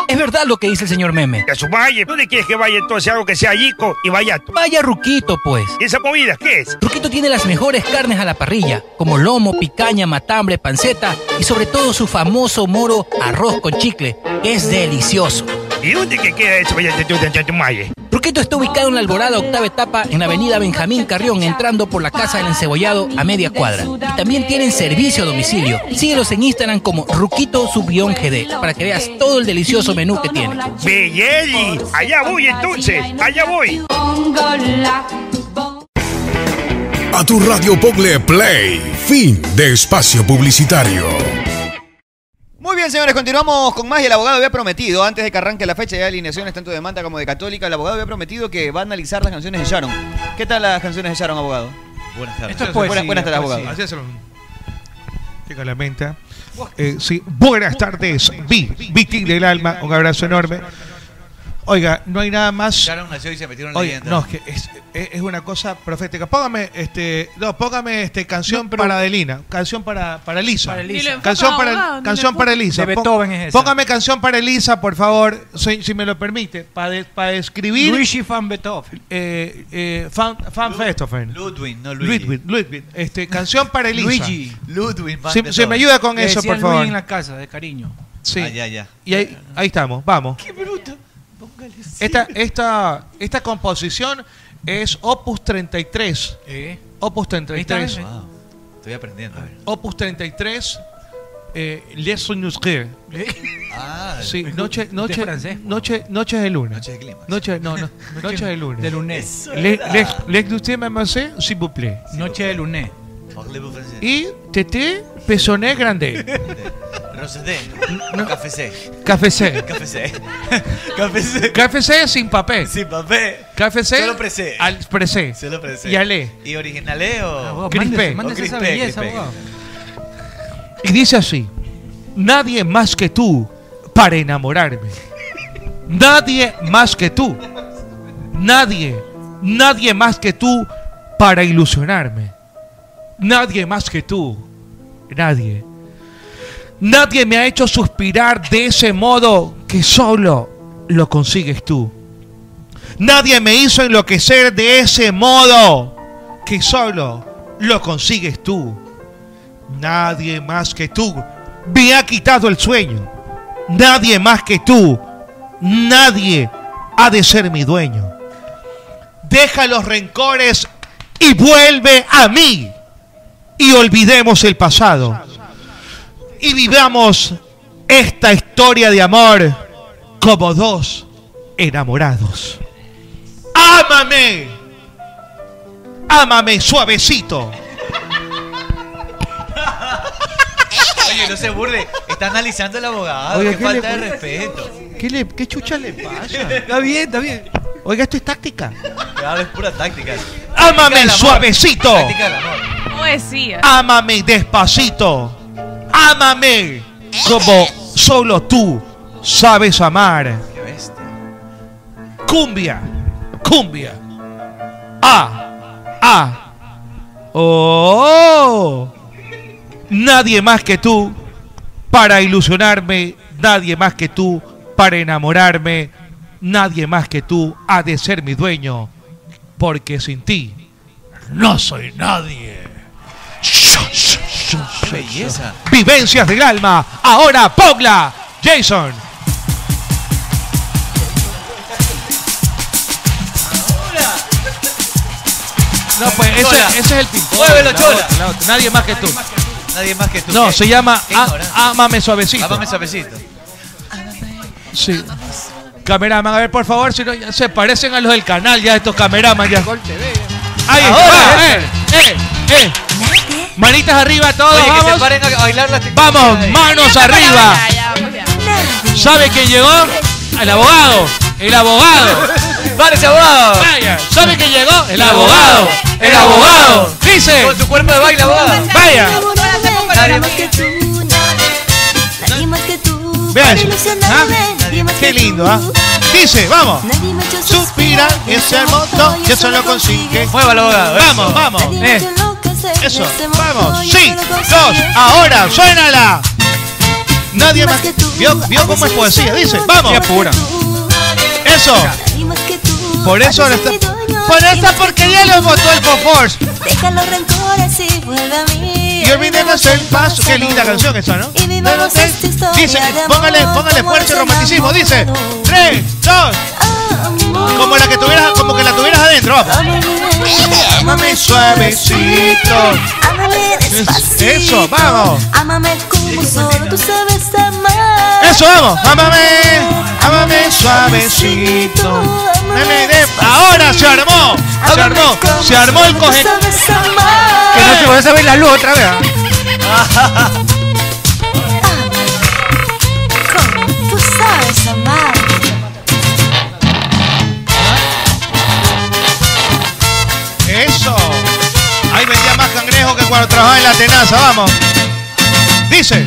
Speaker 21: es verdad lo que dice el señor Meme.
Speaker 4: Que a su valle. ¿Dónde quieres que vaya entonces algo que sea yico y vaya tú?
Speaker 21: Vaya Ruquito, pues.
Speaker 4: ¿Y esa comida qué es?
Speaker 21: Ruquito tiene las mejores carnes a la parrilla, como lomo, picaña, matambre, panceta y sobre todo su famoso moro arroz con chicle, que es delicioso.
Speaker 4: ¿Y dónde que queda eso? Vaya tú, tú, tú, tú, maye?
Speaker 21: Ruquito está ubicado en la Alborada Octava Etapa en la avenida Benjamín Carrión, entrando por la Casa del Encebollado a media cuadra. Y también tienen servicio a domicilio. Síguelos en Instagram como Ruquito Subión GD para que veas todo el delicioso menú que tiene.
Speaker 4: Belleli. Allá voy entonces. Allá voy.
Speaker 20: A tu radio Pogle Play, fin de espacio publicitario.
Speaker 26: Muy bien, señores, continuamos con más. Y el abogado había prometido, antes de que arranque la fecha de alineaciones, tanto de Manta como de Católica, el abogado había prometido que va a analizar las canciones de Sharon. ¿Qué tal las canciones de Sharon, abogado?
Speaker 11: Buenas tardes.
Speaker 26: Esto es poesía, Buenas- buenas tardes,
Speaker 10: poesía.
Speaker 26: abogado.
Speaker 10: Así es, hermano. Llega la menta. Eh, sí. Buenas tardes, Vi, Viking del alma. Un abrazo enorme. Oiga, no hay nada más.
Speaker 11: Sharon nació y se metieron en
Speaker 10: Oye,
Speaker 11: leyenda.
Speaker 10: no, es que es, es- es una cosa profética. Póngame, este, no, póngame este, canción para Adelina, canción para, para Elisa.
Speaker 12: Elisa. Ni lo
Speaker 10: Canción
Speaker 12: enfoca,
Speaker 10: para,
Speaker 12: abogado, ni lo
Speaker 10: canción
Speaker 12: enfoca.
Speaker 10: para Elisa.
Speaker 12: De
Speaker 10: Pon-
Speaker 12: Beethoven es esa.
Speaker 10: Póngame canción para Elisa, por favor, si, si me lo permite, para escribir.
Speaker 12: Luigi van Beethoven.
Speaker 10: Eh, eh, fan, fan Beethoven.
Speaker 11: Ludwig, no Luigi.
Speaker 10: Ludwig, Ludwig. Este, canción para Elisa.
Speaker 11: Luigi. Ludwig van
Speaker 10: Si,
Speaker 11: Beethoven.
Speaker 10: me ayuda con
Speaker 12: Le
Speaker 10: eso,
Speaker 12: decía
Speaker 10: por favor.
Speaker 12: Luis en la casa, de cariño.
Speaker 10: Sí.
Speaker 11: Ah, ya, ya.
Speaker 10: Y ahí, ahí estamos, vamos.
Speaker 12: Qué bruto. Póngale
Speaker 10: Esta, esta, esta composición es Opus 33. Opus
Speaker 11: Ahí está,
Speaker 10: 33.
Speaker 11: Estoy aprendiendo.
Speaker 10: Opus 33 eh, Les Soigneux Creux.
Speaker 11: Ah,
Speaker 10: Sí,
Speaker 11: de-
Speaker 10: noche,
Speaker 11: de
Speaker 10: noche,
Speaker 11: francés.
Speaker 10: noche, noche de luna. Noche
Speaker 11: de clima.
Speaker 10: Noche, no, no, noche de luna.
Speaker 12: de lunes.
Speaker 10: Les, les, les douze mamacés, s'il vous plaît.
Speaker 12: Noche de lunes.
Speaker 11: Parlez-vous français.
Speaker 10: Y tété, pezoné grande.
Speaker 11: Rosedé. Café
Speaker 10: Café
Speaker 11: Café [laughs]
Speaker 10: Café Café sin papel.
Speaker 11: Sin papel.
Speaker 10: Café
Speaker 11: Se lo presé.
Speaker 10: Al presé.
Speaker 11: Se lo presé.
Speaker 10: [laughs] Y alé.
Speaker 11: ¿Y originalé o...?
Speaker 10: Crispé.
Speaker 11: O crispé, crispé.
Speaker 10: Y dice así: Nadie más que tú para enamorarme. Nadie más que tú. Nadie, nadie más que tú para ilusionarme. Nadie más que tú. Nadie. Nadie me ha hecho suspirar de ese modo que solo lo consigues tú. Nadie me hizo enloquecer de ese modo que solo lo consigues tú. Nadie más que tú me ha quitado el sueño. Nadie más que tú. Nadie ha de ser mi dueño. Deja los rencores y vuelve a mí. Y olvidemos el pasado. Y vivamos esta historia de amor como dos enamorados. Ámame. Ámame suavecito.
Speaker 11: Oye, no se burle. Está analizando el abogado.
Speaker 10: Oye,
Speaker 11: qué,
Speaker 10: ¿qué
Speaker 11: falta de
Speaker 10: le-
Speaker 11: respeto.
Speaker 10: ¿Qué, le, ¿Qué chucha le pasa? [laughs] Está bien, está bien. Oiga, esto es táctica.
Speaker 11: Claro, es pura táctica.
Speaker 10: Ámame
Speaker 9: pues.
Speaker 10: suavecito.
Speaker 11: Táctica del amor.
Speaker 13: No decía.
Speaker 10: Ámame despacito. Ámame como solo tú sabes amar.
Speaker 11: Qué bestia.
Speaker 10: Cumbia. Cumbia. Ah. Ah. Oh. Nadie más que tú para ilusionarme. Nadie más que tú para enamorarme. Nadie más que tú ha de ser mi dueño. Porque sin ti no soy nadie.
Speaker 11: Qué belleza.
Speaker 10: Vivencias del alma. Ahora, Pogla. Jason. No, pues ese,
Speaker 11: Chola.
Speaker 10: ese es el ping
Speaker 11: Muévelo, Chola.
Speaker 10: Nadie más que tú.
Speaker 11: Nadie más que tú.
Speaker 10: No,
Speaker 11: ¿Qué?
Speaker 10: se llama
Speaker 11: Qué
Speaker 10: A-
Speaker 11: ignorante.
Speaker 10: Ámame Suavecito.
Speaker 11: Ámame suavecito.
Speaker 10: Sí. Cameraman, a ver, por favor, si no, ya se parecen a los del canal ya estos cameraman ya. Ahí está.
Speaker 11: Ahora,
Speaker 10: eh, eh, eh. Manitas arriba todos,
Speaker 11: Oye, que se
Speaker 10: vamos.
Speaker 11: paren a bailar las
Speaker 10: Vamos, manos arriba. ¿Sabe quién llegó? El abogado. El abogado.
Speaker 11: ¡Párese, abogado!
Speaker 10: Vaya, ¿sabe quién llegó? El abogado. El abogado. Dice.
Speaker 11: Con su cuerpo de baile, abogado.
Speaker 10: Vaya.
Speaker 11: Nadie
Speaker 7: más que tú. Nadie más que tú.
Speaker 10: Vean
Speaker 7: para
Speaker 10: eso. ¿Ah?
Speaker 7: ilusionarme, nadie más
Speaker 10: Qué
Speaker 7: que
Speaker 10: lindo,
Speaker 7: tú.
Speaker 10: ¿ah? Dice, vamos.
Speaker 7: Nadie me ha hecho
Speaker 10: Suspira ese hermoso que solo consigue.
Speaker 11: Muévalo, abogado.
Speaker 10: Vamos, vamos. Eh.
Speaker 7: Nadie me ha hecho enloquecer.
Speaker 10: Eso,
Speaker 7: Ese modo
Speaker 10: vamos.
Speaker 7: este yo
Speaker 10: Sí,
Speaker 7: no lo
Speaker 10: dos,
Speaker 7: conseguí.
Speaker 10: ahora, suénala. Nadie más. Vio, vio cómo es poesía, dice. Vamos. Eso.
Speaker 7: Nadie más que tú.
Speaker 10: Por eso ahora
Speaker 7: Para
Speaker 10: está.
Speaker 7: ser mi dueño,
Speaker 10: Por
Speaker 7: nadie
Speaker 10: esta
Speaker 7: más que
Speaker 10: porquería los votó el Popors.
Speaker 7: tú. Deja los rencores y vuelve a mí.
Speaker 10: Y olvidemos el paso. Qué linda canción esa, ¿no?
Speaker 7: Y vivamos esta historia
Speaker 10: Dice,
Speaker 7: de amor,
Speaker 10: póngale, póngale
Speaker 7: como
Speaker 10: fuerza y
Speaker 7: nos
Speaker 10: romanticismo. Dice,
Speaker 7: enamoramos.
Speaker 10: tres, dos. Como la que tuvieras, como que la tuvieras adentro. Vamos. Ámame suavecito.
Speaker 7: Ámame despacito.
Speaker 10: Eso, vamos.
Speaker 7: Ámame como solo tú sabes amar.
Speaker 10: Eso, vamos. Ámame, ámame suavecito. Ámame de- Ahora se armó. Se armó. Se armó el coge.
Speaker 7: Que
Speaker 10: no se puede saber la luz otra vez. ¿ah?
Speaker 7: Como tú sabes amar.
Speaker 10: Eso. Ahí vendía más cangrejo que cuando trabajaba en la tenaza. Vamos. Dice.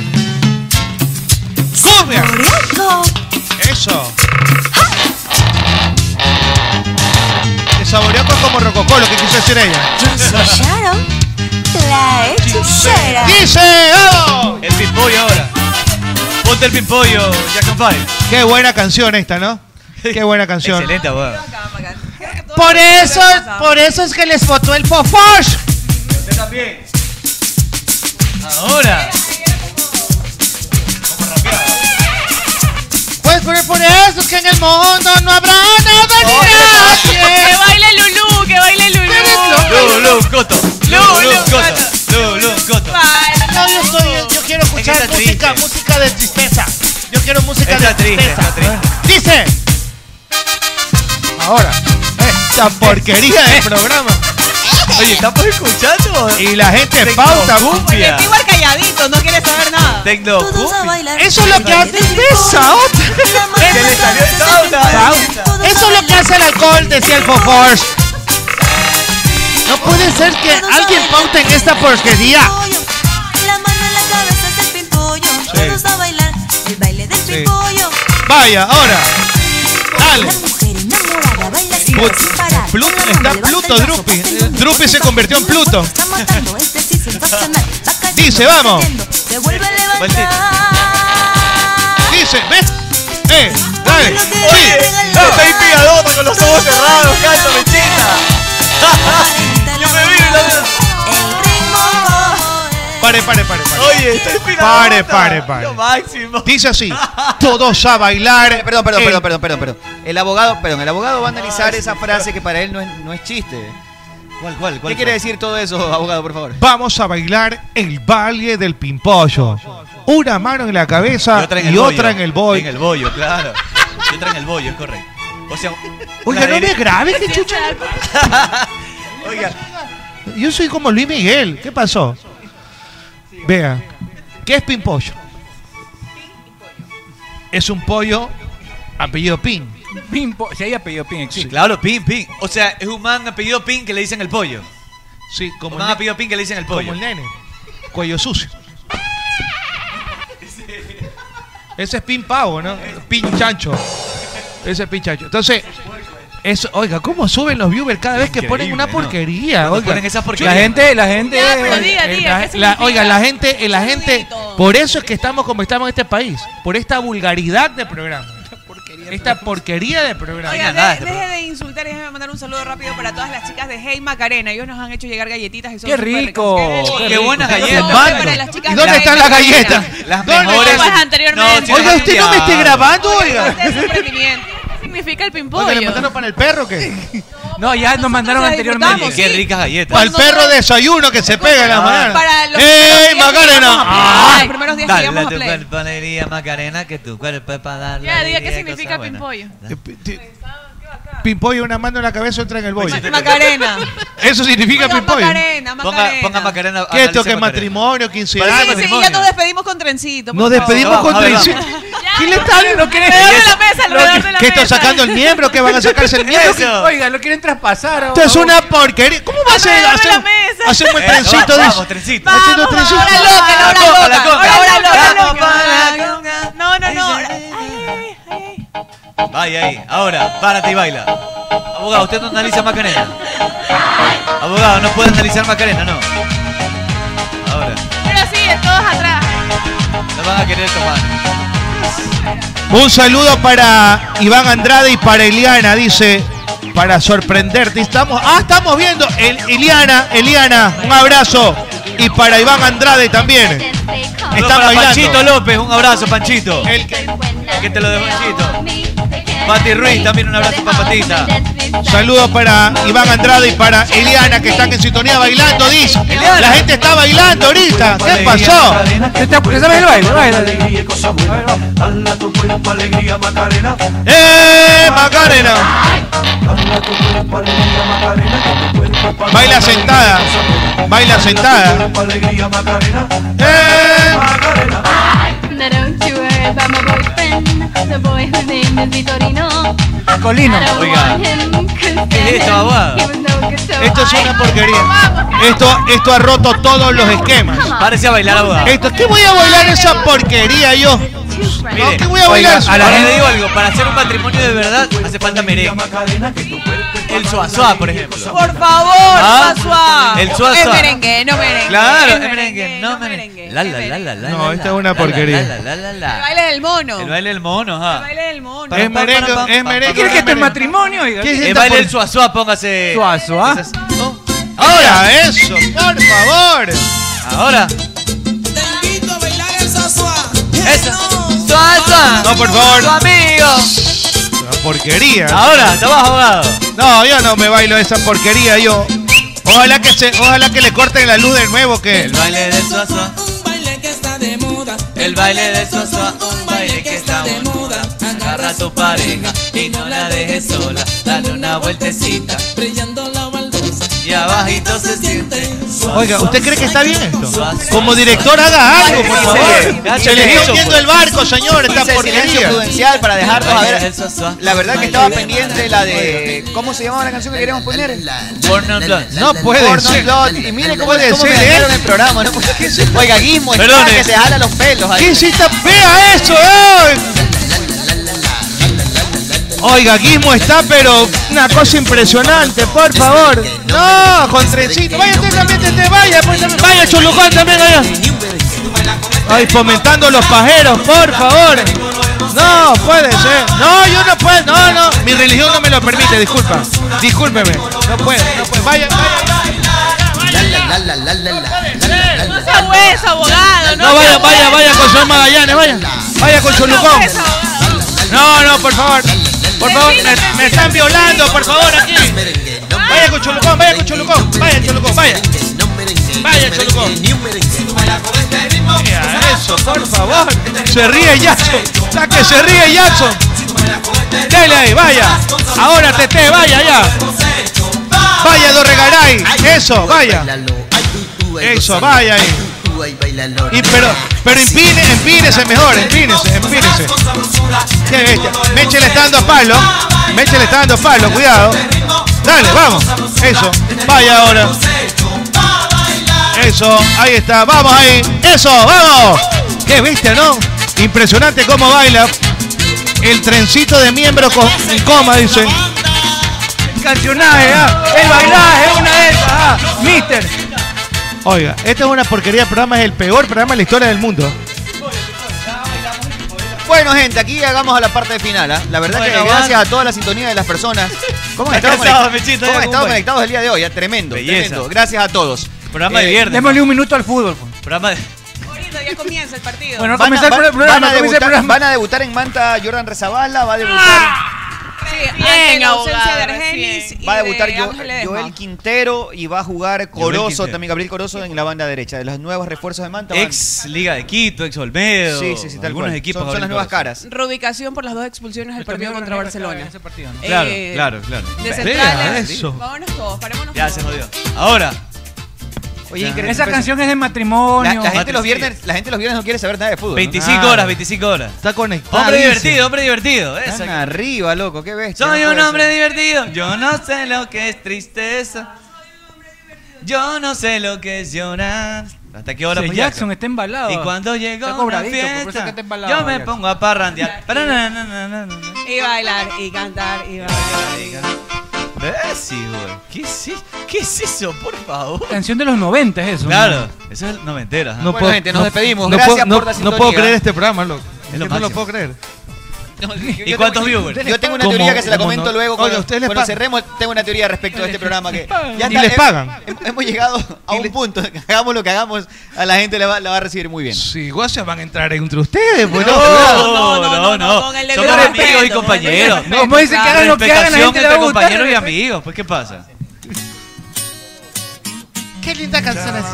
Speaker 10: Cumbia. Eso. El saboreoco es como rococó, lo que quiso
Speaker 11: [laughs]
Speaker 10: decir ella.
Speaker 7: Yo soy Sharon, la hechicera.
Speaker 10: ¡Dice! ¡Vamos!
Speaker 11: El pimpollo ahora. Ponte el pimpollo, Jack and Five.
Speaker 10: Qué buena canción esta, ¿no? Qué buena canción.
Speaker 11: Excelente, abogado.
Speaker 10: Por eso, por eso es que les votó el Pofosh.
Speaker 11: Usted también. Ahora.
Speaker 10: Pues por, por eso es que en el mundo no habrá nada ni nadie.
Speaker 13: Que baile Lulú, que baile
Speaker 11: Lu,
Speaker 13: Lulú.
Speaker 11: Lu, Coto. Lu, Lu, Coto. Lu, Lu, Coto.
Speaker 13: Para.
Speaker 10: yo, quiero
Speaker 11: escuchar música Está triste, está triste.
Speaker 3: Dice.
Speaker 10: Ahora. Esta porquería de programa.
Speaker 11: Oye, ¿estamos escuchando?
Speaker 10: Y la gente pauta,
Speaker 9: Oye,
Speaker 10: bumpia.
Speaker 9: estoy igual calladito, no quiere saber nada.
Speaker 11: Tecno. uh,
Speaker 10: Eso es lo que hace pesa.
Speaker 11: Que le salió el eh.
Speaker 3: Pau. Eso es lo que hace el alcohol, decía el Fofors. No puede ser que alguien paute en esta
Speaker 2: Pues,
Speaker 3: porquería.
Speaker 7: Vamos a bailar el baile del picollo.
Speaker 10: Vaya, ahora. Dale. Put- Pluto, está Pluto Drupi. Eh, Drupi se convirtió en Pluto. Dice, vamos.
Speaker 7: Se vuelve a levantar.
Speaker 10: Pues Dice, ¿ves? Eh, dale.
Speaker 11: Oye, está inspiradota con los ojos cerrados, canto
Speaker 10: [laughs]
Speaker 11: mechita. Yo me vi bailando.
Speaker 10: Pare, pare, pare, pare.
Speaker 11: Oye, está inspiradota.
Speaker 10: Pare, pare, pare.
Speaker 11: Lo máximo.
Speaker 10: Dice así. Todos a bailar.
Speaker 8: Perdón, perdón,
Speaker 10: El-
Speaker 8: perdón, perdón, perdón, perdón. El abogado, perdón, el abogado va a analizar esa frase que para él no es, no es chiste.
Speaker 11: ¿Cuál, cuál,
Speaker 8: ¿Qué quiere decir todo eso, abogado, por favor?
Speaker 10: Vamos a bailar el baile del pimpollo. Una mano en la cabeza y otra en el,
Speaker 11: bollo.
Speaker 10: boy.
Speaker 11: En el bollo, claro. Y otra en el bollo, es correcto. O sea,
Speaker 10: Oiga, no me este graben, qué chucha. Yo soy como Luis Miguel. ¿Qué pasó? Vea, ¿qué es pimpollo? [laughs] Es un pollo apellido Pin.
Speaker 12: Pimpo, si hay apellido Pin,
Speaker 11: Sí,
Speaker 12: existe.
Speaker 11: claro, Pin, Pin. O sea, es un man apellido Pin que le dicen el pollo.
Speaker 10: Sí, como
Speaker 11: un man
Speaker 10: el ne-
Speaker 11: apellido Pin que le dicen el pollo.
Speaker 10: Como el nene. Cuello sucio. Ese es Pin Pavo, ¿no? Pin Chancho. Ese es Pin Chancho. Entonces, eso, oiga, ¿cómo suben los viewers cada vez que ponen una porquería? Oiga,
Speaker 11: ponen esas porquerías.
Speaker 10: La gente, la gente.
Speaker 12: Ya, pero
Speaker 10: oiga,
Speaker 12: diga,
Speaker 10: el-
Speaker 12: diga,
Speaker 10: la-
Speaker 12: ¿qué
Speaker 10: la-
Speaker 12: significa?
Speaker 10: Oiga, la gente, la gente. Por eso es que estamos como estamos en este país. Por esta vulgaridad de programa. Esta porquería de este programa.
Speaker 9: Oiga, de- deje de insultar y déjeme mandar un saludo rápido para todas las chicas de Hey Macarena. Ellos nos han hecho llegar galletitas y son
Speaker 12: ¡Qué
Speaker 9: súper
Speaker 12: rico!
Speaker 9: ricas.
Speaker 12: ¡Qué buenas
Speaker 9: Un
Speaker 12: galletas!
Speaker 9: beso para las chicas
Speaker 12: ¿Y
Speaker 9: de
Speaker 12: dónde
Speaker 9: Hey
Speaker 12: están las
Speaker 9: Macarena.
Speaker 12: galletas?
Speaker 11: Las
Speaker 12: ¿Dónde?
Speaker 11: mejores.
Speaker 12: Pues
Speaker 9: anteriormente.
Speaker 11: No, si no, ya.
Speaker 9: Oiga, usted es emprendimiento. [laughs] ¿Qué significa el
Speaker 10: ¿Dónde le
Speaker 9: pimpollo?
Speaker 10: mandaron para el perro qué? [laughs]
Speaker 12: No, ya nos mandaron
Speaker 9: la
Speaker 12: anteriormente.
Speaker 9: disfrutamos, Qué sí.
Speaker 11: ricas galletas.
Speaker 10: Para el perro desayuno que se pega en
Speaker 11: Ah.
Speaker 10: la mañana.
Speaker 9: Para los
Speaker 10: ¡Ey,
Speaker 9: primeros días que
Speaker 10: Macarena!
Speaker 9: íbamos a play,
Speaker 10: Ah.
Speaker 9: para los primeros días que
Speaker 11: Dale
Speaker 9: íbamos a
Speaker 11: tu
Speaker 9: play.
Speaker 11: cuerpo alegría, Macarena, que tu cuerpo es para darle
Speaker 9: Ya, diga
Speaker 11: alegría
Speaker 9: qué
Speaker 11: y
Speaker 9: significa
Speaker 11: cosas
Speaker 9: pimpollo.
Speaker 10: Pimpollo, una mano en la cabeza, otra en el bollo.
Speaker 9: Macarena.
Speaker 10: Eso significa
Speaker 9: Ponga
Speaker 10: pimpollo.
Speaker 9: Macarena, Ponga- Macarena. ponga
Speaker 11: Macarena.
Speaker 10: ¿Qué esto
Speaker 11: analice
Speaker 10: que es matrimonio, 15
Speaker 9: Sí,
Speaker 10: años?
Speaker 9: sí, ya nos despedimos con trencito. por
Speaker 10: Nos
Speaker 9: favor.
Speaker 10: despedimos con
Speaker 11: a ver,
Speaker 10: trencito. ¿Quién le está hablando?
Speaker 12: quiere-
Speaker 9: Alrededor de la mesa,
Speaker 12: Lo-
Speaker 9: alrededor de la
Speaker 10: ¿Qué
Speaker 9: mesa.
Speaker 10: está sacando el miembro? ¿Qué van a sacarse el miembro?
Speaker 12: Eso. Oiga, lo quieren traspasar. oh.
Speaker 10: Esto es una porquería. ¿Cómo va a ser?
Speaker 12: Alrededor de la
Speaker 10: Hacer,
Speaker 12: mesa.
Speaker 10: hacemos el
Speaker 11: Eso,
Speaker 10: trencito,
Speaker 11: Eh, vamos,
Speaker 10: dice.
Speaker 11: trencito.
Speaker 10: Haciendo
Speaker 9: Vamos,
Speaker 10: trencito.
Speaker 9: ahora loca, la hora
Speaker 11: La coca,
Speaker 9: loca,
Speaker 11: la coca.
Speaker 9: ahora loca,
Speaker 11: Vamos
Speaker 9: loca.
Speaker 11: para
Speaker 9: No, no, no. ahora-
Speaker 11: buenas. Vaya ahí, ahora, párate y baila. Abogado, usted no analiza Macarena. Abogado, no puede analizar Macarena, no. Ahora,
Speaker 9: Pero sí, de todos atrás.
Speaker 11: no van a querer tomar.
Speaker 10: Un saludo para Iván Andrade y para Eliana, dice. Para sorprenderte, estamos. Ah, estamos viendo. El, Eliana, Eliana, un abrazo. Y para Iván Andrade también.
Speaker 11: Saludos
Speaker 10: Están
Speaker 11: para
Speaker 10: bailando.
Speaker 11: Panchito López, un abrazo, Panchito.
Speaker 10: El
Speaker 11: que te lo de Panchito. Pati Ruiz, también un abrazo para Patita.
Speaker 10: Saludos para Iván Andrade y para Eliana que están en sintonía bailando, dice. La gente está bailando ahorita. ¿Qué pasó?
Speaker 12: ¿Sabes el baile? Baila.
Speaker 10: ¡Eh, Macarena! Baila sentada. Baila sentada. ¡Eh!
Speaker 7: Now don't you worry about my boyfriend, the boy whose name is Vitorino.
Speaker 11: Colino.
Speaker 7: I don't
Speaker 11: Oiga,
Speaker 7: want him, 'cause
Speaker 11: ¿qué es
Speaker 7: then
Speaker 11: esto, abogado?
Speaker 7: he was no good, so
Speaker 10: Esto es
Speaker 7: I-
Speaker 10: una porquería. Esto, esto ha roto todos los esquemas.
Speaker 11: Párese a bailar, abogado.
Speaker 10: Esto, ¿Qué voy a bailar esa porquería yo?
Speaker 11: Mire,
Speaker 10: ¿Qué voy a bailar?
Speaker 11: oiga, a la gente le digo algo, para hacer un matrimonio de verdad hace falta merengue. El suazuá, por ejemplo.
Speaker 9: Por favor,
Speaker 11: Ah,
Speaker 9: suazua.
Speaker 11: el suazua.
Speaker 9: Es merengue, no merengue.
Speaker 11: Claro,
Speaker 9: es
Speaker 11: es
Speaker 9: merengue.
Speaker 11: merengue, no merengue. La, la, la, la, la,
Speaker 10: No,
Speaker 11: la,
Speaker 10: esta
Speaker 11: la,
Speaker 10: es una
Speaker 11: la,
Speaker 10: porquería.
Speaker 11: la, la, la, la,
Speaker 9: El
Speaker 11: la.
Speaker 9: baile del mono.
Speaker 11: El baile del mono,
Speaker 9: El
Speaker 11: ajá.
Speaker 9: baile del mono.
Speaker 10: Es merengue, es merengue.
Speaker 12: ¿Quieres que esto es
Speaker 10: merengue.
Speaker 12: matrimonio? Oiga.
Speaker 10: ¿Qué es
Speaker 11: El
Speaker 10: esta
Speaker 11: baile
Speaker 10: por-
Speaker 11: del suazuá, póngase.
Speaker 12: Suazuá.
Speaker 11: Esas- ¿no?
Speaker 10: Ahora eso, por favor.
Speaker 11: Ahora. Eso. Suazuá.
Speaker 10: No, por favor.
Speaker 11: Tu amigo.
Speaker 10: Una porquería.
Speaker 11: Ahora, está abajo, abogado.
Speaker 10: No, yo no me bailo esa porquería yo. Ojalá que se, ojalá que le corten la luz de nuevo que
Speaker 11: El baile del suazuá. El baile del suazuá. Un baile
Speaker 14: baile que está de moda. Agarra a tu pareja y no la dejes sola. Dale una vueltecita, brillando la baldosa. Y abajito se siente. suave,
Speaker 10: Oiga, ¿usted cree que está bien esto?
Speaker 14: suave,
Speaker 10: Como
Speaker 14: suave,
Speaker 10: director
Speaker 14: suave.
Speaker 10: haga algo, por favor.
Speaker 8: Hice-
Speaker 10: Se le
Speaker 8: hice-
Speaker 10: está hundiendo el barco, señor, esta
Speaker 8: hice silencio
Speaker 10: porquería.
Speaker 8: prudencial para dejarnos a ver. La verdad que estaba pendiente la de. ¿Cómo se llamaba la canción que queríamos poner?
Speaker 10: No puede
Speaker 8: Porno
Speaker 10: ser.
Speaker 8: Slot. Y mire cómo,
Speaker 10: Puede
Speaker 8: cómo me
Speaker 10: ser, ¿eh?
Speaker 8: dañaron el programa. ¿no? Oiga, Guismo, está
Speaker 10: Perdone.
Speaker 8: que se jala los pelos. ahí.
Speaker 10: ¿Qué es esta fea eso, eh? Oiga, Guismo está, pero una cosa impresionante, por favor. No, con trencito. Vaya, usted también, usted, usted, vaya, pues, también. vaya, Cholucón también, vaya. Ay, fomentando los pajeros, por favor. No, puede ser. No, yo no puedo, no, no. Mi religión no me lo permite, disculpa. Discúlpeme. No puede, no puede. Vaya,
Speaker 13: No sea hueso, abogado.
Speaker 10: No, vaya, vaya, vaya con señor Magallanes, vaya. Vaya con Cholucón. No, no, por favor. Por favor, me, me están violando, por favor, aquí. Vaya con Cholucón, vaya con Cholucón. Vaya, Cholucón, vaya. Vaya, Cholucón. Mira eso, por favor. Se ríe Jackson. Ya que se ríe Jackson. Dale ahí, vaya. Ahora, Tete, vaya ya. Vaya, Dorregaray. Eso, vaya. Eso, vaya ahí. Y pero, pero impine, empínese mejor, empínese, empínese. Qué bestia. Meche le está dando palo. Meche le está dando palo, cuidado. Dale, vamos. Eso. Vaya ahora. Eso, ahí está. Vamos ahí. Eso, vamos. Qué bestia, ¿no? Impresionante cómo baila. El trencito de miembro con y coma, dice.
Speaker 25: Cancionaje, ah, el bailaje, una de esas, ah, mister.
Speaker 10: Oiga, esta es una porquería de programa, es el peor programa de la historia del mundo.
Speaker 8: Bueno, gente, aquí llegamos a la parte final. ¿ah? La verdad
Speaker 11: Bueno,
Speaker 8: que
Speaker 11: van.
Speaker 8: gracias a toda la sintonía de las personas. ¿Cómo han
Speaker 11: Está
Speaker 8: estado,
Speaker 11: cansado,
Speaker 8: conect-
Speaker 11: Mechito,
Speaker 8: cómo
Speaker 11: ya,
Speaker 8: han estado
Speaker 11: compadre.
Speaker 8: conectados el día de hoy? ah? Tremendo,
Speaker 11: Belleza.
Speaker 8: tremendo. Gracias a todos.
Speaker 11: Programa de
Speaker 8: Eh,
Speaker 11: viernes.
Speaker 12: Démosle un minuto al fútbol. pues. po.
Speaker 11: Programa de...
Speaker 9: Ahorita ya comienza el partido.
Speaker 12: Bueno,
Speaker 8: van, a,
Speaker 12: comienza el
Speaker 8: van-
Speaker 12: pro- programa,
Speaker 8: van a
Speaker 12: comienza el
Speaker 8: debutar,
Speaker 12: programa.
Speaker 8: van a debutar en Manta Jordan Rezabala, va a debutar,
Speaker 9: Sí, ante
Speaker 13: Bien,
Speaker 9: la ausencia de
Speaker 13: abogado.
Speaker 9: Argenis y
Speaker 8: va a debutar
Speaker 9: de
Speaker 8: Yo-
Speaker 9: Ángel Ledesma.
Speaker 8: Joel Quintero y va a jugar Corozo,
Speaker 11: Quintero.
Speaker 8: también Gabriel Corozo en la banda derecha. De los nuevos refuerzos de Manta. van-
Speaker 11: Ex Liga de Quito, ex Olmedo.
Speaker 8: Sí, sí, sí, tal
Speaker 11: algunos
Speaker 8: cual.
Speaker 11: equipos.
Speaker 8: Son- son las
Speaker 11: ahorita.
Speaker 8: nuevas caras.
Speaker 9: Reubicación por las dos expulsiones del partido contra Barcelona. Eh,
Speaker 11: Claro, claro, claro.
Speaker 9: De
Speaker 11: Vea
Speaker 9: centrales.
Speaker 11: eso.
Speaker 9: Vámonos todos, parémonos.
Speaker 11: Ya se jodió. Ahora.
Speaker 8: Oye, increíble.
Speaker 12: Esa canción es de matrimonio.
Speaker 8: La, la gente los viernes, la gente los viernes no quiere saber nada de fútbol.
Speaker 11: 25
Speaker 10: Ah.
Speaker 8: ¿no?
Speaker 11: horas, 25 horas.
Speaker 10: Está conectado.
Speaker 11: Hombre divertido, hombre divertido.
Speaker 8: Están
Speaker 11: Esa.
Speaker 8: arriba, loco, qué bestia.
Speaker 11: Soy
Speaker 8: no
Speaker 11: un
Speaker 8: puede
Speaker 11: hombre
Speaker 8: ser.
Speaker 11: divertido. Yo no sé lo que es tristeza. Yo no sé lo que es llorar. ¿Hasta qué hora
Speaker 12: Sí,
Speaker 11: pues,
Speaker 12: Jackson está embalado.
Speaker 11: Y cuando llegó
Speaker 12: Está
Speaker 11: una
Speaker 12: cobradito, por eso es que
Speaker 11: fiesta,
Speaker 12: está embalado,
Speaker 11: yo me
Speaker 12: Jackson.
Speaker 11: pongo a parrandear.
Speaker 9: Y bailar y cantar y bailar. y cantar.
Speaker 11: ¿Ves, hijo? ¿Qué es, i- ¿Qué es eso, por favor?
Speaker 12: Canción de los 90 es eso.
Speaker 11: Claro, eso es noventera.
Speaker 10: No puedo- no- no puedo- no- No puedo creer este programa, loco. Es que no lo puedo creer.
Speaker 11: [laughs] ¿Y cuántos viewers?
Speaker 8: Yo tengo una
Speaker 10: Como-
Speaker 8: teoría que se la
Speaker 10: como
Speaker 8: comento
Speaker 10: no-
Speaker 8: luego.
Speaker 10: Oye,
Speaker 8: Cuando,
Speaker 10: ¿ustedes les
Speaker 8: cuando
Speaker 10: pagan?
Speaker 8: cerremos, tengo una teoría respecto de este programa que ya
Speaker 10: ¿Y les
Speaker 8: hem-
Speaker 10: pagan?
Speaker 8: hem- Hemos llegado a un punto. [laughs] Hagamos lo que hagamos, a la gente la va, la va a recibir muy bien.
Speaker 10: Sí, guacias van a entrar entre ustedes. pues,
Speaker 8: No,
Speaker 10: cuidado.
Speaker 11: no, no, no, con el debido Somos amigos y compañeros.
Speaker 10: No, como dicen que hagan lo que hagan, la
Speaker 11: Respetación
Speaker 10: gente le va a
Speaker 11: entre
Speaker 10: gustar.
Speaker 11: compañeros y amigos. Pues, ¿qué pasa?
Speaker 3: Qué linda canción es.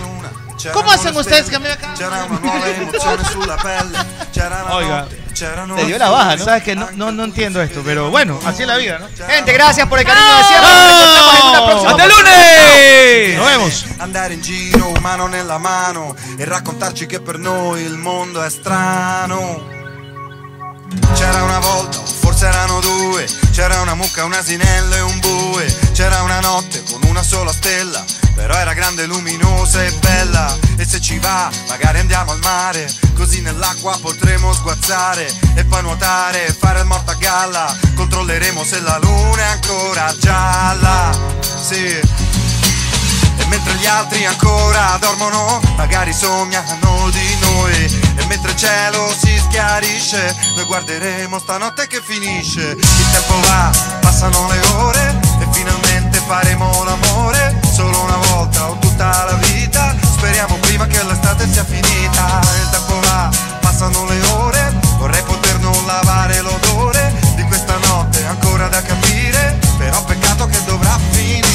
Speaker 3: ¿Cómo hacen ustedes que a mí me acaban-
Speaker 10: Oiga,
Speaker 8: te dio la baja, ¿no?
Speaker 10: Sabes que no, no, no entiendo esto, pero bueno, así es la vida, ¿no?
Speaker 8: Gente, gracias por el cariño de siempre. Nos encontramos en una próxima
Speaker 10: ¡Hasta el lunes! Nos vemos.
Speaker 27: Andare in giro, mano nella mano, e raccontarci che per noi il mondo è strano. C'era una volta, o forse erano due, c'era una mucca, un asinello e un bue, c'era una notte con una sola stella, però era grande, luminosa e bella, e se ci va magari andiamo al mare, così nell'acqua potremo sguazzare e poi nuotare e fare il morto a galla, controlleremo se la luna è ancora gialla. Sì. E mentre gli altri ancora dormono, magari sognano di noi. E mentre il cielo si schiarisce, noi guarderemo stanotte che finisce. Il tempo va, passano le ore e finalmente faremo l'amore. Solo una volta o tutta la vita, speriamo prima che l'estate sia finita. Il tempo va, passano le ore, vorrei poter non lavare l'odore di questa notte ancora da capire. Però peccato che dovrà finire.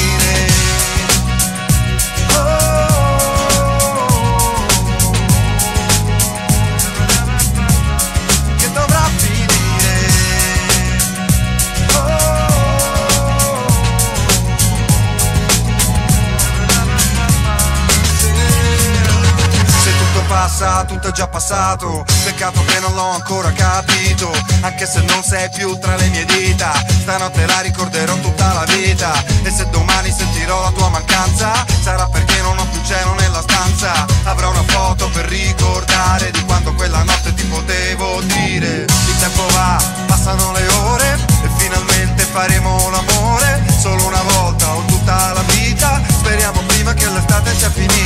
Speaker 27: Oh, Che dovrà Oh. passato, tutto è già passato. Peccato che non l'ho ancora capito. Anche se non sei più tra le mie dita, stanotte la ricorderò tutta la vita. E se domani sentirò la tua mancanza, sarà perché non ho più cielo nella stanza. Avrò una foto per ricordare di quando quella notte ti potevo dire. Il tempo va, passano le ore e finalmente faremo l'amore. Solo una volta o tutta la vita. Speriamo prima che l'estate sia finita. Oh, Oh,